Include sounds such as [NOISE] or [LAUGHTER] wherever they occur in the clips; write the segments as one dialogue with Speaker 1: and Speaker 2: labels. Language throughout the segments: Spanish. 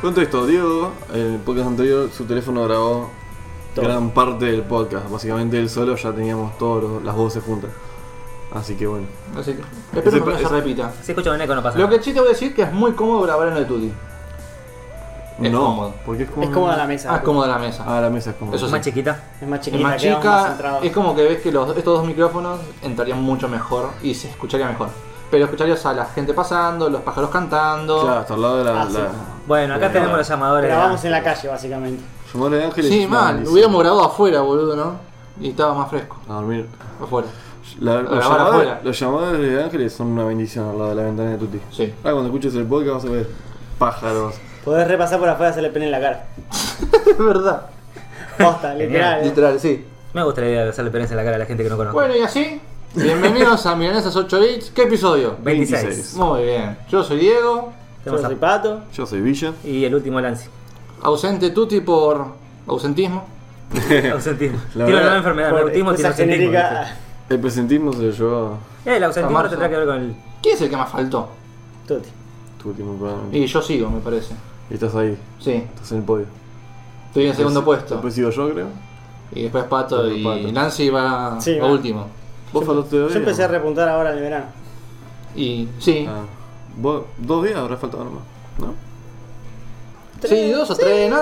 Speaker 1: Cuento esto, Diego, en el podcast anterior, su teléfono grabó
Speaker 2: Todo.
Speaker 1: gran parte del podcast. Básicamente él solo ya teníamos todas las voces juntas. Así que bueno.
Speaker 3: Así que espero
Speaker 1: Ese
Speaker 3: que
Speaker 1: pa-
Speaker 3: no se
Speaker 1: ese-
Speaker 3: repita.
Speaker 2: Si escucho un eco no pasa
Speaker 3: Lo
Speaker 2: nada.
Speaker 3: que sí te voy a decir que es muy cómodo grabar en el estudio. Es
Speaker 1: no,
Speaker 3: cómodo.
Speaker 1: porque es como.
Speaker 4: Es cómoda la mesa.
Speaker 3: Ah, es cómodo la mesa.
Speaker 1: Ah, la mesa es cómoda.
Speaker 3: Eso
Speaker 2: Es
Speaker 3: sí.
Speaker 2: más chiquita.
Speaker 4: Es más
Speaker 3: es
Speaker 4: chiquita,
Speaker 3: más
Speaker 4: quedamos más
Speaker 3: chica,
Speaker 4: centrados.
Speaker 3: es como que ves que los, estos dos micrófonos entrarían mucho mejor y se escucharía mejor. Pero escucharías a la gente pasando, los pájaros cantando.
Speaker 1: Claro, hasta al lado de la.
Speaker 4: Ah, sí.
Speaker 1: la-
Speaker 2: Bueno, acá
Speaker 1: la-
Speaker 2: tenemos los llamadores. de
Speaker 4: Grabamos
Speaker 2: la-
Speaker 4: en la calle, básicamente.
Speaker 1: Llamó a la de Ángeles.
Speaker 3: Sí,
Speaker 1: y-
Speaker 3: mal,
Speaker 1: y-
Speaker 3: hubiéramos grabado afuera, boludo, ¿no? Y estaba más fresco,
Speaker 1: A dormir.
Speaker 3: afuera.
Speaker 1: La-
Speaker 3: Lo
Speaker 1: los,
Speaker 3: grabaron
Speaker 1: llamados,
Speaker 3: afuera.
Speaker 1: los llamados de Ángeles son una bendición al lado de la ventana de Tuti.
Speaker 3: Sí.
Speaker 1: Ahora cuando escuches el podcast vas a ver pájaros.
Speaker 4: Podés repasar por afuera, hacerle pene en la cara.
Speaker 3: [LAUGHS] es verdad.
Speaker 4: Posta, literal. eh.
Speaker 3: Literal, sí.
Speaker 2: Me gusta la idea de hacerle penes en la cara a la gente que no conozco.
Speaker 3: Bueno, y así, bienvenidos a Milanesas 8 Bits. ¿Qué episodio?
Speaker 2: 26.
Speaker 1: 26.
Speaker 3: Muy bien. Yo soy Diego,
Speaker 4: Yo
Speaker 2: Tenemos a-
Speaker 4: soy pato.
Speaker 1: Yo soy Villa.
Speaker 2: Y el
Speaker 1: [LAUGHS]
Speaker 2: último Lancy.
Speaker 3: ausente Tuti por ausentismo.
Speaker 2: Ausentismo.
Speaker 1: La verdad,
Speaker 2: Tiene una nueva
Speaker 3: Ah,
Speaker 2: enfermedad.
Speaker 4: Por
Speaker 2: el autismo tiene
Speaker 4: excusa
Speaker 2: ausentismo.
Speaker 4: genérica.
Speaker 1: El presentismo se lo llevó
Speaker 2: ¿viste? Eh, el ausentismo
Speaker 3: Marzo.
Speaker 2: tendrá que ver con el.
Speaker 3: ¿Quién es el que más faltó?
Speaker 4: [LAUGHS] Tuti.
Speaker 1: tu último programa.
Speaker 3: Y yo sigo, me parece.
Speaker 1: Y estás ahí,
Speaker 3: Sí,
Speaker 1: estás en el podio.
Speaker 3: estoy en el segundo puesto.
Speaker 1: Después Pues, sigo yo, creo.
Speaker 3: Y después Pato
Speaker 1: Después
Speaker 3: y
Speaker 1: Pato.
Speaker 3: Nancy va
Speaker 4: Sí,
Speaker 3: a
Speaker 4: va.
Speaker 3: último.
Speaker 1: Vos faltaste dos
Speaker 4: Yo
Speaker 1: días.
Speaker 4: empecé a repuntar ahora en el verano.
Speaker 3: Y sí,
Speaker 1: Ah. Vos, dos días habrás faltado nomás. ¿No?
Speaker 3: sí, dos o tres, no,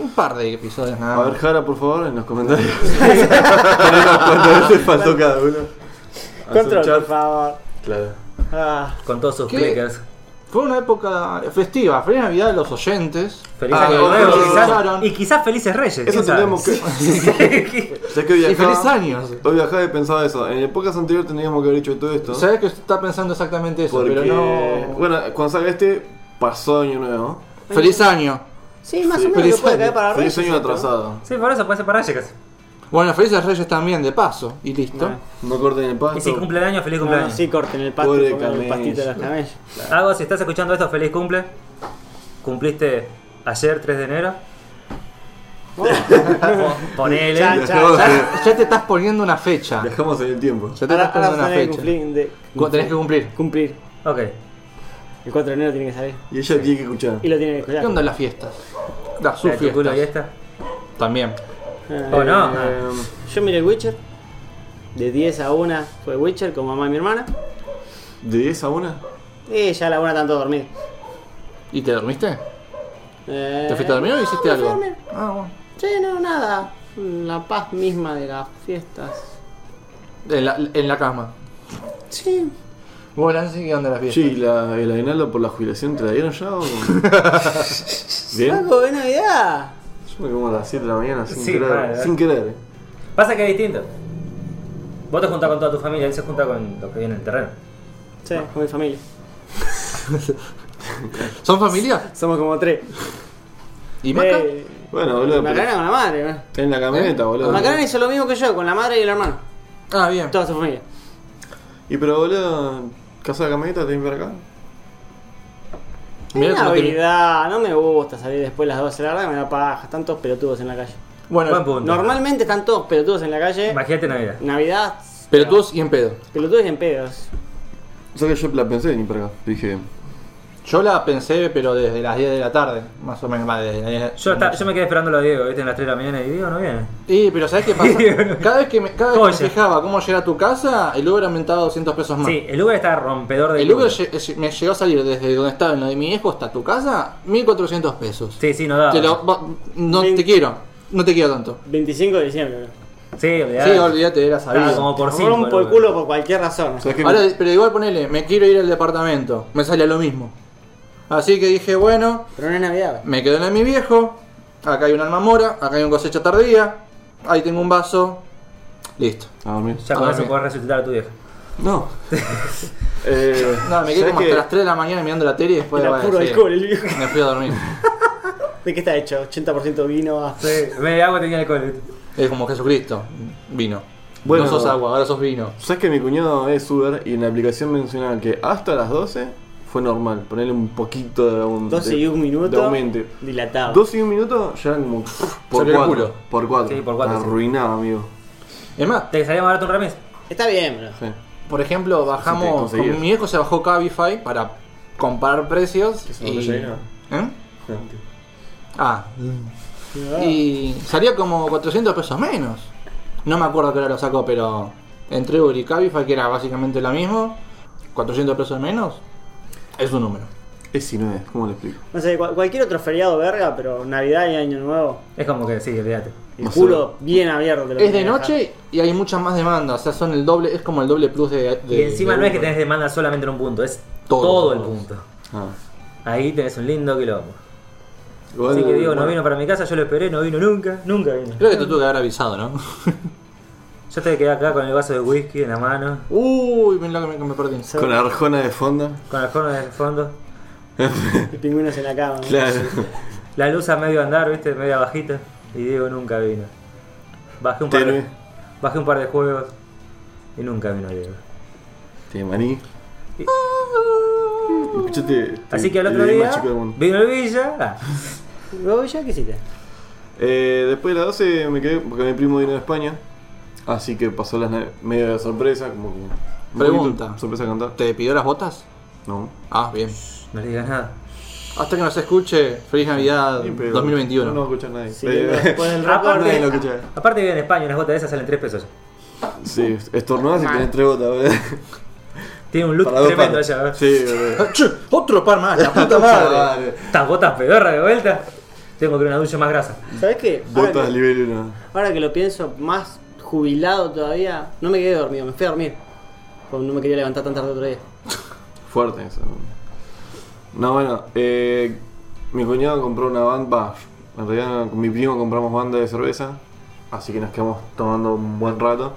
Speaker 3: un par de episodios nada
Speaker 1: A
Speaker 3: más.
Speaker 1: ver, Jara, por favor, en los comentarios. Ponenos [LAUGHS] cuántas veces faltó cada uno. Haz un
Speaker 4: Control,
Speaker 1: chat.
Speaker 4: por favor.
Speaker 1: Claro.
Speaker 4: Ah,
Speaker 2: Con todos sus
Speaker 3: ¿Qué?
Speaker 2: clickers.
Speaker 3: Fue una época festiva, feliz Navidad a los oyentes.
Speaker 2: Feliz
Speaker 1: Ah,
Speaker 2: año
Speaker 1: no,
Speaker 2: nuevo,
Speaker 1: no, no,
Speaker 2: quizás.
Speaker 3: no.
Speaker 2: Y quizás felices reyes.
Speaker 1: Eso
Speaker 2: ¿quién sabe?
Speaker 1: tendríamos que. [LAUGHS] Ya que hoy
Speaker 3: Y
Speaker 1: viajaba-
Speaker 3: feliz años.
Speaker 1: Hoy viajaba y pensaba eso. En épocas anteriores tendríamos que haber hecho todo esto.
Speaker 3: Sabes que usted está pensando exactamente eso,
Speaker 1: Porque,
Speaker 3: pero no.
Speaker 1: Bueno, cuando salga este, pasó año nuevo.
Speaker 3: feliz año.
Speaker 4: Sí, más o menos
Speaker 3: Feliz
Speaker 4: que puede
Speaker 3: año.
Speaker 4: caer para
Speaker 1: Feliz
Speaker 4: Reyes,
Speaker 1: año
Speaker 4: Ah, ¿cierto?
Speaker 1: atrasado.
Speaker 2: [LAUGHS] Sí, por eso puede ser para reyes casi.
Speaker 3: Bueno, felices Reyes también, de paso. Y listo.
Speaker 4: Bueno.
Speaker 1: No corten el pasto.
Speaker 2: Y si cumple el año, feliz
Speaker 4: No, no,
Speaker 2: cumpleaños.
Speaker 4: sí, corten el pasto
Speaker 1: Pobre
Speaker 4: y pongan el
Speaker 1: camello.
Speaker 4: pastito de las camellas.
Speaker 2: Hago, si estás escuchando esto, feliz cumple. Cumpliste ayer, 3 de enero. Ponele.
Speaker 4: Ya,
Speaker 1: Dejamos, en-
Speaker 3: Ya te estás poniendo una fecha. Ya
Speaker 1: dejamos en el tiempo.
Speaker 3: te
Speaker 4: Ahora,
Speaker 3: estás
Speaker 4: ahora
Speaker 3: poniendo
Speaker 4: vas a
Speaker 3: una
Speaker 4: tener que
Speaker 3: fecha.
Speaker 4: cumplir, de-
Speaker 3: Cu- Tenés que cumplir.
Speaker 4: cumplir.
Speaker 2: Ok.
Speaker 4: El 4 de enero tiene que salir.
Speaker 1: Y ella tiene que escuchar.
Speaker 4: Y lo tiene que
Speaker 3: ¿Qué
Speaker 4: escuchar.
Speaker 3: onda las fiestas? Las sus
Speaker 2: Eh, tu culo y
Speaker 3: fiestas.
Speaker 2: esta.
Speaker 3: También.
Speaker 4: Eh,
Speaker 3: Oh,
Speaker 2: ¿O no?
Speaker 1: Eh,
Speaker 4: Yo miré el Witcher. De 10 a 1 fue Witcher con mamá y mi hermana.
Speaker 1: ¿De 10 a 1?
Speaker 4: Y ya a la 1 tanto dormir.
Speaker 3: ¿Y te dormiste?
Speaker 4: Eh,
Speaker 3: ¿Te fuiste a dormir o
Speaker 4: no,
Speaker 3: hiciste
Speaker 4: me fui a
Speaker 3: algo?
Speaker 4: dormir.
Speaker 3: Ah, bueno.
Speaker 4: Sí, no, nada. La paz misma de las fiestas.
Speaker 3: En la, en la cama.
Speaker 4: Sí.
Speaker 3: ¿Vos, Nancy, qué onda las fiestas?
Speaker 1: Sí, la, el aguinaldo por la jubilación te la dieron ya o. Bien.
Speaker 4: Loco, de Navidad.
Speaker 1: Yo me como a las 7 de la mañana sin
Speaker 2: Sí,
Speaker 1: querer.
Speaker 2: vale, vale.
Speaker 1: Sin querer.
Speaker 2: Pasa que es distinto. Vos te juntás con toda tu familia, él se junta con los que vienen en el terreno.
Speaker 4: Sí, con mi familia.
Speaker 3: ¿Son familia?
Speaker 4: Somos como tres.
Speaker 3: ¿Y Maca?
Speaker 4: Eh,
Speaker 1: Bueno, boludo. pero-
Speaker 4: Macarena con la madre, ¿no?
Speaker 1: Está en la camioneta, boludo.
Speaker 4: Macarena hizo lo mismo que yo, con la madre y el hermano.
Speaker 3: Ah, bien.
Speaker 4: Toda su familia.
Speaker 1: Y pero, boludo, casa de camioneta, tenés para acá.
Speaker 3: Mirá
Speaker 4: Es
Speaker 3: cómo te-
Speaker 4: Navidad, no me gusta salir después de las 12 de la verdad que me da paja. Están todos pelotudos en la calle.
Speaker 2: Buen
Speaker 3: Bueno,
Speaker 2: punto.
Speaker 4: Normalmente están todos pelotudos en la calle.
Speaker 2: Imagínate Navidad.
Speaker 4: Navidad.
Speaker 3: pero tú y en pedo.
Speaker 4: Pelotudos y en pedos.
Speaker 1: O sea que yo la pensé de venir para acá. Dije.
Speaker 3: Yo la pensé, pero desde las 10 de la tarde, más o menos, más desde las 10 de la
Speaker 2: Yo, está- yo me quedé esperando a Diego, viste, en las 3 de la mañana y Diego no viene.
Speaker 3: Y, pero ¿sabes qué pasa? Cada vez que me, cada vez
Speaker 2: ¿Cómo
Speaker 3: que me
Speaker 2: llega?
Speaker 3: fijaba cómo llegar a tu casa, el Uber aumentaba 200 pesos más.
Speaker 2: Sí, el Uber está rompedor de
Speaker 3: El Uber lle- lle- me llegó a salir desde donde estaba en lo de mi viejo hasta tu casa, 1400 pesos.
Speaker 2: Sí, sí, no da.
Speaker 3: Te lo- va- no
Speaker 4: Bien.
Speaker 3: te quiero, no te quiero tanto.
Speaker 4: 25 de diciembre. bro.
Speaker 2: Sí,
Speaker 3: Sí,
Speaker 2: olvidate.
Speaker 3: olvídate, era sabido.
Speaker 2: Ah, como por
Speaker 4: Me
Speaker 2: cinco,
Speaker 4: fueron por
Speaker 2: boludo.
Speaker 4: el culo por cualquier razón.
Speaker 1: ¿Sabes qué?
Speaker 3: Ahora, pero igual ponele, me quiero ir al departamento, me sale lo mismo. Así que dije, bueno,
Speaker 4: Pero no es Navidad.
Speaker 3: me quedo en la de mi viejo, acá hay un alma mora, acá hay un cosecha tardía, ahí tengo un vaso, listo.
Speaker 1: A dormir.
Speaker 2: Ya con
Speaker 3: Ah,
Speaker 2: eso
Speaker 3: bien.
Speaker 2: podés resucitar a tu vieja.
Speaker 1: No. eh,
Speaker 3: No, me quedé
Speaker 1: ¿sabes
Speaker 3: como
Speaker 1: qué?
Speaker 3: hasta las 3 de la mañana mirando la tele y después
Speaker 4: Era
Speaker 3: bueno,
Speaker 4: puro
Speaker 3: sí,
Speaker 4: alcohol el viejo.
Speaker 3: Me fui a dormir.
Speaker 4: ¿De qué está hecho? 80% vino. ah.
Speaker 2: Sí, me agua tenía alcohol. ¿viste?
Speaker 3: Es como Jesucristo, vino.
Speaker 1: Bueno.
Speaker 3: no sos agua, ahora sos vino.
Speaker 1: ¿Sabes que mi cuñado es Uber y en la aplicación mencionaban que hasta las 12 fue normal? Ponerle un poquito de un.
Speaker 4: 12
Speaker 1: de-
Speaker 4: y un
Speaker 1: De
Speaker 4: minuto.
Speaker 1: aumento.
Speaker 4: Dilatado.
Speaker 1: 12 y un minuto ya eran como. Por
Speaker 3: Salió el
Speaker 1: cuatro,
Speaker 3: culo.
Speaker 1: por cuatro.
Speaker 2: Sí, por cuatro, sí.
Speaker 1: Arruinado, amigo.
Speaker 3: Es más,
Speaker 2: ¿Te salía más barato un remis?
Speaker 4: Está bien, bro.
Speaker 1: Sí.
Speaker 3: por ejemplo, bajamos,
Speaker 1: conseguías.
Speaker 3: con mi viejo se bajó Cabify para comparar precios
Speaker 1: ¿Qué es una
Speaker 3: y...
Speaker 1: botella de vino?
Speaker 3: ¿Eh?
Speaker 1: No.
Speaker 3: Ah. Y salía como 400 pesos menos. No me acuerdo que hora lo sacó, pero entre Uber y Cabify, que era básicamente lo mismo, 400 pesos menos, es un número.
Speaker 1: Es si no es, ¿cómo lo explico?
Speaker 4: No sé, cual- cualquier otro feriado verga, pero Navidad y Año Nuevo,
Speaker 2: Es como que sí, olvídate.
Speaker 4: el
Speaker 1: Más
Speaker 4: culo bien abierto. te lo
Speaker 3: Es de
Speaker 4: tenés que dejar.
Speaker 3: noche y hay muchas más demandas, o sea, son el doble, es como el doble plus de... de-
Speaker 2: Y encima
Speaker 3: de
Speaker 2: no es que
Speaker 3: Uber.
Speaker 2: tenés demanda solamente en un punto, es
Speaker 3: Todo.
Speaker 2: todo, el punto.
Speaker 1: Ah.
Speaker 2: Ahí tenés un lindo quilombo.
Speaker 1: Igual-
Speaker 2: Así que digo, no
Speaker 1: bueno,
Speaker 2: vino para mi casa, yo lo esperé, no vino nunca, nunca vino.
Speaker 3: Creo que te tuve que haber avisado, ¿no? [LAUGHS]
Speaker 2: Yo te quedé acá con el vaso de whisky en la mano,
Speaker 3: Uy, ven lo que me, que me perdí.
Speaker 1: Con Arjona de fondo.
Speaker 2: con las cornos en el fondo,
Speaker 4: Y pingüinos en la cama. ¿no?
Speaker 1: Claro.
Speaker 2: la luz a medio andar, viste, media bajita, y digo, nunca vino. Bajé un par de,
Speaker 1: Tenue.
Speaker 2: bajé un par de juegos y nunca vino Diego.
Speaker 1: Te maní.
Speaker 2: Y-
Speaker 1: Escuchate.
Speaker 2: Así que al
Speaker 1: el
Speaker 2: otro
Speaker 1: idioma
Speaker 2: día
Speaker 1: chico del mundo.
Speaker 2: vino el Villa. ah,
Speaker 4: ¿Vos ya qué hiciste?
Speaker 1: Eh, después de las 12 me quedé porque mi primo vino de España. Así que pasó las nave- medio de sorpresa, como que. un
Speaker 3: Pregunta.
Speaker 1: poquito Sorpresa cantar.
Speaker 3: ¿Te pidió las botas?
Speaker 1: No.
Speaker 3: Ah, bien.
Speaker 2: no le digas nada.
Speaker 3: Hasta que nos escuche, feliz Navidad
Speaker 1: Sí, pero
Speaker 3: 2021.
Speaker 1: No nos escucha nadie.
Speaker 4: Sí,
Speaker 1: Eh,
Speaker 4: después del rap.
Speaker 1: [LAUGHS]
Speaker 2: Aparte-
Speaker 1: nadie lo escucha.
Speaker 2: Aparte vive en España, unas gotas de esas salen 3 pesos.
Speaker 1: Sí, estornudas y tenés tres botas, boludo.
Speaker 2: Tiene un look
Speaker 1: Para dos
Speaker 2: tremendo
Speaker 1: patas.
Speaker 2: allá. ¿eh?
Speaker 1: Sí,
Speaker 3: [LAUGHS]
Speaker 1: boludo.
Speaker 3: Ah, che, Otro par más,
Speaker 1: [LAUGHS]
Speaker 3: la puta madre.
Speaker 2: Estas botas pedorras de vuelta. Tengo que ir a una ducha más grasa.
Speaker 4: ¿Sabés qué? Ahora,
Speaker 1: Botas
Speaker 4: que-
Speaker 1: nivel 1.
Speaker 4: ahora que lo pienso, más jubilado todavía, no me quedé dormido, me fui a dormir. Porque no me quería levantar tan tarde otro día.
Speaker 1: Fuerte eso. No, bueno, eh, mi cuñado compró una banda. bah, en realidad con mi primo compramos banda de cerveza. Así que nos quedamos tomando un buen rato.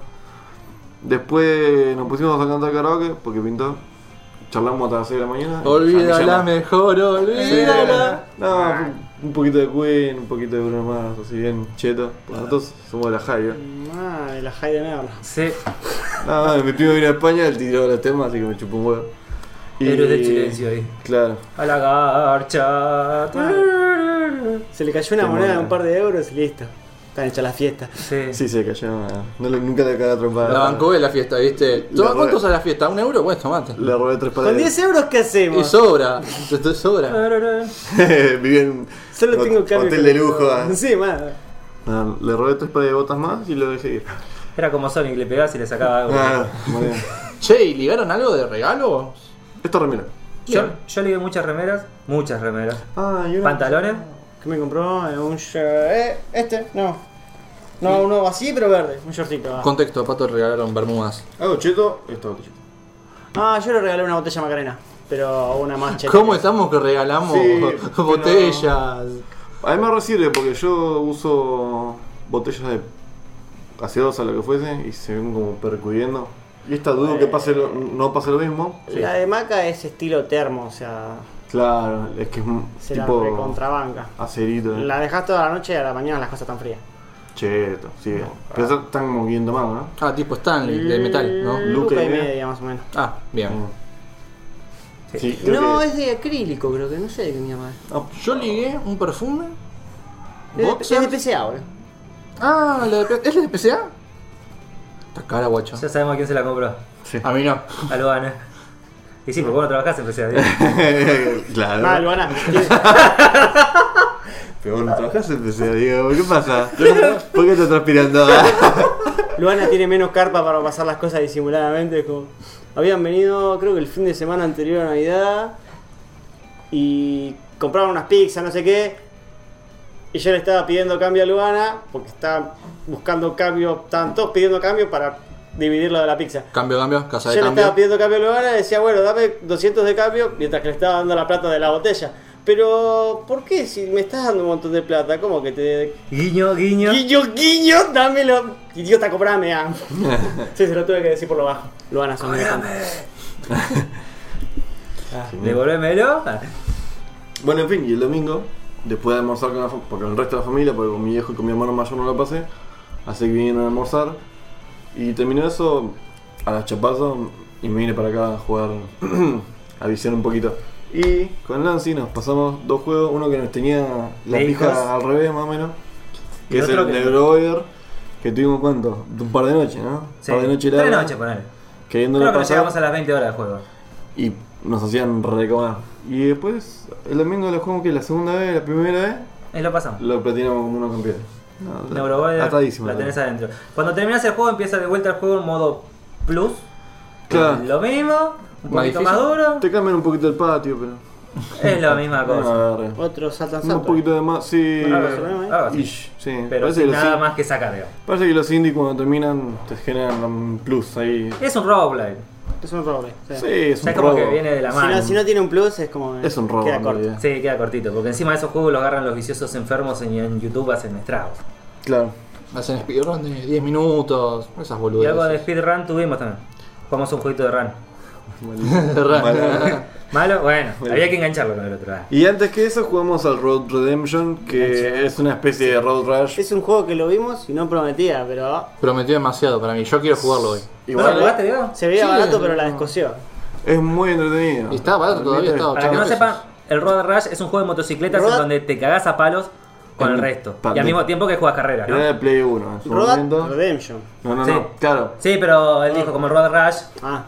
Speaker 1: Después nos pusimos a cantar karaoke porque pintó. Charlamos hasta las 6 de la mañana.
Speaker 3: Olvídala
Speaker 1: me.
Speaker 3: mejor, olvídala.
Speaker 1: No, fue un poquito de Queen, un poquito de Bruno Mars, así bien cheto. Pues nosotros somos de la Jairo.
Speaker 4: Ah, de la High de Merla.
Speaker 2: Sí,
Speaker 1: No, mi primo vino a España, él tiró los temas, así que me chupó un huevo.
Speaker 2: héroes del silencio ahí.
Speaker 1: Claro.
Speaker 2: A la garcha.
Speaker 1: Ah.
Speaker 4: Se le cayó una
Speaker 1: Qué
Speaker 4: moneda de
Speaker 1: mono.
Speaker 4: un par de euros y listo. Están hechas las fiestas.
Speaker 2: Sí.
Speaker 1: Sí, se cayó. No, le- nunca le cagó trompada.
Speaker 3: La bancó de la fiesta, ¿viste?
Speaker 1: La
Speaker 3: Toma,
Speaker 1: re-
Speaker 3: ¿Cuántos a la fiesta? ¿Un euro? Bueno, tomate.
Speaker 1: Le robé tres
Speaker 4: ¿Con
Speaker 1: paredes.
Speaker 4: 10 euros qué
Speaker 3: Y
Speaker 4: hacemos?
Speaker 3: sobra, esto
Speaker 1: Eh.
Speaker 3: sobra.
Speaker 1: [LAUGHS] Viví en
Speaker 4: Solo
Speaker 1: hot-
Speaker 4: tengo cambio.
Speaker 1: hotel
Speaker 4: con-
Speaker 1: de lujo. ah.
Speaker 4: Sí, más.
Speaker 1: No, le robé tres pares de botas más y lo dejé ir.
Speaker 2: Era como Sonic, le pegás y le sacaba algo.
Speaker 1: Ah, muy bien.
Speaker 3: Che, ¿y ligaron algo de regalo?
Speaker 1: Esta remera.
Speaker 2: Yo, yo le di muchas remeras, muchas remeras.
Speaker 1: Ah, y una-
Speaker 2: Pantalones,
Speaker 4: ¿Qué me compró? Eh, Un short. Eh, este, no. No, uno así, pero verde. Un shortito. ah.
Speaker 3: Contexto, a Pato le regalaron bermudas.
Speaker 1: Algo cheto, esto cheto.
Speaker 4: Ah, yo le regalé una botella Macarena. Pero una más
Speaker 1: [LAUGHS]
Speaker 4: cheta.
Speaker 3: ¿Cómo estamos que regalamos
Speaker 1: Sí,
Speaker 3: [LAUGHS]
Speaker 1: pero-
Speaker 3: botellas?
Speaker 1: A mí me recibe porque yo uso botellas de gaseosa, lo que fuese, y se ven como percuyendo. Y esta dudo que pase lo- no pase lo mismo.
Speaker 4: Eh, La de Maca es estilo termo, o sea,
Speaker 1: Claro, es que es un
Speaker 4: se la
Speaker 1: tipo
Speaker 4: recontrabanca.
Speaker 1: acerito. eh.
Speaker 4: La dejas toda la noche y a la mañana las cosas están frías.
Speaker 1: Cheto, sí. Pero están- están como bien tomados, ¿no?
Speaker 3: Ah, tipo Stanley, de metal, ¿no?
Speaker 1: Mm, Luca
Speaker 4: Luca
Speaker 1: y
Speaker 4: y
Speaker 1: media.
Speaker 4: media, más o menos.
Speaker 3: Ah, bien.
Speaker 1: Sí, creo
Speaker 4: No,
Speaker 1: que-
Speaker 4: es de acrílico, creo que no sé de qué mierda es.
Speaker 1: Ah,
Speaker 3: Yo ligué un perfume.
Speaker 4: Es de-
Speaker 3: boxers.
Speaker 4: es de PCA, boludo.
Speaker 3: Ah, la de P- ¿es la de PCA? Está cara, guacho.
Speaker 2: ya sabemos quién se la compró.
Speaker 4: Ah.
Speaker 3: A mí no.
Speaker 2: A Luana. Y sí, porque vos no trabajás empecé a
Speaker 1: [LAUGHS]
Speaker 2: decir.
Speaker 1: [LAUGHS] claro.
Speaker 4: Nada, Ah, Luana.
Speaker 1: Pero vos no trabajás en PCA, Diego. ¿Qué pasa?
Speaker 4: [LAUGHS]
Speaker 1: ¿Por qué te estás transpirando?
Speaker 4: Luana tiene menos carpa para pasar las cosas disimuladamente. es como- Habían venido, creo que el fin de semana anterior a Navidad. Y compraron unas pizzas, no sé qué. Y yo le estaba pidiendo cambio a Luana. Porque estaba buscando cambio. Estaban todos pidiendo cambio para dividir lo de la pizza.
Speaker 3: Cambio, cambio, casa de
Speaker 4: Yo le estaba
Speaker 3: cambio.
Speaker 4: pidiendo cambio a Luana y decía, bueno, dame 200 de cambio mientras que le estaba dando la plata de la botella. Pero, ¿por qué? Si me estás dando un montón de plata, ¿cómo que te
Speaker 2: Guiño, guiño.
Speaker 4: Guiño, guiño, dámelo. Idiota,
Speaker 1: [LAUGHS]
Speaker 4: cobrame. ah. sí, se lo tuve que decir por lo bajo. Lo van a sonar.
Speaker 1: [LAUGHS] Ah,
Speaker 2: Devolvémelo. Ah,
Speaker 1: bueno, en fin, y el domingo, después de almorzar con, la fa- porque el resto de la familia, porque con mi viejo y con mi hermano mayor no lo pasé, así que vinieron a almorzar. Y terminó eso a las chapazas y me vine para acá a jugar, [CLEARS THROAT] a viciar un poquito. Y con Nancy nos pasamos dos juegos, uno que nos tenía la
Speaker 2: Lejos.
Speaker 1: pija al revés más o menos, que
Speaker 2: Y
Speaker 1: es
Speaker 2: otro
Speaker 1: el
Speaker 2: que-
Speaker 1: Neuroboyer, que tuvimos cuánto, un par de noches, ¿no?
Speaker 2: Sí.
Speaker 1: Un par de noches
Speaker 2: Tres
Speaker 1: largas.
Speaker 2: noches, ponele.
Speaker 1: queriéndolo
Speaker 2: Creo que nos
Speaker 1: pasar
Speaker 2: llegamos a las 20 horas de juego.
Speaker 1: y nos hacían recomar. Y después, el domingo lo jugamos que la segunda vez, la primera vez,
Speaker 2: Y lo pasamos.
Speaker 1: Lo platinamos como unos campeones. No,
Speaker 2: La Euroboiler
Speaker 1: atadísimo,
Speaker 2: la
Speaker 1: ¿no?
Speaker 2: tenés adentro. Cuando terminas el juego, empieza de vuelta el juego en modo plus.
Speaker 1: Claro.
Speaker 2: Lo mismo, un
Speaker 3: Más
Speaker 2: poquito
Speaker 3: difícil.
Speaker 2: más duro.
Speaker 1: Te cambian un poquito el patio, pero.
Speaker 2: Es
Speaker 1: [LAUGHS]
Speaker 2: la misma cosa.
Speaker 1: Ah, re.
Speaker 4: Otro saltan
Speaker 1: Un
Speaker 4: salto.
Speaker 1: poquito de más, sí.
Speaker 2: Algo
Speaker 4: pero-
Speaker 2: así, algo así.
Speaker 1: Ish, sí.
Speaker 2: Pero
Speaker 1: parece,
Speaker 2: sin
Speaker 1: que
Speaker 2: nada
Speaker 1: los,
Speaker 2: más que sacareo.
Speaker 1: parece que los indies cuando terminan te generan un plus ahí.
Speaker 2: Es un roguelike.
Speaker 4: Es un roble. sí.
Speaker 1: Sí, es
Speaker 2: O
Speaker 1: un
Speaker 2: sea, es como que
Speaker 1: robo.
Speaker 2: viene de la
Speaker 4: Si,
Speaker 2: mano.
Speaker 4: no, si no tiene un plus es como...
Speaker 1: Es un robo,
Speaker 4: Queda
Speaker 1: en
Speaker 4: corto.
Speaker 1: realidad.
Speaker 2: Sí, queda cortito, porque encima de esos juegos los agarran los viciosos enfermos en, en YouTube hacen estragos. [LAUGHS]
Speaker 1: Claro.
Speaker 3: Hacen speedrun de 10 minutos, esas
Speaker 2: Y algo de
Speaker 3: boludeces.
Speaker 2: speedrun tuvimos también. Jugamos un jueguito
Speaker 1: [LAUGHS]
Speaker 2: de run.
Speaker 1: Vale.
Speaker 2: Malo, bueno,
Speaker 1: Bueno.
Speaker 2: había que engancharlo con el otro. ah.
Speaker 1: Y antes que eso jugamos al Road Redemption, que es una especie de Road Rush.
Speaker 4: Es un juego que lo vimos y no prometía, pero...
Speaker 3: Prometió demasiado para mí, yo quiero jugarlo hoy.
Speaker 2: ¿No lo
Speaker 1: Igual
Speaker 2: jugaste, Diego?
Speaker 4: Se veía
Speaker 3: Sí,
Speaker 4: barato, pero
Speaker 3: no.
Speaker 4: la descosió.
Speaker 1: es muy entretenido.
Speaker 3: Y está barato todavía, está
Speaker 2: Para que no
Speaker 3: Ocho
Speaker 2: sepan,
Speaker 3: veces.
Speaker 2: el Road Rush es un juego de motocicletas en
Speaker 4: Road-
Speaker 2: donde te cagás a palos con
Speaker 1: En Eh,
Speaker 2: el resto.
Speaker 1: pa-
Speaker 2: Y al
Speaker 1: de-
Speaker 2: mismo tiempo que juegas carreras,
Speaker 1: Era
Speaker 2: ¿no?
Speaker 1: de Play 1 en su
Speaker 4: Road
Speaker 1: momento.
Speaker 4: Redemption.
Speaker 1: No, no,
Speaker 2: Sí.
Speaker 1: no, claro.
Speaker 2: Sí, pero él dijo como el Road Rush.
Speaker 4: Ah,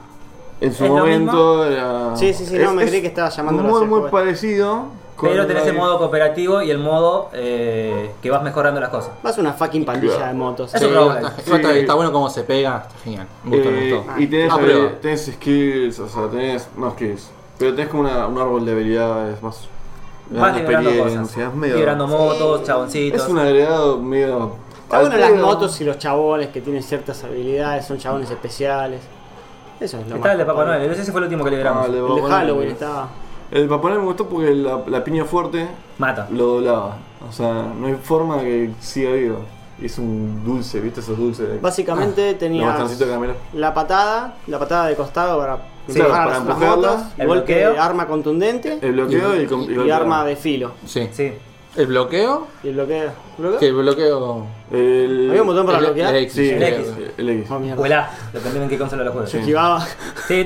Speaker 1: En su
Speaker 2: ¿Es lo
Speaker 1: momento era.
Speaker 4: Sí, sí, sí, no, me creí que estaba llamándolo a
Speaker 1: Muy,
Speaker 4: ese
Speaker 1: muy
Speaker 4: juego.
Speaker 1: parecido. con
Speaker 2: Pero tenés
Speaker 1: la-
Speaker 2: el modo cooperativo y el modo eh, que vas mejorando las cosas.
Speaker 4: vas a una fucking pandilla de motos.
Speaker 2: Es
Speaker 3: Sí,
Speaker 2: un roguelike.
Speaker 3: está- está-
Speaker 1: Sí.
Speaker 3: está bueno cómo se pega, está genial. Me gustó, me
Speaker 1: Eh,
Speaker 3: gustó.
Speaker 1: y tenés,
Speaker 3: Ah, pero-
Speaker 1: eh, tenés skills, o sea, tenés. No skills. Pero tenés como una- un árbol de habilidades más.
Speaker 2: Vas
Speaker 1: de
Speaker 2: liberando cosas.
Speaker 1: experiencia, es medio-
Speaker 2: Liberando motos, chaboncitos.
Speaker 1: Es un agregado medio.
Speaker 4: Está bueno las
Speaker 1: altero.
Speaker 4: motos y los chabones que tienen ciertas habilidades, son chabones especiales. Eso es lo
Speaker 2: Está
Speaker 4: más
Speaker 2: el de Papá
Speaker 4: copado.
Speaker 2: Noel, ese fue el último que liberamos.
Speaker 1: Ah, el de
Speaker 4: El de
Speaker 1: Papá Noel.
Speaker 4: Halloween estaba.
Speaker 1: El de Papá Noel me gustó porque la, la piña fuerte
Speaker 2: Mata.
Speaker 1: lo doblaba. O sea, no hay forma que siga vivo. Y es un dulce, ¿viste? Esos dulces. de-
Speaker 4: Básicamente
Speaker 1: Ah. Los
Speaker 4: tenía
Speaker 1: bastoncitos de caramelo.
Speaker 4: la patada, la patada de costado para
Speaker 1: Sí,
Speaker 4: empujar
Speaker 1: para
Speaker 4: a las otras
Speaker 1: empujarlas,
Speaker 4: motos,
Speaker 2: el
Speaker 4: golpe
Speaker 2: bloqueo.
Speaker 4: de arma contundente
Speaker 1: El bloqueo y, el com-
Speaker 4: y,
Speaker 1: el golpe.
Speaker 4: arma de filo.
Speaker 3: Sí.
Speaker 2: Sí.
Speaker 3: El bloqueo,
Speaker 4: ¿Y el bloqueo? ¿Bloqueo?
Speaker 3: que el bloqueo.
Speaker 1: El.
Speaker 4: Había un botón para
Speaker 3: el-
Speaker 4: bloquear.
Speaker 3: el X,
Speaker 1: Sí, el
Speaker 2: El
Speaker 1: X.
Speaker 2: X.
Speaker 1: El X.
Speaker 4: Oh, mierda.
Speaker 2: Huelá, depende en qué consola lo juegues.
Speaker 1: Sí.
Speaker 2: Sí.
Speaker 4: Esquivaba.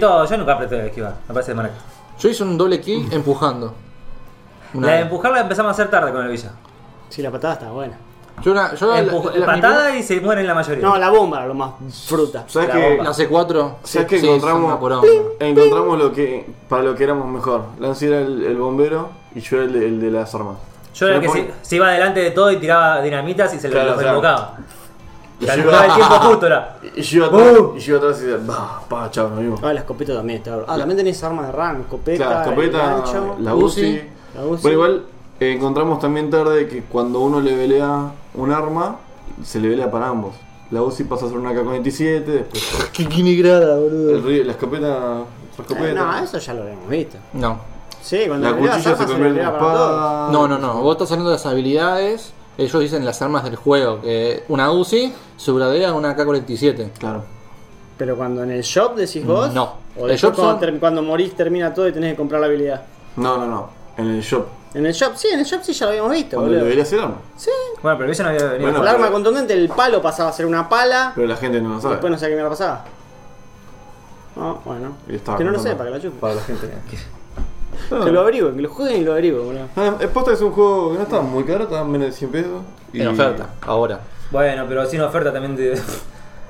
Speaker 2: todo, yo nunca apreté a esquivar, me parece de maraca.
Speaker 3: Yo hice un doble kick empujando. Una-
Speaker 2: La de empujar la empezamos a hacer tarde con el Villa.
Speaker 4: [LAUGHS] Sí, la patada estaba buena.
Speaker 3: yo una- yo la-
Speaker 2: Empuj-
Speaker 3: la- la-
Speaker 2: patada y se mueren la mayoría.
Speaker 4: No, la bomba era lo más fruta.
Speaker 1: ¿Sabes
Speaker 2: La
Speaker 1: que
Speaker 2: bomba.
Speaker 3: La C4.
Speaker 1: ¿Sabes que encontramos-
Speaker 3: una poronga.
Speaker 1: Encontramos lo que para lo que éramos mejor. Lance era el, el bombero y yo el, de- el de las armas.
Speaker 2: yo era el que
Speaker 1: Me
Speaker 2: se,
Speaker 1: pon-
Speaker 2: se iba delante de todo y tiraba dinamitas y se
Speaker 1: Claro,
Speaker 2: lo los
Speaker 1: claro.
Speaker 2: desbocaba.
Speaker 1: Y yo iba-
Speaker 2: Calculaba
Speaker 1: [LAUGHS]
Speaker 2: el tiempo justo era.
Speaker 1: Y yo iba atrás,
Speaker 2: ¡Uh!
Speaker 1: y yo iba atrás y decía, bah, pa, chao, nos vimos.
Speaker 4: Ah, la escopeta también estaba. Ah, también tenés armas de RAM, escopeta,
Speaker 1: Claro,
Speaker 4: el
Speaker 1: escopeta,
Speaker 4: gancho.
Speaker 1: la
Speaker 3: Uzi.
Speaker 1: UCI.
Speaker 4: La Uzi.
Speaker 1: Bueno, igual eh, encontramos también tarde que cuando uno le velea un arma, se le velea para ambos. La UCI pasa a ser una K-47, después
Speaker 3: Qué quinigrada,
Speaker 1: el,
Speaker 3: boludo.
Speaker 1: río- la escopeta, otra
Speaker 4: Eh,
Speaker 1: escopeta.
Speaker 4: no, eso ya lo habíamos visto.
Speaker 3: No.
Speaker 4: Sí, cuando
Speaker 1: la
Speaker 4: peleas
Speaker 1: cuchilla
Speaker 4: armas
Speaker 1: se convierte en
Speaker 4: pelea para todos.
Speaker 1: espada.
Speaker 3: No, no, no. Vos estás hablando de las habilidades. Ellos dicen las armas del juego. Que una UCI, su verdadera es una K-47.
Speaker 1: Claro.
Speaker 4: Pero cuando en el shop decís vos.
Speaker 3: No.
Speaker 4: O
Speaker 3: El
Speaker 4: después
Speaker 3: shop
Speaker 4: cuando,
Speaker 3: son-
Speaker 4: ter- cuando morís termina todo y tenés que comprar la habilidad.
Speaker 1: No, no, no. En el shop.
Speaker 4: En el shop, sí, en el shop sí ya lo habíamos visto,
Speaker 1: Cuando le
Speaker 4: boludo.
Speaker 1: veleas el arma.
Speaker 4: Sí.
Speaker 2: Bueno, pero el Villa no había venido.
Speaker 1: Bueno,
Speaker 4: el arma
Speaker 1: pero-
Speaker 4: contundente, el palo pasaba a ser una pala.
Speaker 1: Pero la gente no lo sabe.
Speaker 4: Después no sé qué mierda pasaba. No, bueno.
Speaker 1: Y estaba
Speaker 4: Que no lo
Speaker 1: contando Ah.
Speaker 4: sepa, que la chupe.
Speaker 1: Para la gente. No,
Speaker 4: Que lo abriguen, que lo jueguen y lo abriguen, boludo.
Speaker 1: no, es posta que Eh, es un juego que no estaba muy caro, estaba menos de 100 pesos. y-
Speaker 3: En oferta, ahora.
Speaker 2: Bueno, pero sin oferta también te.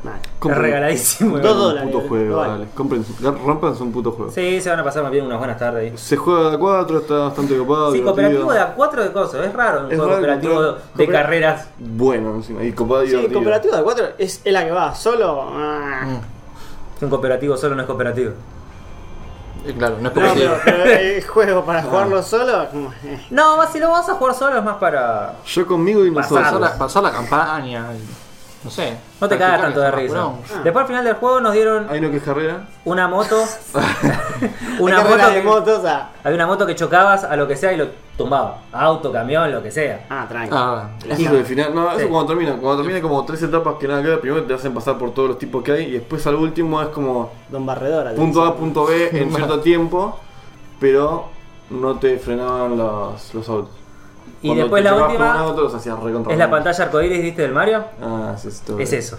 Speaker 4: Mal.
Speaker 1: Compren-
Speaker 2: [LAUGHS] regaladísimo.
Speaker 1: compren
Speaker 4: Dos
Speaker 1: un
Speaker 4: dólares,
Speaker 1: puto juego,
Speaker 4: lo vale.
Speaker 1: dale. Compren, rompanse un puto juego.
Speaker 2: Sí, se van a pasar bien unas buenas tardes ahí.
Speaker 1: Se juega de a 4, está bastante copado.
Speaker 2: Sí,
Speaker 1: divertido.
Speaker 2: cooperativo de a cuatro de cosas. Es raro un
Speaker 1: Es
Speaker 2: juego
Speaker 1: raro
Speaker 2: cooperativo de
Speaker 1: encontrar- cooper-
Speaker 2: carreras.
Speaker 1: Bueno, encima. Y copado y
Speaker 4: Sí, cooperativa de 4 es es la que va, solo. ah.
Speaker 3: Mm.
Speaker 2: Un cooperativo solo no es cooperativo.
Speaker 3: Eh, Claro, no es
Speaker 4: No,
Speaker 3: competitivo.
Speaker 4: pero, pero el juego
Speaker 1: Ah.
Speaker 4: para jugarlo solo. como, eh.
Speaker 2: No, si lo vas a jugar solo es más para.
Speaker 1: Yo conmigo y
Speaker 2: Pasado.
Speaker 3: pasar,
Speaker 1: nosotros.
Speaker 3: la, pasar la campaña. y- No sé.
Speaker 2: No te
Speaker 3: practicar
Speaker 2: cagas tanto de
Speaker 3: esa
Speaker 2: risa.
Speaker 3: poronga.
Speaker 2: Después al final del juego nos dieron
Speaker 1: Hay no que es carrera. [LAUGHS]
Speaker 2: una moto. una
Speaker 4: Hay carrera
Speaker 2: moto.
Speaker 4: de
Speaker 2: que-
Speaker 4: motos. Ah,
Speaker 2: Había una moto que chocabas a lo que sea y lo tumbaba. Auto, camión, lo que sea.
Speaker 4: ah tranqui.
Speaker 3: Ah,
Speaker 1: Hijo de final. No, eso
Speaker 2: Sí.
Speaker 1: cuando termina. Cuando termina como tres etapas que nada que ver. Primero te hacen pasar por todos los tipos que hay. Y después al último es como
Speaker 4: Don Barredora. le
Speaker 1: punto
Speaker 4: dice.
Speaker 1: A, punto B en cierto tiempo. Pero no te frenaban los, los autos.
Speaker 2: Y
Speaker 1: Cuando
Speaker 2: después
Speaker 1: te
Speaker 2: la
Speaker 1: chocabas con
Speaker 2: última
Speaker 1: un auto, los hacías recontra
Speaker 2: es la
Speaker 1: mal.
Speaker 2: pantalla arcoíris, ¿viste? Del Mario.
Speaker 1: Ah, sí, estuvo
Speaker 2: Es
Speaker 1: bien.
Speaker 2: eso.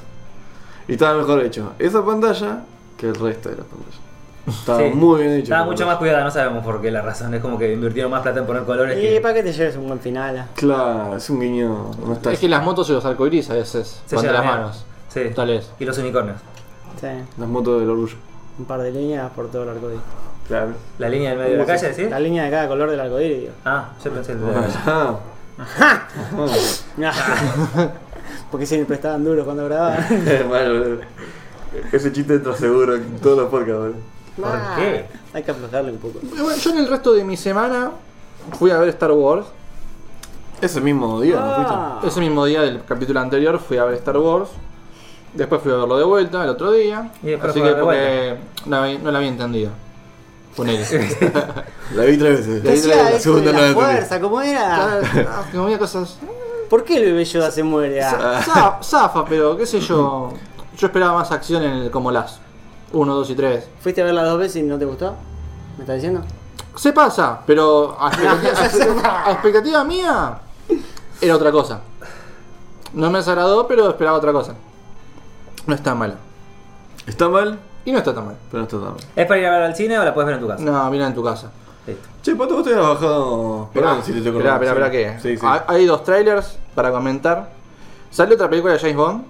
Speaker 1: Y estaba mejor hecho esa pantalla que el resto de las pantallas. Estaba
Speaker 2: Sí.
Speaker 1: Ah, muy bien hecho.
Speaker 2: Estaba
Speaker 1: la
Speaker 2: mucho más
Speaker 1: pantalla.
Speaker 2: cuidada, no sabemos por qué la razón. Es como que invirtieron más plata en poner colores
Speaker 4: Y
Speaker 2: que.
Speaker 4: para que te lleves un buen final. ah.
Speaker 1: Claro, es un guiño. No está
Speaker 3: es que las motos y los arcoiris a veces.
Speaker 2: se
Speaker 3: van de
Speaker 2: llevan
Speaker 3: las
Speaker 2: bien.
Speaker 3: manos.
Speaker 2: Sí.
Speaker 3: Tal vez.
Speaker 2: Y los unicornios.
Speaker 4: Sí.
Speaker 1: Las motos del orgullo.
Speaker 4: Un par de líneas por todo el arcoíris.
Speaker 1: Claro.
Speaker 2: La línea del medio de la
Speaker 1: ¿Cómo
Speaker 2: calle,
Speaker 1: [LAUGHS]
Speaker 2: ¿sí?
Speaker 4: La línea de cada color del arcoíris, digo.
Speaker 2: Ah, yo pensé el de la calle.
Speaker 1: Ah,
Speaker 4: Porque siempre estaban duros cuando grababan.
Speaker 1: Bueno, boludo. Ese chiste entra seguro en todos los podcasts, boludo.
Speaker 2: ¿Por
Speaker 4: [LAUGHS] Ah,
Speaker 2: qué?
Speaker 4: Hay que aflojarle un poco.
Speaker 3: Y bueno, yo en el resto de mi semana fui a ver Star Wars.
Speaker 1: Ese mismo día, ¿no fuiste?
Speaker 4: Ah.
Speaker 3: Ese mismo día del capítulo anterior fui a ver Star Wars. Después fui a verlo de vuelta el otro día.
Speaker 2: Y después
Speaker 3: Así
Speaker 2: fue a
Speaker 3: que
Speaker 2: verlo de
Speaker 3: porque no, la- no la había entendido.
Speaker 2: [LAUGHS]
Speaker 3: Ponele.
Speaker 1: La vi tres veces.
Speaker 4: ¿Qué hacía eso de
Speaker 1: no la
Speaker 4: la
Speaker 1: entendí.
Speaker 4: fuerza? ¿Cómo era?
Speaker 3: Ah, Como había cosas.
Speaker 4: ¿Por qué el bebé Yoda se muere? Ah,
Speaker 3: Za- Zafa, pero qué sé yo. Yo esperaba más acción en el como las 1, 2 y 3.
Speaker 4: ¿Fuiste a verla dos veces y no te gustó? ¿Me estás diciendo?
Speaker 3: Se pasa, pero a expectativa, a expectativa- a expectativa mía era otra cosa. No me desagradó, pero esperaba otra cosa. No está mala.
Speaker 1: Está mal,
Speaker 3: Y no está tan mal.
Speaker 1: pero no está tan mal.
Speaker 2: ¿Es para ir a ver al cine o la puedes ver en tu casa?
Speaker 3: No, mira en tu casa.
Speaker 2: Listo.
Speaker 1: Che, Pato, vos te habías bajado. Perdón
Speaker 3: Esperá,
Speaker 1: si te toco
Speaker 3: esperá,
Speaker 1: la-
Speaker 3: esperá,
Speaker 1: sí.
Speaker 3: esperá Ah, que-
Speaker 1: Sí, sí.
Speaker 3: ha- Hay dos trailers para comentar. Sale otra película de James Bond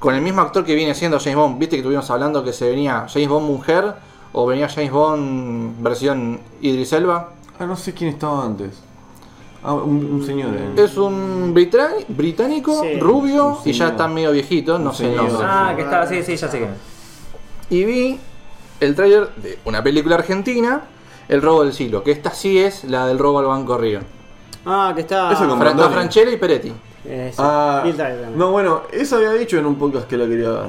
Speaker 3: con el mismo actor que viene siendo James Bond. Viste que estuvimos hablando que se venía James Bond mujer o venía James Bond versión Idris Elba.
Speaker 1: Ah, no sé quién estaba antes. Ah, un, un señor. eh.
Speaker 3: Es un britra- británico,
Speaker 4: Sí.
Speaker 3: rubio
Speaker 1: Un
Speaker 3: y ya
Speaker 1: señor.
Speaker 3: está medio viejito, no
Speaker 1: Un
Speaker 3: sé el
Speaker 1: señor.
Speaker 3: nombre.
Speaker 2: Ah, que está, sí, sí, ya sé que.
Speaker 3: Y vi el trailer de una película argentina, El robo del siglo, que esta sí es la del robo al Banco Río.
Speaker 4: Ah, que está.
Speaker 1: Eso con-
Speaker 3: Fra- Está
Speaker 1: Brandoni.
Speaker 3: Franchella y Peretti.
Speaker 4: Eh, sí.
Speaker 1: Ah,
Speaker 4: Bill Driver también.
Speaker 1: no, bueno, eso había dicho en un podcast que la quería ver.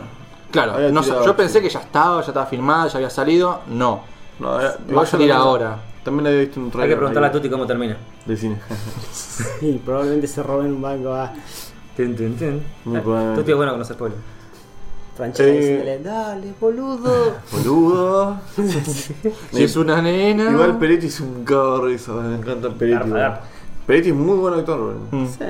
Speaker 3: Claro,
Speaker 1: Había
Speaker 3: no sé,
Speaker 1: tirado,
Speaker 3: yo pensé
Speaker 1: sí.
Speaker 3: que ya estaba, ya estaba filmada, ya había salido. No.
Speaker 1: No, eh, había-
Speaker 3: Va a salir
Speaker 1: también-
Speaker 3: ahora.
Speaker 1: También había visto un
Speaker 2: Hay
Speaker 1: trailer.
Speaker 2: que preguntarle a Tuti cómo termina.
Speaker 1: De cine. [LAUGHS]
Speaker 4: Sí, probablemente se roben un banco ah. a
Speaker 2: Tun, tun, tun.
Speaker 1: Muy
Speaker 2: Ah,
Speaker 1: probablemente.
Speaker 2: Tuti es bueno con los spoilers.
Speaker 4: Franchella
Speaker 1: Eh.
Speaker 4: diciéndole, dale, boludo.
Speaker 1: Boludo.
Speaker 2: [LAUGHS]
Speaker 3: Si es una nena.
Speaker 1: Igual Peretti es un cago de risa, me encanta Peretti.
Speaker 2: Garpa,
Speaker 1: boludo.
Speaker 2: garpa.
Speaker 1: Peretti es muy buen actor, boludo.
Speaker 3: Mm.
Speaker 4: Sí,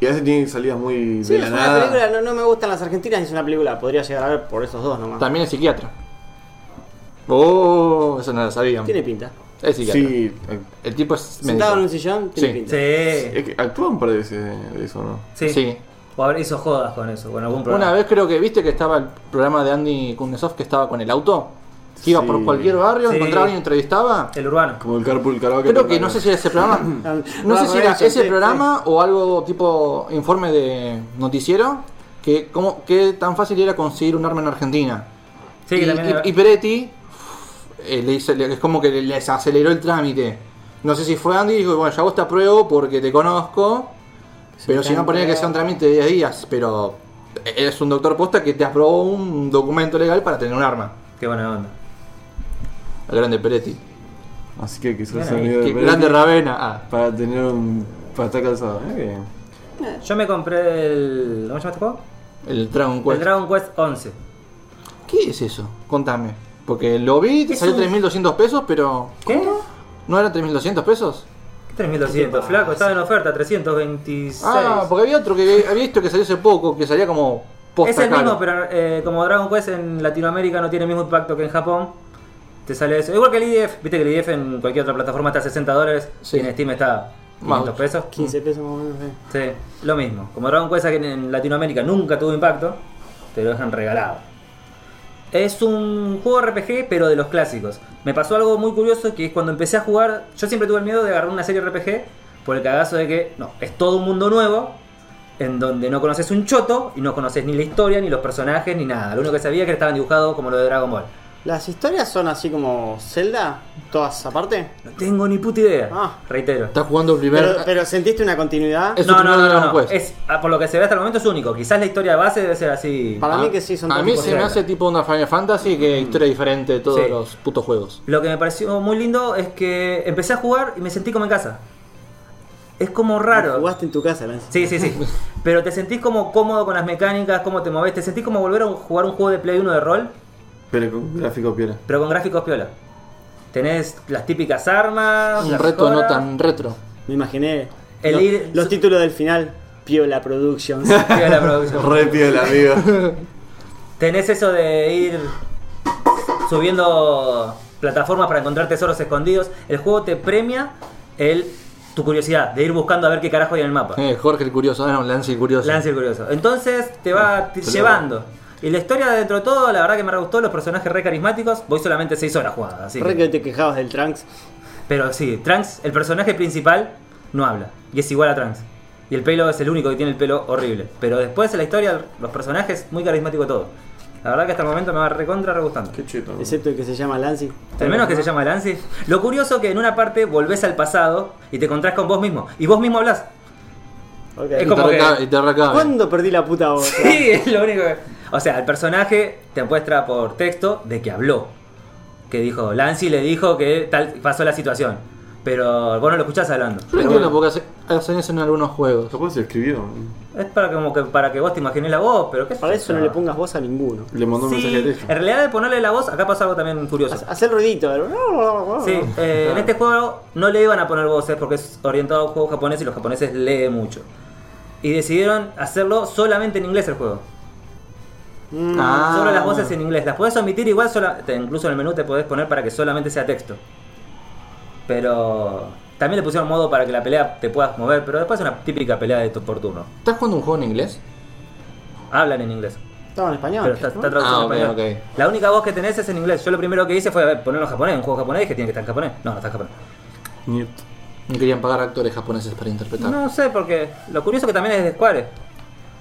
Speaker 1: Y a veces tiene salidas muy
Speaker 4: Sí,
Speaker 1: de la
Speaker 4: es una película,
Speaker 1: nada.
Speaker 4: no, no me gustan las argentinas, es una película, podría llegar a ver por esos dos nomás.
Speaker 3: También es psiquiatra. Oh, eso no lo sabían.
Speaker 4: Tiene pinta.
Speaker 3: Es psiquiatra.
Speaker 1: Sí, ac-
Speaker 3: El tipo es médico.
Speaker 4: Sentado en un sillón, tiene
Speaker 3: Sí.
Speaker 4: pinta.
Speaker 2: Sí.
Speaker 1: es que actúa un par de veces de eso, ¿no?
Speaker 2: Sí.
Speaker 3: Sí.
Speaker 2: O haber hizo jodas con eso, con algún programa.
Speaker 3: Una vez creo que viste que estaba el programa de Andy Kuznetsov que estaba con el auto. Que iba
Speaker 1: Sí.
Speaker 3: por cualquier barrio,
Speaker 2: Sí.
Speaker 3: encontraba a alguien y entrevistaba.
Speaker 2: El urbano.
Speaker 1: Como el Carpool Karaoke.
Speaker 3: Creo
Speaker 1: pero
Speaker 3: que no
Speaker 1: claro.
Speaker 3: sé si era ese programa. No
Speaker 4: Ah,
Speaker 3: sé si era
Speaker 4: Rachel,
Speaker 3: ese
Speaker 4: sí,
Speaker 3: programa o algo tipo informe de noticiero. Que cómo, qué tan fácil era conseguir un arma en Argentina.
Speaker 2: Sí, que
Speaker 3: y,
Speaker 2: también.
Speaker 3: y- y Peretti eh, le hizo- le- es como que les aceleró el trámite. No sé si fue Andy y dijo, bueno, ya vos te apruebo porque te conozco. Pero si no ponía que sea un trámite de 10 días, pero eres un doctor posta que te aprobó un documento legal para tener un arma.
Speaker 2: Qué buena onda.
Speaker 3: El grande Peretti.
Speaker 1: Así que quizás
Speaker 2: Bien
Speaker 1: se
Speaker 2: ahí.
Speaker 1: olvidó de
Speaker 3: Que
Speaker 1: Peretti
Speaker 3: grande Ravena. Ah,
Speaker 1: Para tener un. Para estar calzado. ¿eh? Que-
Speaker 2: Yo me compré el. ¿Cómo se llama este juego?
Speaker 3: el Dragon Quest.
Speaker 2: El Dragon Quest 11.
Speaker 3: ¿Qué es eso? Contame. Porque lo vi, te salió 3.200 pesos, pero...
Speaker 2: ¿Qué?
Speaker 3: ¿No eran 3.200 pesos?
Speaker 2: 3200, flaco, estaba en oferta, 326.
Speaker 3: Ah, porque había otro que había visto que salió hace poco, que salía como posta
Speaker 2: es el
Speaker 3: caro.
Speaker 2: mismo, pero eh, como Dragon Quest en Latinoamérica no tiene el mismo impacto que en Japón, te sale eso. Igual que el IDF, viste que el IDF en cualquier otra plataforma está a 60 dólares
Speaker 3: Sí.
Speaker 2: y en Steam está
Speaker 3: Más
Speaker 2: 500 pesos.
Speaker 4: 15 pesos más o menos. sí.
Speaker 2: Sí, lo mismo. Como Dragon Quest que en Latinoamérica nunca tuvo impacto, te lo dejan regalado. Es un juego RPG, pero de los clásicos. Me pasó algo muy curioso que es cuando empecé a jugar, yo siempre tuve el miedo de agarrar una serie RPG por el cagazo de que, no, es todo un mundo nuevo en donde no conoces un choto y no conoces ni la historia, ni los personajes, ni nada. Lo único que sabía es que estaban dibujados como lo de Dragon Ball.
Speaker 4: ¿Las historias son así como Zelda? ¿Todas aparte?
Speaker 2: No tengo ni puta idea.
Speaker 4: Ah.
Speaker 2: Reitero.
Speaker 3: Está jugando el primer...
Speaker 4: Pero, pero sentiste una continuidad.
Speaker 3: Es- su
Speaker 2: No, no,
Speaker 3: primer
Speaker 2: no,
Speaker 3: Dragon
Speaker 2: no, no.
Speaker 3: Quest.
Speaker 2: Es, ah, por lo que se ve hasta el momento es único. Quizás la historia base debe ser así.
Speaker 4: Para
Speaker 3: A-
Speaker 4: mí que sí, son
Speaker 3: Ah, A
Speaker 4: dos
Speaker 3: mí
Speaker 4: tipos
Speaker 3: se
Speaker 4: de
Speaker 3: me
Speaker 4: reglas.
Speaker 3: hace tipo una Final Fantasy que historia diferente de todos
Speaker 2: Sí.
Speaker 3: los putos juegos.
Speaker 2: Lo que me pareció muy lindo es que empecé a jugar y me sentí como en casa. Es como raro.
Speaker 4: Jugaste en tu casa, Lance.
Speaker 2: Sí, sí, sí. Pero te sentís como cómodo con las mecánicas, cómo te moves. Te sentís como volver a jugar un juego de Play 1 de rol,
Speaker 1: Pero con gráfico piola.
Speaker 2: pero con gráficos piola. Tenés las típicas armas.
Speaker 3: Un
Speaker 2: las
Speaker 3: reto no
Speaker 2: mejoras.
Speaker 3: tan retro.
Speaker 4: Me imaginé.
Speaker 2: El
Speaker 4: los,
Speaker 2: ir-
Speaker 4: los títulos del final. Piola
Speaker 2: [LAUGHS]
Speaker 4: Productions.
Speaker 2: [LAUGHS] Piola la producción.
Speaker 1: Re piola,
Speaker 2: [LAUGHS]
Speaker 1: amigo.
Speaker 2: Tenés eso de ir subiendo plataformas para encontrar tesoros escondidos. El juego te premia el, tu curiosidad de ir buscando a ver qué carajo hay en el mapa.
Speaker 3: Eh, Jorge el curioso, ah no, Lance el curioso.
Speaker 2: Lance el curioso. Entonces te va t-
Speaker 1: Pero-
Speaker 2: llevando. Y la historia dentro de todo, la verdad que me re gustó, los personajes re carismáticos. Voy solamente 6 horas jugando, así.
Speaker 4: [LAUGHS] Re
Speaker 2: que-
Speaker 4: que te quejabas del Trunks.
Speaker 2: Pero sí, Trunks, el personaje principal, no habla. Y es igual a Trunks. Y el pelo es el único que tiene el pelo horrible. Pero después en la historia, los personajes, muy carismático todo. La verdad que hasta el momento me va recontra re gustando.
Speaker 1: Qué cheto. ¿no?
Speaker 4: Excepto el que se llama Lancy.
Speaker 2: Oh. Al menos que se llama Lancy. Lo curioso que en una parte volvés al pasado y te encontrás con vos mismo. Y vos mismo hablas.
Speaker 4: Ok.
Speaker 2: Es
Speaker 3: Y
Speaker 2: como
Speaker 3: te
Speaker 2: que-
Speaker 3: recabe- y te recabe.
Speaker 4: ¿Cuándo perdí la puta voz?
Speaker 2: [LAUGHS] Sí, es lo único que... O sea, el personaje te muestra por texto de que habló. Que dijo, Lancy le dijo que tal pasó la situación. Pero vos no lo escuchás hablando.
Speaker 3: Yo no entiendo por qué hace- hacen eso en algunos juegos.
Speaker 1: Capaz se escribió.
Speaker 2: Es para, como que, para que vos te imagines la voz, pero qué sé
Speaker 4: Para eso
Speaker 2: yo.
Speaker 4: no le pongas voz a ninguno.
Speaker 1: Le mandó un
Speaker 2: Sí,
Speaker 1: mensaje de texto.
Speaker 2: en realidad de ponerle la voz, acá pasó algo también curioso.
Speaker 4: Haz el ruidito. el- ah,
Speaker 2: Sí, eh, en este juego no le iban a poner voces porque es orientado a un juego japonés y los japoneses leen mucho. Y decidieron hacerlo solamente en inglés el juego.
Speaker 4: Mm,
Speaker 3: Ah.
Speaker 2: Solo las voces en inglés. Las podés omitir igual, sola- te- incluso en el menú te podés poner para que solamente sea texto. Pero también le pusieron modo para que la pelea te puedas mover, pero después es una típica pelea de tu por turno.
Speaker 3: ¿Estás jugando un juego en inglés?
Speaker 2: Hablan en inglés.
Speaker 4: Estaba en español.
Speaker 2: Pero está, está traducido
Speaker 3: Ah,
Speaker 2: en
Speaker 3: ok,
Speaker 2: español.
Speaker 3: ok.
Speaker 2: La única voz que tenés es en inglés. Yo lo primero que hice fue a ver, ponerlo en japonés, un juego japonés, dije tiene que estar en japonés. No, no está en japonés.
Speaker 1: Nieto.
Speaker 3: No querían pagar actores japoneses para interpretar.
Speaker 2: No sé, porque lo curioso que también es de Square,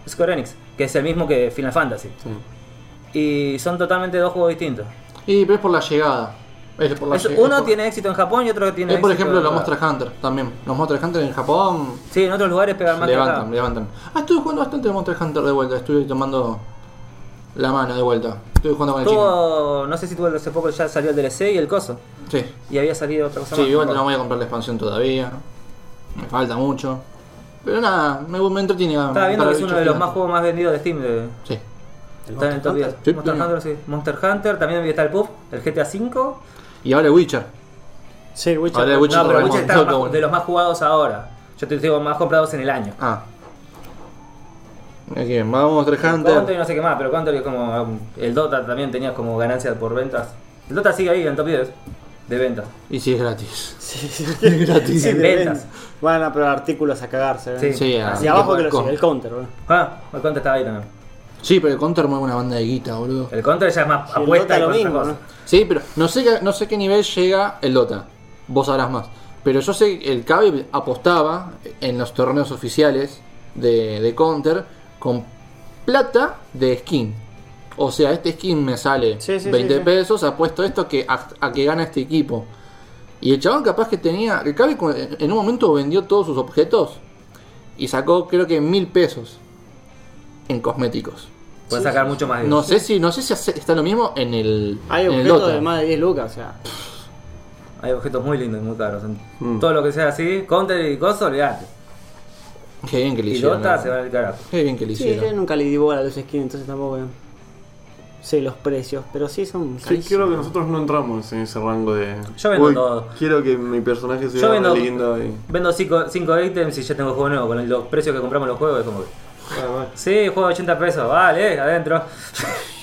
Speaker 2: Square Enix, que es el mismo que Final Fantasy. Y son totalmente dos juegos distintos.
Speaker 3: Y pero es por la llegada. Es por la
Speaker 2: Es-
Speaker 3: lleg- es
Speaker 2: uno
Speaker 3: por-
Speaker 2: tiene éxito en Japón y otro tiene
Speaker 3: Es por
Speaker 2: éxito
Speaker 3: ejemplo los
Speaker 2: acá.
Speaker 3: Monster Hunter también. Los Monster Hunter en Japón
Speaker 2: Sí, en otros lugares pegan más que acá.
Speaker 3: levantan, levantan. Ah, estuve jugando bastante Monster Hunter de vuelta. Estuve tomando la mano de vuelta. Estuve jugando con el chico.
Speaker 2: Tuvo, no sé si tuvo hace poco ya salió el DLC y el coso.
Speaker 3: Sí.
Speaker 2: Y había salido otra cosa
Speaker 3: Sí,
Speaker 2: más.
Speaker 3: igual no
Speaker 2: no,
Speaker 3: voy a comprar la expansión todavía. Me falta mucho. Pero nada, me, me entretiene.
Speaker 2: Estaba viendo
Speaker 3: para
Speaker 2: que es
Speaker 3: bichos
Speaker 2: uno de los
Speaker 3: gigantes.
Speaker 2: más juegos más vendidos de Steam. de-
Speaker 3: Sí.
Speaker 2: está en el top 10.
Speaker 3: Sí,
Speaker 2: Monster
Speaker 3: sí.
Speaker 2: Hunter, sí. Monster Hunter, también está el PUB, el GTA V.
Speaker 3: Y ahora el Witcher.
Speaker 4: Sí, Witcher.
Speaker 3: Ahora el Witcher
Speaker 2: no, pero el
Speaker 3: Ramón,
Speaker 2: Witcher está
Speaker 3: todo
Speaker 2: más-
Speaker 3: bueno.
Speaker 2: de los más jugados ahora. Yo te digo, más comprados en el año.
Speaker 3: Ah. Aquí, vamos, Monster
Speaker 2: Counter y
Speaker 3: Hunter.
Speaker 2: no sé qué más, pero Counter es como. um, El Dota también tenía como ganancias por ventas. El Dota sigue ahí en el top 10 de ventas.
Speaker 3: Y si es gratis.
Speaker 4: [LAUGHS] Sí, sí. gratis.
Speaker 2: En ventas.
Speaker 4: Van a probar artículos a cagarse. ¿eh?
Speaker 2: Sí.
Speaker 3: Sí,
Speaker 4: Hacia
Speaker 3: ah,
Speaker 4: abajo
Speaker 3: con-
Speaker 4: que lo sigue,
Speaker 3: con-
Speaker 4: el counter, boludo.
Speaker 2: Ah, el Counter estaba ahí también.
Speaker 3: Sí, pero el Counter mueve una banda de guita, boludo.
Speaker 2: El Counter ya es más
Speaker 4: Y el
Speaker 2: apuesta
Speaker 4: Dota
Speaker 2: y
Speaker 4: lo
Speaker 2: con
Speaker 4: mismo,
Speaker 2: otras
Speaker 4: ¿no?
Speaker 2: cosas.
Speaker 3: Sí, pero no sé, qué- no sé qué nivel llega el Dota. Vos sabrás más. Pero yo sé que el Cabe apostaba en los torneos oficiales de, de Counter con plata de skin. O sea, este skin me sale
Speaker 4: Sí, sí,
Speaker 3: 20
Speaker 4: sí, sí.
Speaker 3: pesos, apuesto esto que a, a que gana este equipo. Y el chabón capaz que tenía... El Cabe cu- en un momento vendió todos sus objetos y sacó creo que mil pesos en cosméticos.
Speaker 2: Puedes sacar mucho más de
Speaker 3: No sé si no sé si hace- está lo mismo en el,
Speaker 4: Hay
Speaker 3: en el
Speaker 4: objetos
Speaker 3: Dota.
Speaker 4: de más de 10 lucas, o sea.
Speaker 2: Hay objetos muy lindos y muy caros.
Speaker 1: Mm.
Speaker 2: Todo lo que sea así, Counter y cosas, olvidate.
Speaker 3: Qué bien que le
Speaker 2: Y
Speaker 3: hicieron.
Speaker 2: Dota
Speaker 3: ¿no?
Speaker 2: se va al carajo.
Speaker 3: Qué bien que le
Speaker 4: Sí, yo
Speaker 3: hicieron.
Speaker 4: nunca le di bola a los skins, entonces tampoco eh, sé los precios, pero sí son
Speaker 1: Sí,
Speaker 4: carísimos.
Speaker 1: creo que nosotros no entramos en ese rango de.
Speaker 2: Yo vendo todo.
Speaker 1: Quiero que mi personaje sea
Speaker 2: Yo vendo-
Speaker 1: re lindo y.
Speaker 2: Vendo 5 ítems y ya tengo juego nuevo. Con los precios que compramos los juegos, es como que. Sí, juego de 80 pesos, vale, eh, adentro. [LAUGHS]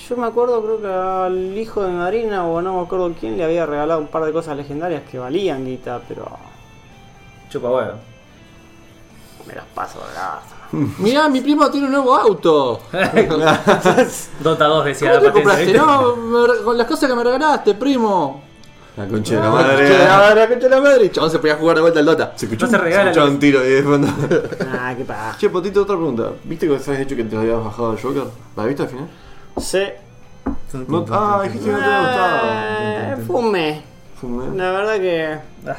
Speaker 4: Yo me acuerdo, creo que al hijo de mi madrina o no me acuerdo quién le había regalado un par de cosas legendarias que valían guita, pero
Speaker 2: Chupa huevo.
Speaker 4: me las paso de gasto.
Speaker 3: Mirá, mi primo tiene un nuevo
Speaker 2: [LAUGHS]
Speaker 3: auto.
Speaker 2: Dota 2 decía
Speaker 3: ¿Cómo
Speaker 2: la
Speaker 3: te compraste?
Speaker 2: ¿viste?
Speaker 3: No, me re- con las cosas que me regalaste, primo.
Speaker 1: La concha de la
Speaker 3: Ah,
Speaker 1: madre.
Speaker 3: concha de la madre, concha de la madre. Y chabón se podía jugar de vuelta al Dota.
Speaker 1: Se escuchó,
Speaker 2: No se
Speaker 1: un-
Speaker 2: regala
Speaker 1: escuchó
Speaker 2: los-
Speaker 1: un tiro ahí de fondo.
Speaker 4: Ah, qué paja.
Speaker 1: [LAUGHS] che, Potito, otra pregunta. ¿Viste que habías hecho que te habías bajado al Joker? ¿La viste al final?
Speaker 4: Sí.
Speaker 1: No, ah, dijiste que no te
Speaker 4: Eh,
Speaker 1: gustaba.
Speaker 4: fumé.
Speaker 1: Fumé.
Speaker 4: La verdad que
Speaker 2: Ah,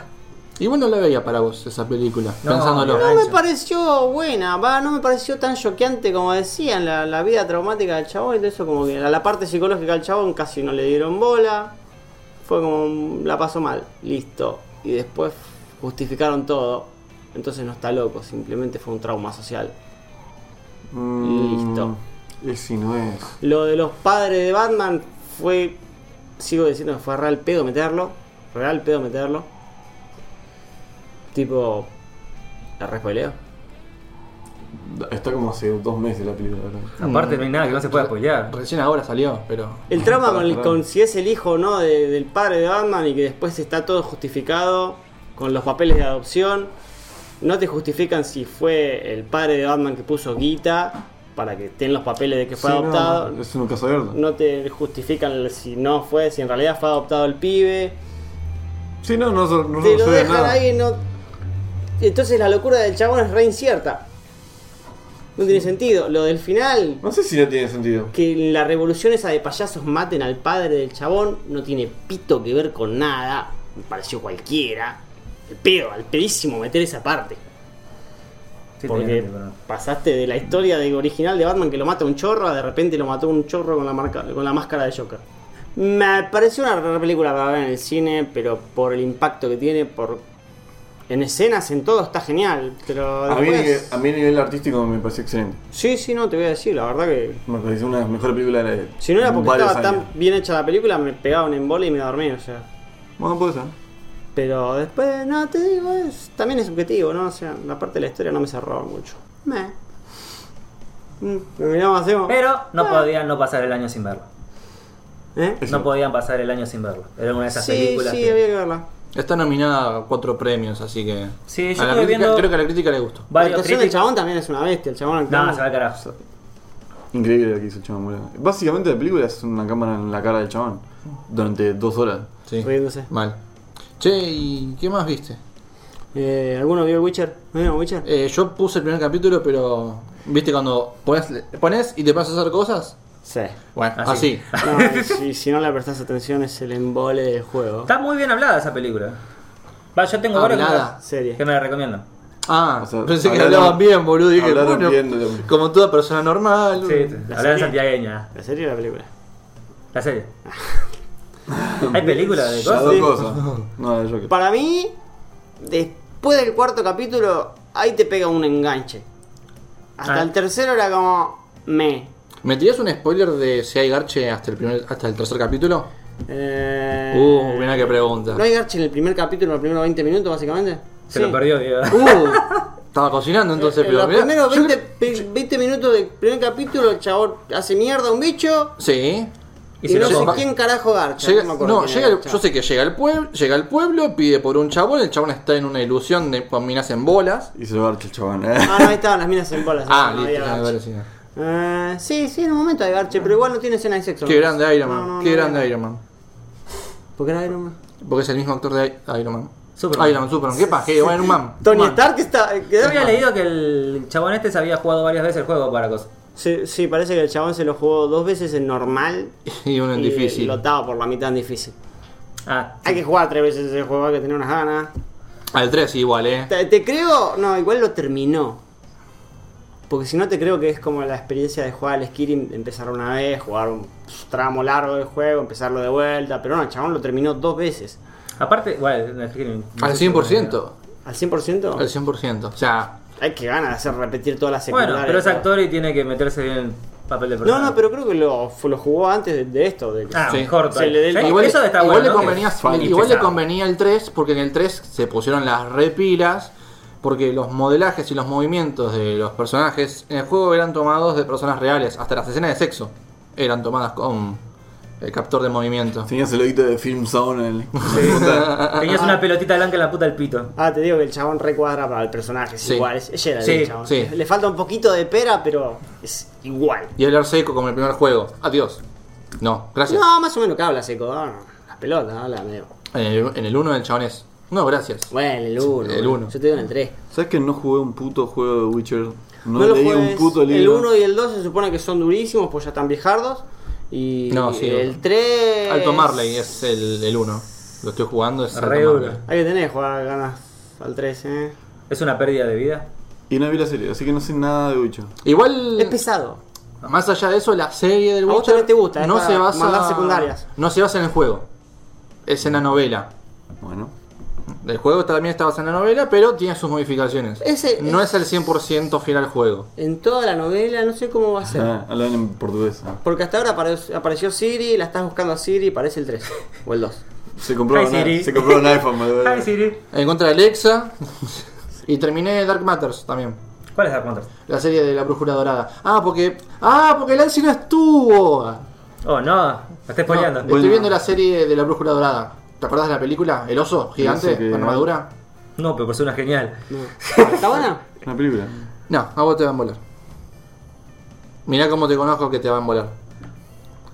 Speaker 3: Y bueno, la veía para vos esa película,
Speaker 2: No,
Speaker 3: pensándolo.
Speaker 2: no.
Speaker 4: no me pareció buena, va, no me pareció tan choqueante como decían la, la vida traumática del chabón y todo eso, como que a la parte psicológica del chabón casi no le dieron bola. Fue como mm, la pasó mal, listo. Y después justificaron todo. Entonces no está loco, simplemente fue un trauma social.
Speaker 1: Mm,
Speaker 4: Listo.
Speaker 1: Ese no es.
Speaker 4: Lo de los padres de Batman fue. Sigo diciendo que fue real pedo meterlo. Real pedo meterlo. Tipo. ¿La respoileo?
Speaker 1: Está como hace dos meses la película, ¿verdad?
Speaker 2: Aparte, no hay nada que no se pueda apoyar.
Speaker 3: Recién ahora salió, pero.
Speaker 1: [LAUGHS]
Speaker 4: El trama con, el-
Speaker 1: Claro.
Speaker 4: con si es el hijo o no de- del padre de Batman y que después está todo justificado con los papeles de adopción. No te justifican si fue el padre de Batman que puso guita para que estén los papeles de que fue
Speaker 1: Sí, no,
Speaker 4: adoptado.
Speaker 1: no, es un caso abierto.
Speaker 4: No te justifican el- si no fue, si en realidad fue adoptado el pibe.
Speaker 1: Sí, no, no, no, no
Speaker 4: Te lo
Speaker 1: sucede
Speaker 4: dejan
Speaker 1: nada.
Speaker 4: ahí, no. Entonces la locura del chabón es re incierta. No tiene sentido. Lo del final,
Speaker 1: No sé si no tiene sentido.
Speaker 4: que la revolución esa de payasos maten al padre del chabón, no tiene pito que ver con nada. Me pareció cualquiera. El pedo, al pedísimo meter esa parte.
Speaker 2: Sí, tenía
Speaker 4: Porque
Speaker 2: gente, pero no.
Speaker 4: pasaste de la historia de- original de Batman que lo mata un chorro, a de repente lo mató un chorro con la, marca, con la máscara de Joker. Me pareció una rara película para ver en el cine, pero por el impacto que tiene, por en escenas, en todo está genial. Pero
Speaker 1: A mí,
Speaker 4: después-
Speaker 1: a mí a nivel artístico me pareció excelente.
Speaker 4: Sí, sí, no, te voy a decir, la verdad que...
Speaker 1: Me pareció una de las mejores películas de
Speaker 4: Si no era porque
Speaker 1: varios
Speaker 4: estaba
Speaker 1: años.
Speaker 4: tan bien hecha la película, me pegaba un embole y me dormía, o sea...
Speaker 1: Bueno, puede ser.
Speaker 4: Pero después, no, te digo, es- también es subjetivo, ¿no? O sea, la parte de la historia no me cerraba mucho. Meh. Mm, lo miramos, hacemos...
Speaker 2: Pero no
Speaker 4: Ah.
Speaker 2: podían no pasar el año sin verlo.
Speaker 4: ¿Eh?
Speaker 2: No podían pasar el año sin verlo. Era una de esas
Speaker 4: sí,
Speaker 2: películas.
Speaker 4: Sí,
Speaker 2: que-
Speaker 4: había que verla.
Speaker 3: Está nominada a cuatro premios, así que.
Speaker 2: Sí, yo
Speaker 3: a la crítica-
Speaker 2: estuve viendo-
Speaker 3: Creo que a la crítica le gustó.
Speaker 4: La
Speaker 2: Varios
Speaker 4: actuación del
Speaker 2: críticos.
Speaker 4: chabón también es una bestia, el chabón
Speaker 2: No,
Speaker 4: actuó.
Speaker 2: se va al carajo.
Speaker 1: Increíble lo que hizo el chabón. boludo. Básicamente la película es una cámara en la cara del chabón. Durante dos horas.
Speaker 3: Sí.
Speaker 4: riéndose.
Speaker 3: Mal. Che, ¿y qué más viste?
Speaker 4: Eh, ¿Alguno vio el Witcher? ¿No vieron Witcher?
Speaker 3: Eh, yo puse el primer capítulo, pero. ¿Viste cuando pones, pones y te pasas a hacer cosas?
Speaker 4: Sí.
Speaker 3: Bueno,
Speaker 2: Así.
Speaker 3: así.
Speaker 2: [LAUGHS]
Speaker 4: No, si, si no le prestás atención es el embole del juego.
Speaker 2: Está muy bien hablada esa película. Va, yo
Speaker 4: Ah,
Speaker 2: tengo varios
Speaker 3: Hablada.
Speaker 2: que me-
Speaker 4: Serie.
Speaker 2: que me la recomiendan.
Speaker 3: Ah,
Speaker 1: O sea,
Speaker 3: pensé que
Speaker 1: hablaron-
Speaker 3: hablaban bien, boludo. Dije,
Speaker 1: hablaron
Speaker 3: bueno,
Speaker 1: bien de lo-
Speaker 3: como toda persona normal.
Speaker 2: Sí, hablada
Speaker 4: serie?
Speaker 2: santiagueña.
Speaker 4: ¿La serie o la película?
Speaker 2: La
Speaker 4: [LAUGHS]
Speaker 2: serie. Hay películas
Speaker 4: ¿Ah,
Speaker 2: de
Speaker 1: Las
Speaker 2: cosas.
Speaker 1: dos cosas.
Speaker 4: [LAUGHS]
Speaker 1: No, de Joker.
Speaker 4: Para mí, después del cuarto capítulo, ahí te pega un enganche. Hasta
Speaker 2: Ah.
Speaker 4: el tercero era como... Me.
Speaker 3: ¿Me tiras un spoiler de si hay garche hasta el primer, hasta el tercer capítulo?
Speaker 4: Eh,
Speaker 3: Uh, mira qué pregunta.
Speaker 4: ¿No hay garche en el primer capítulo, en los primeros 20 minutos, básicamente?
Speaker 2: Se
Speaker 4: Sí.
Speaker 2: lo perdió,
Speaker 4: [LAUGHS]
Speaker 2: digo.
Speaker 3: Uh, estaba cocinando entonces,
Speaker 4: En
Speaker 3: pero
Speaker 4: Eh, los
Speaker 3: mirá,
Speaker 4: primeros
Speaker 3: yo
Speaker 4: 20, pe- 20 minutos del primer capítulo, el chabón hace mierda a un bicho
Speaker 3: creo- Sí.
Speaker 2: Y
Speaker 4: y,
Speaker 2: se lo
Speaker 4: no sé
Speaker 2: come.
Speaker 4: quién carajo garcha.
Speaker 3: Llega-
Speaker 4: no, me
Speaker 3: no,
Speaker 4: acuerdo quién
Speaker 3: llega
Speaker 4: era
Speaker 3: el-
Speaker 4: el
Speaker 3: yo
Speaker 4: chabón.
Speaker 3: sé que llega al pueblo, llega al pueblo, pide por un chabón, el chabón está en una ilusión de con minas en bolas.
Speaker 1: Y se lo garcha el chabón.
Speaker 4: [LAUGHS]
Speaker 1: eh.
Speaker 4: Ah, no, ahí estaban las minas en bolas.
Speaker 3: [LAUGHS] Ah,
Speaker 4: no
Speaker 3: listo,
Speaker 4: había
Speaker 3: ah,
Speaker 4: garche.
Speaker 3: vale, sí.
Speaker 4: Eh, sí, sí, en un momento hay garche, pero igual no tiene escena de sexo.
Speaker 3: Qué
Speaker 4: ¿no?
Speaker 3: grande Iron Man,
Speaker 4: No, no,
Speaker 3: qué
Speaker 4: no,
Speaker 3: grande
Speaker 4: no.
Speaker 3: Iron Man.
Speaker 4: ¿Por qué era Iron Man?
Speaker 3: Porque es el mismo actor de I- Iron Man.
Speaker 2: Superman.
Speaker 3: Iron Man, Superman, qué paje, Iron
Speaker 4: [LAUGHS]
Speaker 3: Man.
Speaker 4: Tony
Speaker 3: Man.
Speaker 4: Stark está. eh,
Speaker 2: Yo
Speaker 4: quedó-
Speaker 2: había leído que el chabón este se había jugado varias veces el juego para cosas.
Speaker 4: Sí, sí, parece que el chabón se lo jugó dos veces en normal
Speaker 3: Y uno en
Speaker 4: y
Speaker 3: difícil.
Speaker 4: lo estaba por la mitad en difícil.
Speaker 2: Ah,
Speaker 4: Hay que jugar tres veces ese juego, hay que tener unas ganas.
Speaker 3: Al 3 igual, eh.
Speaker 4: Te, te creo, no, igual lo terminó. Porque si no te creo que es como la experiencia de jugar al Skyrim, empezar una vez, jugar un tramo largo del juego, empezarlo de vuelta, pero no, el chabón lo terminó dos veces.
Speaker 2: aparte, bueno, no es que- no sé
Speaker 3: Al
Speaker 2: si-
Speaker 3: 100%.
Speaker 4: ¿Al
Speaker 3: Al
Speaker 4: 100%?
Speaker 3: 100%. O sea,
Speaker 4: Hay que ganas de hacer repetir todas las secundarias.
Speaker 2: Bueno, pero es
Speaker 4: todo.
Speaker 2: actor y tiene que meterse bien en el papel de
Speaker 4: No,
Speaker 2: personaje.
Speaker 4: no, pero creo que lo, lo jugó antes de, de esto. De que-
Speaker 2: Ah,
Speaker 3: Sí.
Speaker 2: mejor.
Speaker 4: Se le dé el-
Speaker 2: Sí,
Speaker 3: igual,
Speaker 2: eso está
Speaker 3: igual
Speaker 2: bueno, ¿no?
Speaker 3: le, convenía,
Speaker 2: Que- y
Speaker 3: igual le
Speaker 2: pesado.
Speaker 3: convenía el 3 porque en el 3 se pusieron las repilas porque los modelajes y los movimientos de los personajes en el juego eran tomados de personas reales, hasta las escenas de sexo eran tomadas con el captor de movimiento.
Speaker 1: Tenías el oído de Film Sound
Speaker 4: [LAUGHS]
Speaker 1: en el.
Speaker 2: Tenías
Speaker 3: Ah,
Speaker 2: una pelotita blanca en la puta del pito.
Speaker 4: Ah, te digo que el chabón recuadra para el personaje, es
Speaker 3: Sí.
Speaker 4: igual, es, es Geralt
Speaker 3: Sí,
Speaker 4: el chabón.
Speaker 3: sí.
Speaker 4: Le falta un poquito de pera, pero es igual.
Speaker 3: Y hablar seco como el primer juego. Adiós. No, gracias.
Speaker 4: No, más o menos que habla seco, ah, las pelotas, habla medio.
Speaker 3: En el- En el 1 del chabón es. No, gracias.
Speaker 4: Bueno, el 1.
Speaker 3: el uno.
Speaker 4: Yo te digo en el 3.
Speaker 1: ¿Sabes que no jugué un puto juego de Witcher? No, leí un puto
Speaker 4: El
Speaker 1: libro.
Speaker 4: 1 y el 2 se supone que son durísimos, pues ya están viejardos. Y
Speaker 3: No, sí,
Speaker 4: el 3.
Speaker 3: Alto Marley eh. es el 1. Lo estoy jugando, es Alto
Speaker 2: Re
Speaker 3: Marley.
Speaker 2: duro.
Speaker 4: Hay que tener que jugar ganas al 3, eh.
Speaker 2: Es una pérdida de vida.
Speaker 1: Y no vi la serie, así que no sé nada de Witcher.
Speaker 3: Igual.
Speaker 4: Es pesado.
Speaker 3: Más allá de eso, la serie del
Speaker 4: A vos
Speaker 3: Witcher
Speaker 4: también te gusta, es
Speaker 3: no
Speaker 4: para
Speaker 3: se basa
Speaker 4: mandar secundarias.
Speaker 3: No se basa en el juego. Es en la novela.
Speaker 1: Bueno.
Speaker 3: El juego también está basado en la novela, pero tiene sus modificaciones.
Speaker 4: Ese-
Speaker 3: no es el 100% fiel al juego.
Speaker 4: En toda la novela, no sé cómo va a ser.
Speaker 1: Ah, hablan en portugués. ah.
Speaker 4: Porque hasta ahora apareció, apareció Siri, la estás buscando a Siri y parece el 3.
Speaker 3: [LAUGHS]
Speaker 4: O el 2.
Speaker 1: Se compró,
Speaker 2: Hi,
Speaker 1: un,
Speaker 2: Siri.
Speaker 1: se compró un
Speaker 4: [LAUGHS]
Speaker 1: iPhone, boludo.
Speaker 2: Ay, Siri.
Speaker 3: En contra de Alexa. [LAUGHS] y terminé Dark Matters también.
Speaker 2: ¿Cuál es Dark Matters?
Speaker 3: La serie de la brújula dorada. Ah, porque. Ah, porque Nancy no estuvo.
Speaker 2: Oh, no. Me estás
Speaker 3: No,
Speaker 2: spoileando.
Speaker 3: estoy viendo la serie de la brújula dorada. ¿Te acordás de la película? El oso gigante
Speaker 1: oso que-
Speaker 3: con armadura.
Speaker 2: No, pero por ser una genial.
Speaker 4: ¿Está [LAUGHS] buena?
Speaker 1: Una película.
Speaker 3: No, a vos te van a volar. Mirá cómo te conozco que te van a volar.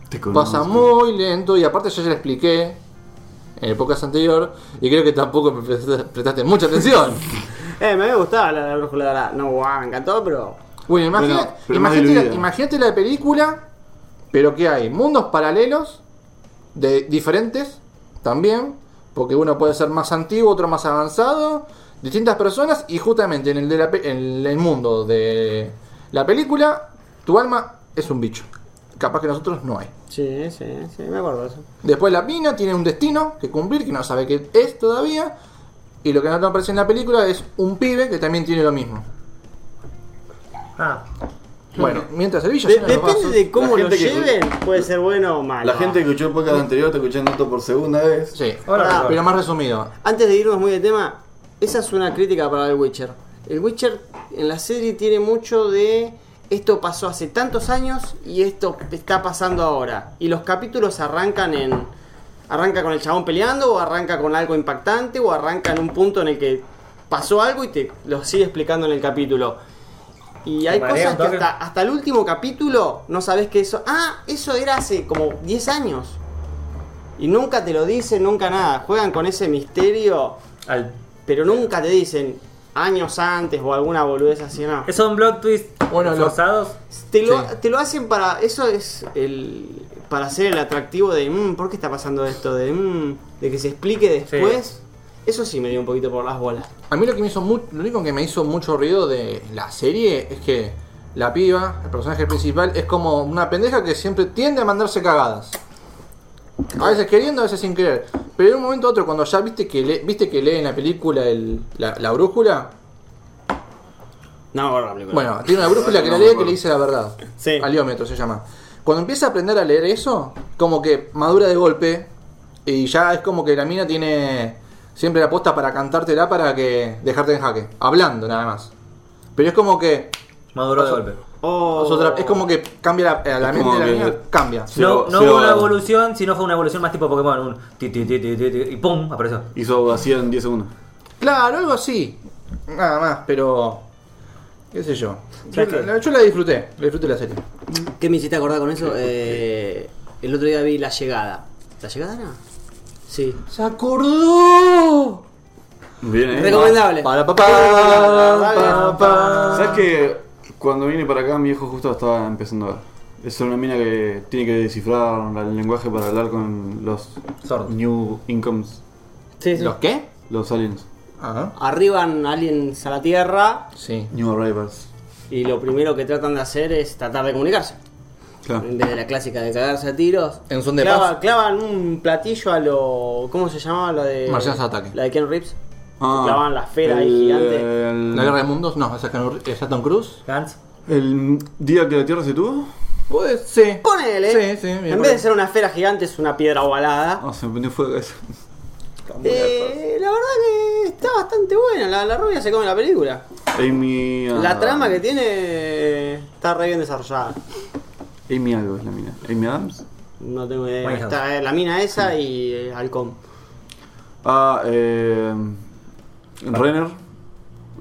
Speaker 1: Te conozco.
Speaker 3: Pasa muy lento y aparte yo ya le expliqué en el podcast anterior y creo que tampoco me prestaste, prestaste mucha atención.
Speaker 4: Eh, me había gustado la, la brújula dorada. No, guau, me encantó, pero
Speaker 3: Bueno, imagina-
Speaker 1: Bueno, pero más
Speaker 3: imagínate, la,
Speaker 1: diluida.
Speaker 3: imagínate la película, pero que hay mundos paralelos de diferentes también, porque uno puede ser más antiguo, otro más avanzado, distintas personas y justamente en el de la pe- en el mundo de la película tu alma es un bicho. Capaz que nosotros no hay.
Speaker 4: Sí, sí, sí, me acuerdo de eso.
Speaker 3: Después la mina tiene un destino que cumplir, que no sabe qué es todavía. Y lo que no te aparece en la película es un pibe que también tiene lo mismo.
Speaker 2: Ah,
Speaker 3: Bueno, mientras el bicho
Speaker 4: De-
Speaker 3: llena los
Speaker 4: depende
Speaker 3: vasos-
Speaker 4: de cómo
Speaker 1: la
Speaker 4: lo
Speaker 1: gente que-
Speaker 4: lleven, puede ser bueno o malo.
Speaker 1: La gente que escuchó el podcast anterior está escuchando esto por segunda vez.
Speaker 3: Sí,
Speaker 2: ahora
Speaker 4: Pará,
Speaker 2: mejor.
Speaker 3: pero más resumido.
Speaker 4: Antes de irnos muy de tema, esa es una crítica para el Witcher. El Witcher en la serie tiene mucho de esto pasó hace tantos años y esto está pasando ahora. Y los capítulos arrancan en arranca con el chabón peleando o arranca con algo impactante o arranca en un punto en el que pasó algo y te lo sigue explicando en el capítulo. Y hay
Speaker 2: marea
Speaker 4: cosas
Speaker 2: un toque.
Speaker 4: que hasta, hasta el último capítulo no sabes que eso. Ah, eso era hace como 10 años. Y nunca te lo dicen, nunca nada. Juegan con ese misterio,
Speaker 2: al-
Speaker 4: pero nunca te dicen años antes o alguna boludez así, no.
Speaker 2: ¿Esos son blog twist
Speaker 3: Bueno, lo-
Speaker 2: forzados?
Speaker 4: Te lo,
Speaker 3: Sí.
Speaker 4: te lo hacen para. Eso es el. Para hacer el atractivo de. "Mm, ¿Por qué está pasando esto? De. "Mm", de que se explique después. Eso sí me dio un poquito por las bolas.
Speaker 3: A mí lo que me hizo mu- lo único que me hizo mucho ruido de la serie es que la piba, el personaje principal, es como una pendeja que siempre tiende a mandarse cagadas. A veces queriendo, a veces sin querer. Pero en un momento u otro, cuando ya viste que le- viste que lee en la película el- la, la brújula,
Speaker 4: No me acuerdo la película.
Speaker 3: bueno, tiene una brújula que la
Speaker 1: No me
Speaker 3: lee que
Speaker 1: acuerdo.
Speaker 3: le dice la verdad.
Speaker 4: Sí.
Speaker 3: Aliómetro se llama. Cuando empieza a aprender a leer eso, como que madura de golpe y ya es como que la mina tiene siempre la posta para cantártela para que dejarte en jaque, hablando nada más. Pero es como que
Speaker 2: Maduró de
Speaker 3: Pasó.
Speaker 2: golpe.
Speaker 4: Oh.
Speaker 3: es otra- es como que cambia la, la
Speaker 1: Es
Speaker 3: mente de
Speaker 1: como
Speaker 3: la
Speaker 1: que-
Speaker 3: mina, cambia.
Speaker 1: Sí. Cero-
Speaker 2: No, no
Speaker 1: cero-
Speaker 2: hubo una evolución, sino fue una evolución más tipo Pokémon. Un ti, ti, ti, ti, ti, ti, y pum, apareció.
Speaker 1: Hizo abogacía en 10 segundos.
Speaker 3: Claro, algo así. Nada más, pero qué sé yo. Yo,
Speaker 4: ¿Sabes qué?
Speaker 3: la- yo la disfruté, la disfruté la serie.
Speaker 4: ¿Qué me hiciste acordar con eso? Eh, el otro día vi La Llegada. ¿La Llegada era? Sí.
Speaker 3: Se acordó.
Speaker 1: Bien, ¿eh?
Speaker 4: Recomendable.
Speaker 3: Para papá.
Speaker 4: Recomendable.
Speaker 3: pa, pa.
Speaker 1: ¿Sabes que cuando vine para acá mi viejo justo estaba empezando a ver? Es una mina que tiene que descifrar el lenguaje para hablar con los
Speaker 2: Sordos.
Speaker 1: New Incomes,
Speaker 4: Sí, sí.
Speaker 3: ¿Los qué?
Speaker 1: los aliens,
Speaker 3: Ajá.
Speaker 4: Arriban aliens a la Tierra
Speaker 3: Sí.
Speaker 1: New Arrivals.
Speaker 4: y lo primero que tratan de hacer es tratar de comunicarse.
Speaker 1: Claro.
Speaker 4: En vez de la clásica de cagarse a tiros.
Speaker 3: En son de
Speaker 4: clava-
Speaker 3: paz.
Speaker 4: Clavan un platillo a lo. ¿Cómo se llamaba? La de.
Speaker 3: Marcianos Ataque.
Speaker 4: La de Ken Reeves.
Speaker 1: Ah,
Speaker 4: clavaban la esfera ahí
Speaker 1: el-
Speaker 4: gigante.
Speaker 3: ¿La guerra de
Speaker 1: El,
Speaker 3: mundos? No, esa es Keanu- esa es Tom Cruise.
Speaker 2: Gans.
Speaker 1: el día que la Tierra se tuvo,
Speaker 3: Puede ser.
Speaker 4: Ponele.
Speaker 3: Pues, Sí, sí, bien,
Speaker 4: en vez de
Speaker 3: ponele.
Speaker 4: ser una esfera gigante, es una piedra ovalada.
Speaker 1: Ah, se me prendió fuego eso.
Speaker 4: Eh, la verdad que está bastante buena. La, la rubia se come la película.
Speaker 1: Amy. ah,
Speaker 4: La trama que tiene eh, está re bien desarrollada.
Speaker 1: Amy algo es la mina. Amy Adams.
Speaker 4: No tengo idea.
Speaker 2: Winehouse.
Speaker 4: Está eh, la mina esa y eh, Halcón.
Speaker 1: Ah, eh. Renner.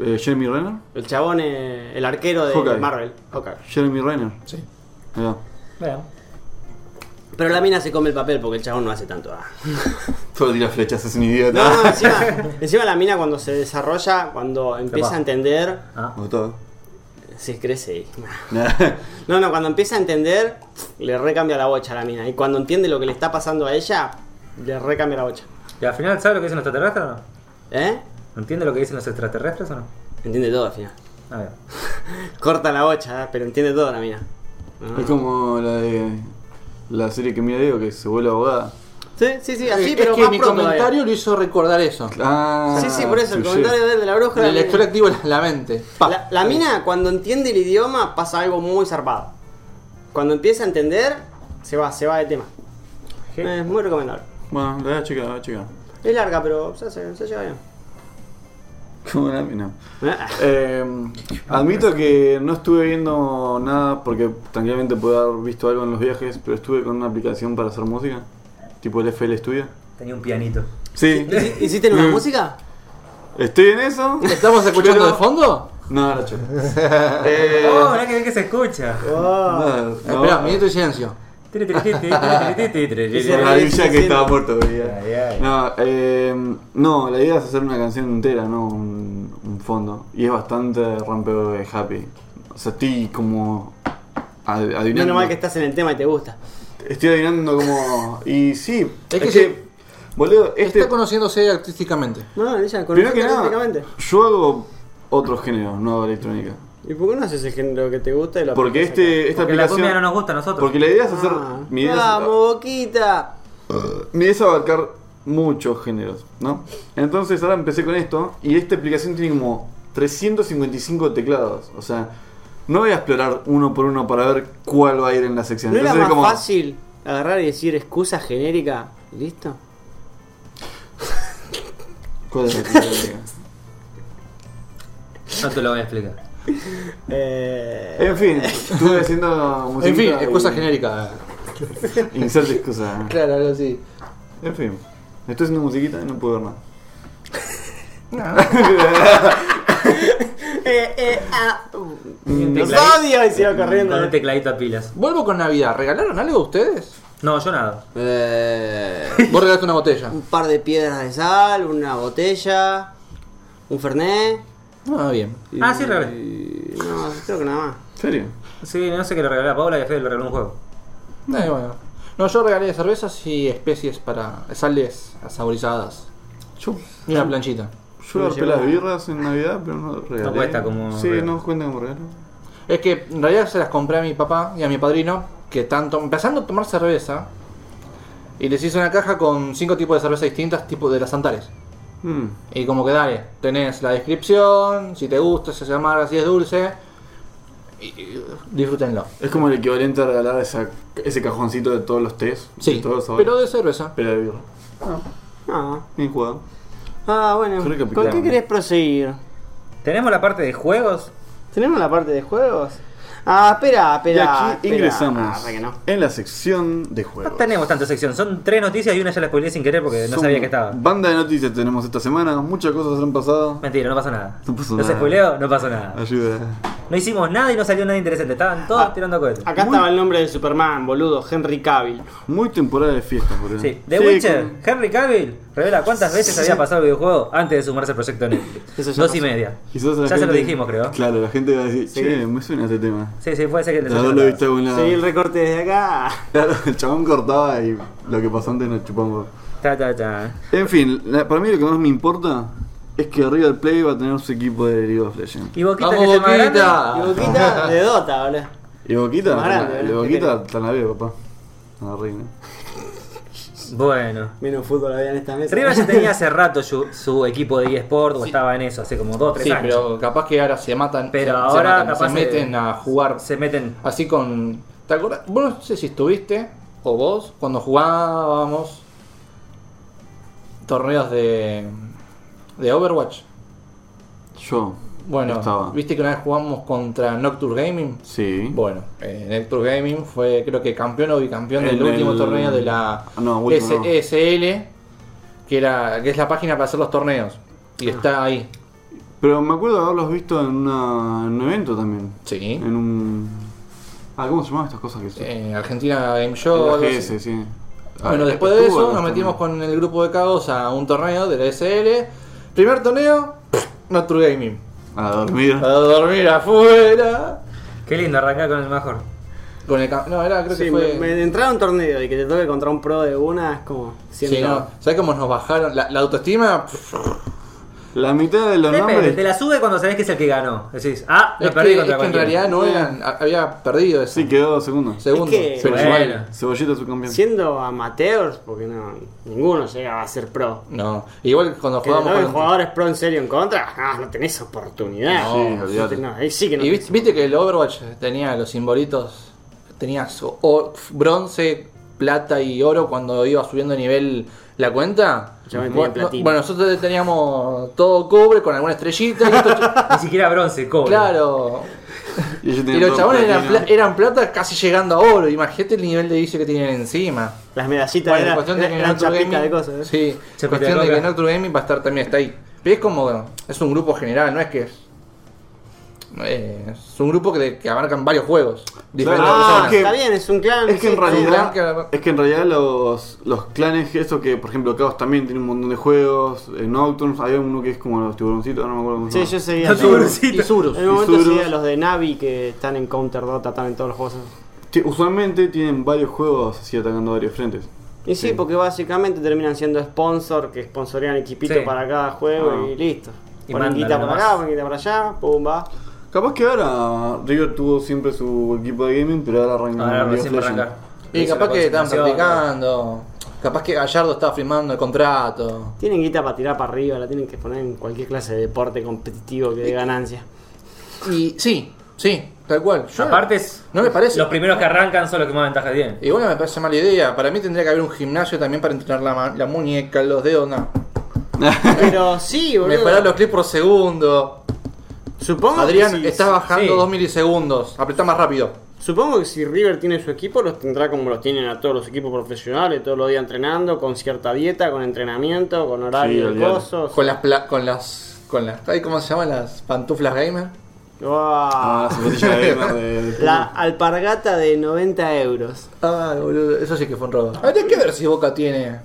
Speaker 1: Eh, Jeremy Renner.
Speaker 4: El chabón, eh, el arquero de
Speaker 1: Hawkeye.
Speaker 4: Marvel. Hawkeye.
Speaker 1: Jeremy Renner.
Speaker 3: Sí.
Speaker 1: Mirá.
Speaker 2: Vean.
Speaker 4: Pero la mina se come el papel porque el chabón no hace tanto. ah.
Speaker 1: Todo tira flechas, es un idiota.
Speaker 4: No, no, [LAUGHS] encima, encima la mina cuando se desarrolla, cuando empieza
Speaker 2: va.
Speaker 4: a entender,
Speaker 2: Ah.
Speaker 1: Como todo.
Speaker 4: se crece y... No, no, cuando empieza a entender, le recambia la bocha a la mina. Y cuando entiende lo que le está pasando a ella, le recambia la bocha.
Speaker 2: ¿Y al final sabe lo que dicen los extraterrestres o no?
Speaker 4: ¿Eh?
Speaker 2: ¿Entiende lo que dicen los extraterrestres o no?
Speaker 4: Entiende todo al final.
Speaker 2: A ver.
Speaker 4: Corta la bocha, ah, pero entiende todo la mina.
Speaker 1: Es como la de. La serie que mira Diego que se vuelve abogada.
Speaker 4: Sí, sí, sí,
Speaker 3: Eh,
Speaker 4: así,
Speaker 3: es
Speaker 4: pero
Speaker 3: que
Speaker 4: más
Speaker 3: mi
Speaker 4: pro todavía.
Speaker 3: comentario lo hizo recordar eso.
Speaker 1: Ah,
Speaker 4: Sí, sí, por eso, el
Speaker 1: touché.
Speaker 4: comentario de él de la bruja...
Speaker 3: El lector activo la, la mente. Pa.
Speaker 4: La, la mina, cuando entiende el idioma, pasa algo muy zarpado. Cuando empieza a entender, se va, se va de tema.
Speaker 2: ¿Qué?
Speaker 4: Es muy recomendable.
Speaker 1: Bueno, la voy a checar, la voy a checar. [LAUGHS]
Speaker 4: Es larga, pero se, hace- se lleva bien.
Speaker 1: Como la mina.
Speaker 4: Ah,
Speaker 1: Eh, admito que no estuve viendo nada porque tranquilamente puedo haber visto algo en los viajes, pero estuve con una aplicación para hacer música, tipo el FL Studio.
Speaker 2: Tenía un pianito.
Speaker 1: Sí,
Speaker 4: ¿Hici- ¿Hiciste nueva
Speaker 1: Mm.
Speaker 4: música?
Speaker 1: estoy en eso.
Speaker 3: ¿Estamos escuchando
Speaker 1: Pero-
Speaker 3: de fondo?
Speaker 1: No, la choca. Eh,
Speaker 2: Oh, mirá que bien que se escucha.
Speaker 1: no, no.
Speaker 3: Espera, minuto de silencio.
Speaker 2: Tiri, tiri, tiri, tiri, tiri, tiri, tiri,
Speaker 1: Por
Speaker 2: tiri.
Speaker 1: la villa que estaba muerto,
Speaker 2: Ay, ay.
Speaker 1: No, eh, no, la idea es hacer una canción entera, no un, un fondo. Y es bastante rompe happy. O estoy como ad- adivinando.
Speaker 4: Menos mal que estás en el tema y te gusta.
Speaker 1: Estoy adivinando como. Y sí.
Speaker 3: Es que sí.
Speaker 1: Boludo, este.
Speaker 3: Está conociéndose artísticamente.
Speaker 4: No, ella
Speaker 1: Primero que
Speaker 4: conoce
Speaker 1: nada,
Speaker 4: prácticamente.
Speaker 1: yo hago otros géneros, no hago electrónica.
Speaker 4: ¿Y por qué no haces el género que te gusta y lo
Speaker 1: Porque
Speaker 4: aplicas acá?
Speaker 1: este, esta
Speaker 2: Porque la
Speaker 1: aplicación.
Speaker 2: cumbia no nos gusta a nosotros.
Speaker 1: Porque la idea es hacer.
Speaker 4: Ah,
Speaker 1: mi, idea es-
Speaker 4: ¡Vamos, boquita!
Speaker 1: mi idea es abarcar muchos géneros, ¿no? Entonces ahora empecé con esto y esta aplicación tiene como 355 teclados. O sea, no voy a explorar uno por uno para ver cuál va a ir en la sección.
Speaker 4: ¿No era
Speaker 1: Entonces
Speaker 4: más
Speaker 1: es como.
Speaker 4: fácil agarrar y decir excusa genérica? y ¿Listo?
Speaker 1: ¿Cuál es la tecnología?
Speaker 2: No te lo voy a explicar.
Speaker 4: Eh,
Speaker 1: en fin, estuve haciendo
Speaker 3: en fin,
Speaker 1: musiquita
Speaker 3: excusa
Speaker 1: y-
Speaker 3: genérica.
Speaker 1: Insert excusa.
Speaker 3: Claro, algo así.
Speaker 1: En fin, estoy haciendo musiquita y no puedo ver nada.
Speaker 4: eh, eh, ah, uh,
Speaker 2: Y un
Speaker 4: ¡Los
Speaker 2: tecladito-
Speaker 4: odio! Y se iba corriendo.
Speaker 2: Con un tecladito a pilas.
Speaker 3: Vuelvo con Navidad. ¿Regalaron algo ustedes?
Speaker 2: No, yo nada.
Speaker 4: Eh,
Speaker 3: Vos regalaste una botella.
Speaker 4: un par de piedras de sal, una botella, un fernet.
Speaker 3: [LAUGHS] Ah, bien.
Speaker 2: Ah, sí, regalé.
Speaker 4: y No, creo que nada más.
Speaker 1: ¿En serio?
Speaker 2: Sí, no sé qué le regalé a Paola y a Fede le regaló un juego.
Speaker 3: Eh, bueno. No, yo regalé cervezas y especies para sales saborizadas.
Speaker 1: Yo,
Speaker 3: Y una planchita.
Speaker 1: yo agarré las birras en Navidad, pero no regalé.
Speaker 2: No cuenta como
Speaker 1: Sí,
Speaker 2: regalo.
Speaker 1: no cuenta como regalo.
Speaker 3: Es que en realidad se las compré a mi papá y a mi padrino, que tanto empezando a tomar cerveza, y les hice una caja con cinco tipos de cerveza distintas, tipo de las Antares.
Speaker 1: Hmm.
Speaker 3: Y como que dale, tenés la descripción, si te gusta, si es amarga, si es dulce, y, y disfrútenlo.
Speaker 1: Es como el equivalente a regalar esa- ese cajoncito de todos los tés.
Speaker 3: Sí,
Speaker 1: de todos los sabores.
Speaker 3: pero de cerveza.
Speaker 1: Pero de birra.
Speaker 4: Ah,
Speaker 1: Bien jugado.
Speaker 4: ah bueno.
Speaker 1: Creo que
Speaker 4: ¿Con qué
Speaker 1: picante.
Speaker 4: querés proseguir?
Speaker 2: ¿Tenemos la parte de juegos?
Speaker 4: ¿Tenemos la parte de juegos? Ah, espera,
Speaker 1: Y
Speaker 4: espera.
Speaker 1: aquí
Speaker 4: espera.
Speaker 1: ingresamos
Speaker 4: Ah, para que no.
Speaker 1: en la sección de
Speaker 2: No
Speaker 1: juegos.
Speaker 2: tenemos tanta sección. Son tres noticias y una ya la spoileé sin querer porque no
Speaker 1: Son
Speaker 2: sabía que estaba.
Speaker 1: Banda de noticias tenemos esta semana. Muchas cosas han pasado.
Speaker 2: Mentira, no pasó nada.
Speaker 1: No pasó
Speaker 2: Los
Speaker 1: nada.
Speaker 2: spoileo, no pasó nada.
Speaker 1: Ayuda.
Speaker 2: No hicimos nada y no salió nada interesante. Estaban todos
Speaker 4: Ah.
Speaker 2: tirando cohetes.
Speaker 4: Acá
Speaker 1: Muy-
Speaker 4: estaba el nombre de Superman, boludo, Henry Cavill.
Speaker 1: Muy temporada de fiestas, por
Speaker 2: Sí, The Witcher, Henry Cavill revela cuántas veces había pasado el videojuego antes de sumarse al proyecto Netflix.
Speaker 4: Eso ya
Speaker 2: Dos y
Speaker 4: pasó.
Speaker 2: media.
Speaker 1: Quizás
Speaker 2: ya
Speaker 1: la
Speaker 2: se lo
Speaker 1: gente-
Speaker 2: dijimos, creo.
Speaker 1: Claro, la gente va a decir, che, me suena ese tema.
Speaker 2: Sí, sí, puede ser que les
Speaker 1: La
Speaker 2: haya
Speaker 1: dos lo
Speaker 2: tocado.
Speaker 1: viste a un lado.
Speaker 4: Seguí el recorte desde acá.
Speaker 1: Claro, el chabón cortaba y lo que pasó antes nos chupamos.
Speaker 2: Ta, ta, ta.
Speaker 1: En fin, la- para mí lo que más me importa es que River Play va a tener su equipo de League of Legends.
Speaker 2: Y Boquita
Speaker 3: ¡Vamos,
Speaker 2: que es el más grande.
Speaker 1: Ah.
Speaker 3: Boquita!
Speaker 4: Y boquita de Dota, boludo.
Speaker 1: ¿Y Boquita?
Speaker 4: Más grande,
Speaker 1: Tan-
Speaker 4: ¿eh?
Speaker 1: y Boquita tan la veo, papá. La reina.
Speaker 2: Bueno.
Speaker 4: Menos fútbol había en esta mesa.
Speaker 2: River ya tenía
Speaker 4: [LAUGHS]
Speaker 2: hace rato su, su equipo de eSport o estaba en eso, hace como dos, tres
Speaker 3: Sí,
Speaker 2: años.
Speaker 3: pero capaz que ahora se matan,
Speaker 2: Pero
Speaker 3: se, se
Speaker 2: ahora
Speaker 3: matan,
Speaker 2: capaz
Speaker 3: se
Speaker 2: se-
Speaker 3: meten a jugar
Speaker 2: Se meten.
Speaker 3: así con... ¿Te acordás? Vos no sé si estuviste, o vos, cuando jugábamos torneos de, de Overwatch.
Speaker 1: Yo.
Speaker 3: Bueno,
Speaker 1: Estaba.
Speaker 3: viste que una vez jugamos contra Nocturne Gaming.
Speaker 1: Sí.
Speaker 3: Bueno, eh, Nocturne Gaming fue creo que campeón o bicampeón
Speaker 1: En
Speaker 3: del último
Speaker 1: el- Ah,
Speaker 3: torneo de la
Speaker 1: No, último no.
Speaker 3: SSL, que, era, que es la página para hacer los torneos.
Speaker 1: Ah.
Speaker 3: Y está ahí.
Speaker 1: Pero me acuerdo de haberlos visto en, una- en un evento también.
Speaker 3: Sí.
Speaker 1: En un. Ah, ¿cómo se llamaban estas cosas que se.?
Speaker 3: Eh, Argentina Game
Speaker 1: El
Speaker 3: Show. algo así.
Speaker 1: AGS, sí.
Speaker 3: Bueno,
Speaker 1: Ah,
Speaker 3: después de
Speaker 1: estuvo
Speaker 3: eso nos
Speaker 1: acá
Speaker 3: metimos
Speaker 1: también.
Speaker 3: con el grupo de cagos a un torneo de la SL. Primer torneo, Nocturne Gaming.
Speaker 1: A dormir.
Speaker 3: A dormir afuera.
Speaker 2: Qué lindo arrancar con el mejor.
Speaker 3: Con el cam- no, era, creo que
Speaker 4: Sí,
Speaker 3: fue.
Speaker 4: me, me- entrar a un torneo y que te toque contra un pro de una es como. siento-
Speaker 3: Sí, no. ¿Sabes cómo nos bajaron? La, la autoestima. pff,
Speaker 1: La mitad de los
Speaker 2: Depende,
Speaker 1: nombres.
Speaker 2: te la sube cuando sabés que es el que ganó. Decís, ah, lo
Speaker 3: es
Speaker 2: perdí
Speaker 3: que,
Speaker 2: contra
Speaker 3: es que en realidad no eran. a- Había perdido ese
Speaker 1: Sí, quedó segundo.
Speaker 3: segundo.
Speaker 4: Es que-
Speaker 1: Pero
Speaker 2: Bueno.
Speaker 1: igual, Cebollita es su campeón.
Speaker 4: Siendo amateurs, porque no, ninguno llega a ser pro.
Speaker 3: No. Igual cuando
Speaker 4: Que
Speaker 3: jugábamos.
Speaker 4: no, el
Speaker 3: con-
Speaker 4: jugadores pro en serio en contra, ah, no tenés oportunidad.
Speaker 1: No, sí, olvídate.
Speaker 4: No, ahí sí que no.
Speaker 3: Y viste, viste que el Overwatch tenía los simbolitos. Tenía su- o- bronce, plata y oro cuando iba subiendo de nivel la cuenta.
Speaker 4: Ya me tenía
Speaker 3: bueno,
Speaker 4: platino.
Speaker 3: bueno, nosotros teníamos todo cobre con alguna estrellita. y estos ch-
Speaker 2: Ni siquiera bronce, cobre.
Speaker 3: claro.
Speaker 1: Y, ellos
Speaker 3: Y
Speaker 1: tienen
Speaker 3: los
Speaker 1: todo
Speaker 3: chabones eran,
Speaker 1: platino.
Speaker 3: pla- eran plata casi llegando a oro. Imagínate el nivel de vicio que tenían encima.
Speaker 4: Las medallitas
Speaker 3: Bueno,
Speaker 4: eran-
Speaker 3: cuestión de que
Speaker 4: eran
Speaker 3: Nocturne
Speaker 4: chapitas
Speaker 3: Gaming.
Speaker 4: de cosas. ¿eh?
Speaker 3: Sí,
Speaker 2: Chapita
Speaker 3: cuestión
Speaker 2: de
Speaker 3: de que
Speaker 2: coca.
Speaker 3: Nocturne Gaming va a estar también está ahí. Pero es como. Es un grupo general, no es que. es- eh, es un grupo que, de- que abarcan varios juegos. Diferentes
Speaker 1: Claro.
Speaker 4: Ah,
Speaker 3: personas.
Speaker 1: que-
Speaker 4: está bien, es un clan.
Speaker 1: Es que en
Speaker 4: sí,
Speaker 3: clan que
Speaker 1: realidad,
Speaker 3: agarra-
Speaker 1: es que en realidad los, los clanes, esos que por ejemplo Chaos también tiene un montón de juegos, en Nocturnes hay uno que es como los tiburoncitos, no me acuerdo cómo se
Speaker 4: Sí,
Speaker 1: llama.
Speaker 4: yo seguía.
Speaker 2: Los
Speaker 4: todo.
Speaker 2: tiburoncitos.
Speaker 3: Y Surus.
Speaker 4: En un momento
Speaker 1: Isurus.
Speaker 4: seguía los de Navi que están en Counter Dota, están en todos los juegos.
Speaker 1: Sí, usualmente tienen varios juegos así atacando varios frentes.
Speaker 4: Y sí, porque básicamente terminan siendo sponsor, que sponsorean equipito
Speaker 2: Sí.
Speaker 4: para cada juego
Speaker 1: Ah.
Speaker 4: y listo.
Speaker 2: Y
Speaker 4: Ponen
Speaker 2: mandan
Speaker 4: guita para
Speaker 2: nomás.
Speaker 4: acá, ponen guita para allá, pum, va.
Speaker 1: Capaz que ahora River tuvo siempre su equipo de gaming, pero ahora arranca
Speaker 2: Ahora
Speaker 1: con League of
Speaker 2: recién
Speaker 1: Legends.
Speaker 2: arrancar.
Speaker 3: Y capaz que estaban
Speaker 2: practicando
Speaker 3: practicando. Capaz que Gallardo estaba firmando el contrato.
Speaker 4: Tienen guita para tirar para arriba, la tienen que poner en cualquier clase de deporte competitivo que dé ganancia.
Speaker 3: Y sí, sí, tal cual. Yo-
Speaker 2: Aparte, es-
Speaker 3: no me parece.
Speaker 2: los primeros que arrancan son los que más ventaja tienen.
Speaker 3: Igual no me parece mala idea. Para mí tendría que haber un gimnasio también para entrenar la, ma- la muñeca, los dedos, no.
Speaker 4: Pero sí, boludo.
Speaker 3: Mejorar los clips por segundo.
Speaker 4: Supongo
Speaker 3: Adrián,
Speaker 4: que si,
Speaker 3: estás bajando
Speaker 2: sí.
Speaker 3: 2 milisegundos. Apretá más rápido.
Speaker 4: Supongo que si River tiene su equipo, los tendrá como los tienen a todos los equipos profesionales, todos los días entrenando, con cierta dieta, con entrenamiento, con horario
Speaker 1: Sí,
Speaker 4: de
Speaker 1: olvidate.
Speaker 4: cosas.
Speaker 3: Con las. pla- con las. con las. ay, ¿Cómo se llaman las pantuflas gamer?
Speaker 1: [LAUGHS] Ah, la
Speaker 4: Guau.
Speaker 1: zapatilla gamer de, de
Speaker 4: La alpargata de 90 euros.
Speaker 3: Ay, Ah, boludo, eso sí que fue un robo. Habría que ver si Boca tiene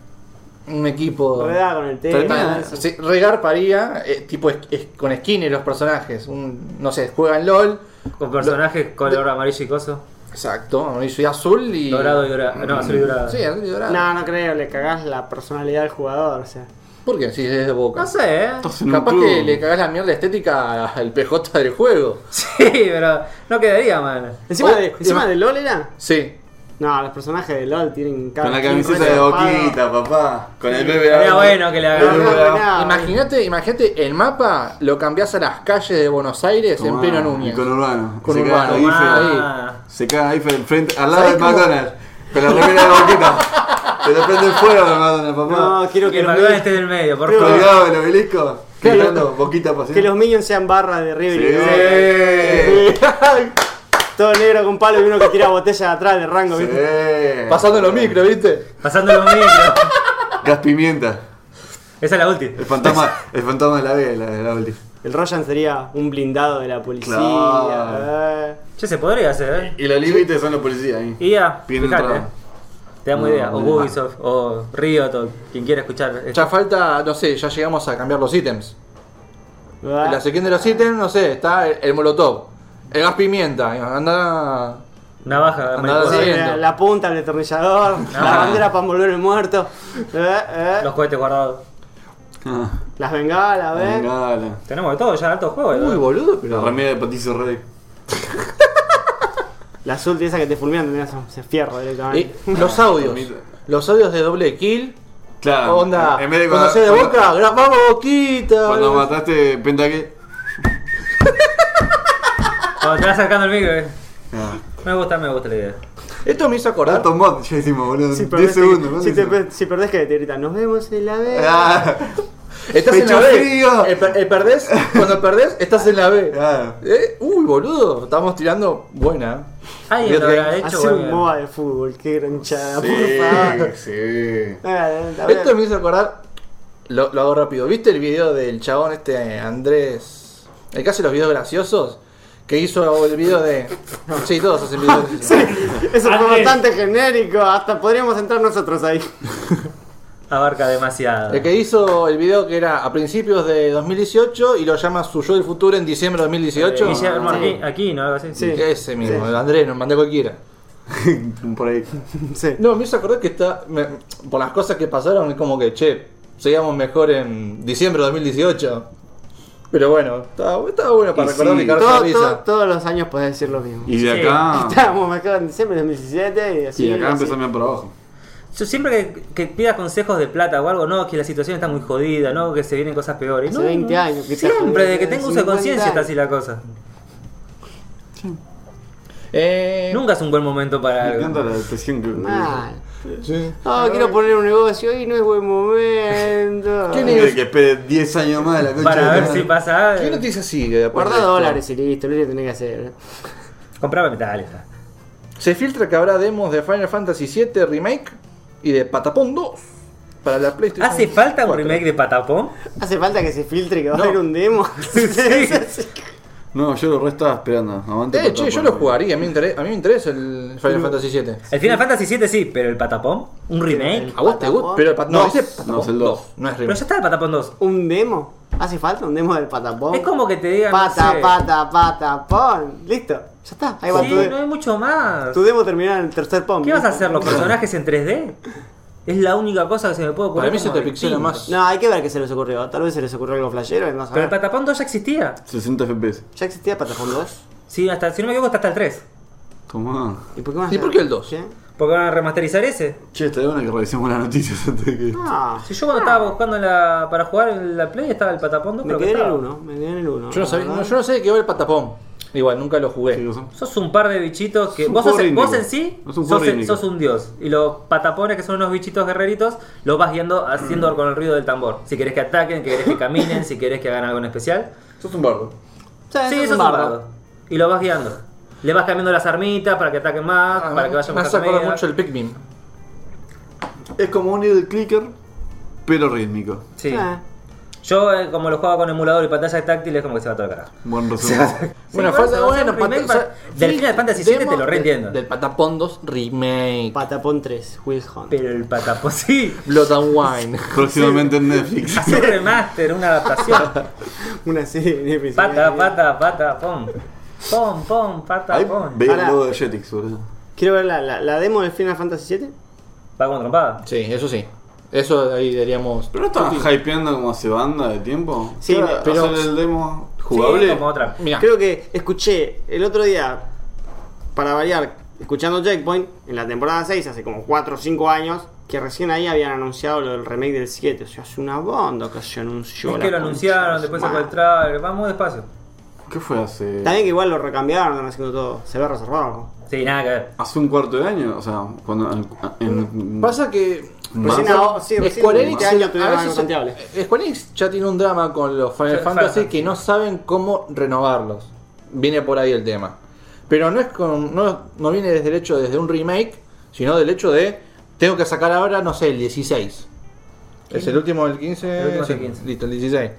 Speaker 3: un
Speaker 1: Oh.
Speaker 3: equipo. Ah,
Speaker 4: Rueda con el
Speaker 1: Termina-
Speaker 4: tema. eso.
Speaker 3: Sí, regar paría, eh, tipo es- es- con skin en los personajes. Un- no sé, juegan LOL.
Speaker 2: Con personajes color amarillo y coso.
Speaker 3: Exacto, amarillo y azul y.
Speaker 2: Dorado y dorado. No, azul y dorado.
Speaker 3: Sí, azul y dorado.
Speaker 4: No, no creo, le cagás la personalidad del jugador. O sea,
Speaker 3: ¿Por qué? Si es de boca.
Speaker 2: No sé, ¿eh?
Speaker 1: Estás en un
Speaker 3: Capaz
Speaker 1: club.
Speaker 3: que le cagás la mierda estética al PJ del juego.
Speaker 2: [LAUGHS] Sí, pero no quedaría mal.
Speaker 4: encima,
Speaker 3: Oh,
Speaker 4: de, encima
Speaker 3: ima-
Speaker 4: de LOL era.
Speaker 3: Sí.
Speaker 4: No, los personajes de LOL tienen
Speaker 1: Con la
Speaker 4: quien
Speaker 1: camiseta de
Speaker 4: resarpado.
Speaker 1: boquita, papá. Con el bebé.
Speaker 2: Era bueno que le
Speaker 4: No, no,
Speaker 2: agarraran.
Speaker 4: no, no,
Speaker 3: Imagínate, imagínate el mapa, lo cambiás a las calles de Buenos Aires en pleno Núñez.
Speaker 1: Con Urbano.
Speaker 3: Con
Speaker 1: se
Speaker 3: Urbano.
Speaker 1: Caga Ife,
Speaker 2: Ah.
Speaker 1: se caga Ife enfrente, al lado
Speaker 3: ¿Sabés
Speaker 1: del
Speaker 3: cómo?
Speaker 1: McDonald's. Con la remera de boquita. Se le prende fuego al McDonald's, papá.
Speaker 4: No, quiero
Speaker 2: Que
Speaker 4: que
Speaker 2: el
Speaker 4: los,
Speaker 2: McDonald's
Speaker 4: minions,
Speaker 2: esté en el medio, por
Speaker 4: Creo-
Speaker 2: favor.
Speaker 1: Colgado del obelisco.
Speaker 4: Que los-
Speaker 1: Gritando boquita para
Speaker 4: que los minions sean barra de River. y LOL.
Speaker 1: este- Sí.
Speaker 4: [LAUGHS] Todo negro con palo y uno que tira botella de atrás del rango.
Speaker 1: Sí.
Speaker 4: ¿viste?
Speaker 3: Pasando los micros, ¿viste?
Speaker 2: Pasando los micros.
Speaker 1: Gas pimienta.
Speaker 2: Esa es la última.
Speaker 1: El fantasma, el fantasma de la B, la de la Oli.
Speaker 4: El Ryan sería un blindado de la policía.
Speaker 1: Claro.
Speaker 4: eh.
Speaker 2: Che, se podría hacer, ¿eh?
Speaker 1: Y los límites son los policías ahí.
Speaker 2: Y ya,
Speaker 1: Bien
Speaker 2: fíjate.
Speaker 1: entrado.
Speaker 2: Te damos
Speaker 1: No,
Speaker 2: idea. O
Speaker 1: no.
Speaker 2: Ubisoft, o Riot, o quien quiera escuchar. esto.
Speaker 3: Ya falta, no sé, ya llegamos a cambiar los ítems.
Speaker 4: ¿Verdad?
Speaker 1: Ah.
Speaker 3: En la sección de los ítems, no sé, está el, el molotov, el gas pimienta, anda.
Speaker 2: Navaja,
Speaker 3: Andá
Speaker 2: mariposa.
Speaker 4: Sí,
Speaker 3: haciendo.
Speaker 4: la, la punta, el destornillador, la bandera para envolver el muerto, eh, eh,
Speaker 2: Los cohetes guardados.
Speaker 1: Ah,
Speaker 4: las bengalas, ¿ves?
Speaker 1: venga, la-
Speaker 2: Tenemos de todo, ya alto juego.
Speaker 3: Uy,
Speaker 2: ¿verdad?
Speaker 3: boludo,
Speaker 1: La
Speaker 3: pero.
Speaker 1: remera de Patricio Rey.
Speaker 4: las ulti esas que te fulminan, tenías un- se fierro
Speaker 3: Y
Speaker 4: directamente.
Speaker 3: los audios, los audios de doble kill.
Speaker 1: Claro.
Speaker 3: Onda,
Speaker 1: Ah, En vez de
Speaker 3: cuando
Speaker 1: cuando,
Speaker 3: se de
Speaker 1: cuando-
Speaker 3: boca, gra- vamos boquita.
Speaker 1: Cuando mataste Pentaque.
Speaker 2: Cuando te vas acercando el micro, eh.
Speaker 1: Ah,
Speaker 2: Me gusta, me gusta la idea.
Speaker 3: Esto me hizo acordar.
Speaker 1: Datos mod ya hicimos, boludo.
Speaker 4: [LAUGHS] Si
Speaker 1: 10
Speaker 4: perdés,
Speaker 1: segundos.
Speaker 4: te,
Speaker 1: ¿cuánto
Speaker 4: si, te
Speaker 1: hicimos?
Speaker 4: pe- si perdés que te gritan, nos vemos en la B.
Speaker 1: Ah,
Speaker 3: Estás en
Speaker 1: Pecho
Speaker 3: la B.
Speaker 1: frío.
Speaker 3: El per- el perdés, cuando perdés, estás en la B.
Speaker 1: [LAUGHS] claro.
Speaker 3: Eh, uy, boludo, estamos tirando buena. Riot
Speaker 2: Alguien lo habrá
Speaker 3: Games.
Speaker 2: hecho, eh,
Speaker 4: Hacer un
Speaker 2: bueno.
Speaker 4: MOA de fútbol, qué
Speaker 1: Ah,
Speaker 4: granchada, por
Speaker 1: Sí, sí.
Speaker 4: favor.
Speaker 3: Esto me hizo acordar. Lo, lo hago rápido. ¿Viste el video del chabón este Andrés? El que hace los videos graciosos. Que hizo el video de. Sí, todos hacen videos.
Speaker 4: Eso fue
Speaker 2: Andrés.
Speaker 4: bastante genérico, hasta podríamos entrar nosotros ahí.
Speaker 2: Abarca demasiado.
Speaker 3: El que hizo el video que era a principios de 2018 y lo llama su yo del futuro en diciembre de
Speaker 4: Eh,
Speaker 3: 2018.
Speaker 2: Guillermo
Speaker 4: Sí.
Speaker 2: Arqui- Aquino, algo así.
Speaker 4: Sí.
Speaker 3: Ah, Ese mismo, el Andrés, nos mandé cualquiera.
Speaker 1: [LAUGHS] Por ahí.
Speaker 4: Sí.
Speaker 3: No, me hizo acordar que está. me- por las cosas que pasaron, es como que, che, seguíamos mejor en diciembre de 2018. Pero bueno, estaba, estaba bueno para
Speaker 1: Y
Speaker 3: recordar
Speaker 1: sí.
Speaker 3: mi carta
Speaker 4: Todo-
Speaker 3: de
Speaker 4: todo-
Speaker 3: risa.
Speaker 4: todos los años podés decir lo mismo.
Speaker 1: Y de
Speaker 2: Sí.
Speaker 1: acá.
Speaker 4: [LAUGHS] Estábamos mejor en diciembre de 2017 y así.
Speaker 1: Y de acá
Speaker 4: así.
Speaker 1: empezó a mirar por abajo.
Speaker 2: Yo siempre que, que pidas consejos de plata o algo, no, que la situación está muy jodida, no, que se vienen cosas peores.
Speaker 4: Hace
Speaker 2: no,
Speaker 4: 20
Speaker 2: no.
Speaker 4: años que está
Speaker 2: Siempre,
Speaker 4: jodida,
Speaker 2: desde que tengo uso de
Speaker 4: 50
Speaker 2: conciencia está
Speaker 4: años.
Speaker 2: así la cosa.
Speaker 3: Eh,
Speaker 2: Nunca es un buen momento para
Speaker 1: Me
Speaker 2: algo.
Speaker 1: encanta la depresión que.
Speaker 4: Mal.
Speaker 3: sí.
Speaker 4: Ah, quiero poner un negocio y no es buen momento.
Speaker 3: ¿Qué
Speaker 1: Tiene
Speaker 3: negocio?
Speaker 1: que espere 10 años más la concha
Speaker 2: Para
Speaker 1: de
Speaker 2: ver
Speaker 1: la
Speaker 2: si
Speaker 1: madre.
Speaker 2: pasa
Speaker 3: ¿Qué
Speaker 2: algo.
Speaker 3: noticia sigue? después
Speaker 4: Guarda
Speaker 3: de esto?
Speaker 4: dólares y listo, lo único que tenés que hacer.
Speaker 2: Comprame Metallica.
Speaker 3: Se filtra que habrá demos de Final Fantasy VII Remake y de Patapón 2 para la PlayStation.
Speaker 2: ¿Hace falta un
Speaker 3: 4.
Speaker 2: remake de Patapón?
Speaker 4: Hace falta que se filtre que va
Speaker 3: No.
Speaker 4: a haber un demo.
Speaker 2: Sí.
Speaker 1: No, yo lo re estaba esperando. Aguante
Speaker 3: Eh,
Speaker 1: patapón,
Speaker 3: che, yo lo
Speaker 1: güey.
Speaker 3: jugaría, a mí, me interesa, a mí me interesa el Final Fantasy VII.
Speaker 2: El Final Fantasy VII sí, pero el Patapón, un remake.
Speaker 3: ¿A vos te gusta? Pero el pat-
Speaker 1: No,
Speaker 3: no, ese
Speaker 1: no,
Speaker 3: patapón
Speaker 1: es el dos.
Speaker 3: dos, No es
Speaker 2: Pero
Speaker 3: remake.
Speaker 2: ya está el Patapón 2.
Speaker 4: [LAUGHS] ¿Un demo? ¿Hace falta un demo del patapón?
Speaker 2: Es como que te digan. no
Speaker 4: Pata,
Speaker 2: sé,
Speaker 4: pata, patapón. Listo, ya está. Ahí va
Speaker 2: sí,
Speaker 4: tu, de-
Speaker 2: no hay mucho más.
Speaker 4: tu demo terminado en el tercer pom.
Speaker 2: ¿Qué vas a
Speaker 4: listo.
Speaker 2: hacer?
Speaker 4: [LAUGHS]
Speaker 2: ¿Los personajes en 3D? Es la única cosa que se me puede ocurrir.
Speaker 3: Para mí se
Speaker 2: como
Speaker 3: te
Speaker 2: distinto.
Speaker 3: pixela más.
Speaker 4: No, hay que ver qué se les ocurrió. Tal vez se les ocurrió algo flashero y no
Speaker 2: Pero el
Speaker 4: saber.
Speaker 2: Patapón 2 ya existía.
Speaker 1: 60 FPS.
Speaker 4: ¿Ya existía Patapón 2?
Speaker 2: Sí, hasta, si no me equivoco, está hasta el 3.
Speaker 1: Tomá.
Speaker 4: ¿Y por qué, más
Speaker 3: ¿Y por qué el dos?
Speaker 4: ¿Sí?
Speaker 2: Porque van a remasterizar ese.
Speaker 1: Che, estaría bueno que revisemos las noticias antes de que.
Speaker 4: No,
Speaker 2: Si yo cuando
Speaker 3: Ah.
Speaker 2: estaba buscando la, para jugar en la Play estaba el Patapón 2,
Speaker 4: me
Speaker 2: creo
Speaker 4: quedé
Speaker 2: que
Speaker 4: en el
Speaker 2: estaba.
Speaker 4: 1. Me quedé en el 1.
Speaker 3: Yo no, sabía, no, yo no sé de qué va el patapón. Igual, nunca lo
Speaker 1: ¿Qué
Speaker 3: jugué.
Speaker 1: cosa?
Speaker 2: Sos un par de bichitos que.
Speaker 1: Es un
Speaker 2: Vos, sos-
Speaker 1: juego
Speaker 2: vos
Speaker 1: rítmico.
Speaker 2: en sí
Speaker 1: Es un juego
Speaker 2: sos, el-
Speaker 1: rítmico.
Speaker 2: sos un dios. Y los patapones, que son unos bichitos guerreritos, los vas guiando
Speaker 1: [CLEARS THROAT]
Speaker 2: haciendo con el ruido del tambor. Si querés que ataquen, que querés que caminen, si querés que hagan algo en especial.
Speaker 1: Sos un bardo.
Speaker 2: Sí, sos Ah, un bardo. Y los vas guiando. Le vas cambiando las armitas para que ataquen más,
Speaker 3: Ah,
Speaker 2: para que
Speaker 3: me
Speaker 2: vayan más
Speaker 3: hace acordar mucho el Pikmin.
Speaker 1: Es como un del clicker, pero rítmico.
Speaker 2: Sí. Yo, eh, como lo jugaba con emulador y pantalla táctil, es como que se va todo el carajo.
Speaker 1: [LAUGHS] Buen resumen.
Speaker 3: Bueno,
Speaker 2: Sí,
Speaker 3: falta
Speaker 2: se va a hacer
Speaker 3: bueno,
Speaker 2: un remake
Speaker 3: pata-
Speaker 2: pa-
Speaker 3: o sea,
Speaker 2: Del
Speaker 3: sí,
Speaker 2: Final Fantasy VII te
Speaker 3: demo
Speaker 2: lo reentiendo.
Speaker 3: del- Del patapón 2 remake.
Speaker 4: Patapón 3, Will Hunt.
Speaker 2: Pero el patapón, [LAUGHS] sí.
Speaker 3: Blood and [LAUGHS] Wine.
Speaker 1: Próximamente en Netflix.
Speaker 2: Hacer un remaster, una
Speaker 1: [LAUGHS]
Speaker 2: adaptación.
Speaker 4: [LAUGHS] Una serie de NPC.
Speaker 2: Pata, pata, pata, pom. Pom, pom, pata,
Speaker 1: Ahí
Speaker 2: pom.
Speaker 1: veía el
Speaker 4: Ahora-
Speaker 1: logo de Jetix, boludo.
Speaker 4: Quiero ver la, la, la demo del Final Fantasy VII.
Speaker 2: Va como trompada.
Speaker 3: Sí, eso sí. Eso ahí diríamos.
Speaker 1: Pero no estaban hypeando como hace banda de tiempo.
Speaker 4: Sí,
Speaker 1: Ahora,
Speaker 4: pero-
Speaker 1: hacer el demo
Speaker 2: Sí,
Speaker 1: jugable.
Speaker 2: como otra.
Speaker 3: Mira,
Speaker 4: Creo que escuché el otro día, para variar, escuchando Checkpoint, en la temporada 6, hace como 4 o 5 años, que recién ahí habían anunciado lo del remake del 7. O sea, hace una banda que se anunció.
Speaker 2: Es
Speaker 4: la
Speaker 2: que lo
Speaker 4: concha de
Speaker 2: anunciaron,
Speaker 4: su
Speaker 2: después sacó
Speaker 4: madre.
Speaker 2: el trailer. Vamos despacio.
Speaker 1: ¿Qué fue hace?
Speaker 4: Está bien que igual lo recambiaron, están haciendo todo. Se ve reservado. ¿no?
Speaker 2: Sí, nada que ver.
Speaker 1: Hace un cuarto de año, o sea, cuando. En,
Speaker 3: pasa que.
Speaker 1: Más.
Speaker 4: Recién ahora- sí,
Speaker 3: Mm.
Speaker 4: recién
Speaker 3: Square
Speaker 4: este
Speaker 3: Enix,
Speaker 4: año
Speaker 3: a
Speaker 4: tuvieron
Speaker 3: veces-
Speaker 4: algo tanteable.
Speaker 3: Square Enix ya tiene un drama con los Final
Speaker 2: Final
Speaker 3: Fantasy
Speaker 2: Fantasy.
Speaker 3: que no saben cómo renovarlos. Viene por ahí el tema. Pero no es con, no, no viene desde el hecho desde un remake, sino del hecho de tengo que sacar ahora, no sé, el 16. Es el último del 15.
Speaker 2: El último es el
Speaker 3: sí,
Speaker 2: 15.
Speaker 3: Listo, el 16.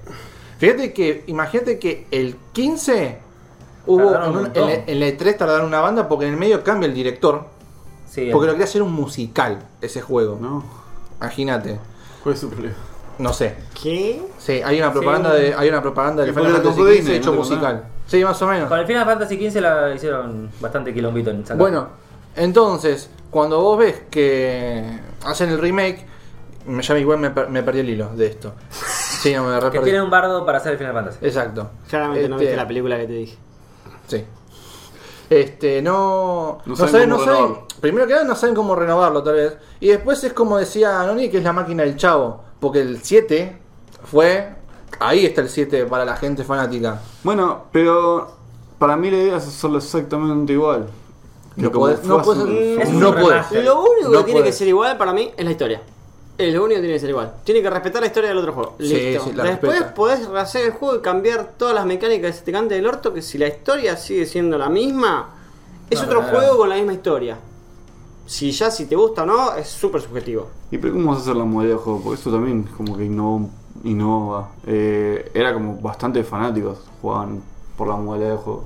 Speaker 3: Fíjate que, imagínate que el 15 hubo
Speaker 2: Tardaron
Speaker 3: en
Speaker 2: un
Speaker 3: un-
Speaker 2: montón.
Speaker 3: en el- en el 3 tardaron una banda porque en el medio cambia el director.
Speaker 2: Sí,
Speaker 3: Porque lo quería hacer un musical ese juego.
Speaker 1: No,
Speaker 3: Imagínate.
Speaker 1: fue su problema.
Speaker 3: No sé.
Speaker 4: ¿Qué?
Speaker 3: Sí, hay una propaganda de hay una propaganda del
Speaker 1: Y porque
Speaker 3: Final
Speaker 1: la
Speaker 3: Fantasy
Speaker 1: compró
Speaker 3: XV
Speaker 1: Disney,
Speaker 3: hecho
Speaker 1: ¿no te
Speaker 3: musical. Sí, más o menos.
Speaker 2: Con el Final Fantasy XV la hicieron bastante quilombito en sacar.
Speaker 3: Bueno, entonces, cuando vos ves que hacen el remake, me ya igual me, per- me perdí el hilo de esto. Sí, no, me re
Speaker 2: Que
Speaker 3: perdí.
Speaker 2: tiene un bardo para hacer el Final Fantasy.
Speaker 3: Exacto.
Speaker 4: Claramente no
Speaker 3: Este,
Speaker 4: viste la película que te dije.
Speaker 3: Sí. Este, no.
Speaker 1: No
Speaker 3: No,
Speaker 1: saben
Speaker 3: saben,
Speaker 1: cómo
Speaker 3: no saben.
Speaker 1: renovarlo.
Speaker 3: Primero que nada, no saben cómo renovarlo, tal vez. Y después es como decía Anoni, que es la máquina del chavo. Porque el 7 fue. Ahí está el 7 para la gente fanática.
Speaker 1: Bueno, pero para mí la idea es hacerlo exactamente igual. Que
Speaker 3: No
Speaker 1: como
Speaker 3: podés.
Speaker 1: fue
Speaker 3: No
Speaker 1: hace
Speaker 3: podés.
Speaker 1: un-
Speaker 2: es un
Speaker 3: No podés.
Speaker 2: remaster.
Speaker 4: Lo único
Speaker 3: No
Speaker 4: que tiene que
Speaker 3: podés.
Speaker 4: ser igual para mí es la historia. Es lo único que tiene que ser igual. Tiene que respetar la historia del otro juego.
Speaker 3: Sí,
Speaker 4: Listo.
Speaker 3: sí, la
Speaker 4: Después
Speaker 3: respeta.
Speaker 4: podés rehacer el juego y cambiar todas las mecánicas que se te cante del orto, que si la historia sigue siendo la misma, es
Speaker 2: No,
Speaker 4: otro
Speaker 2: no, no.
Speaker 4: juego con la misma historia. Si ya si te gusta o no, es súper subjetivo.
Speaker 1: ¿Y pero cómo vas a hacer la modalidad de juego? Porque eso también como que innovó, innova. Eh, era como bastante fanáticos jugaban por la modalidad de juego.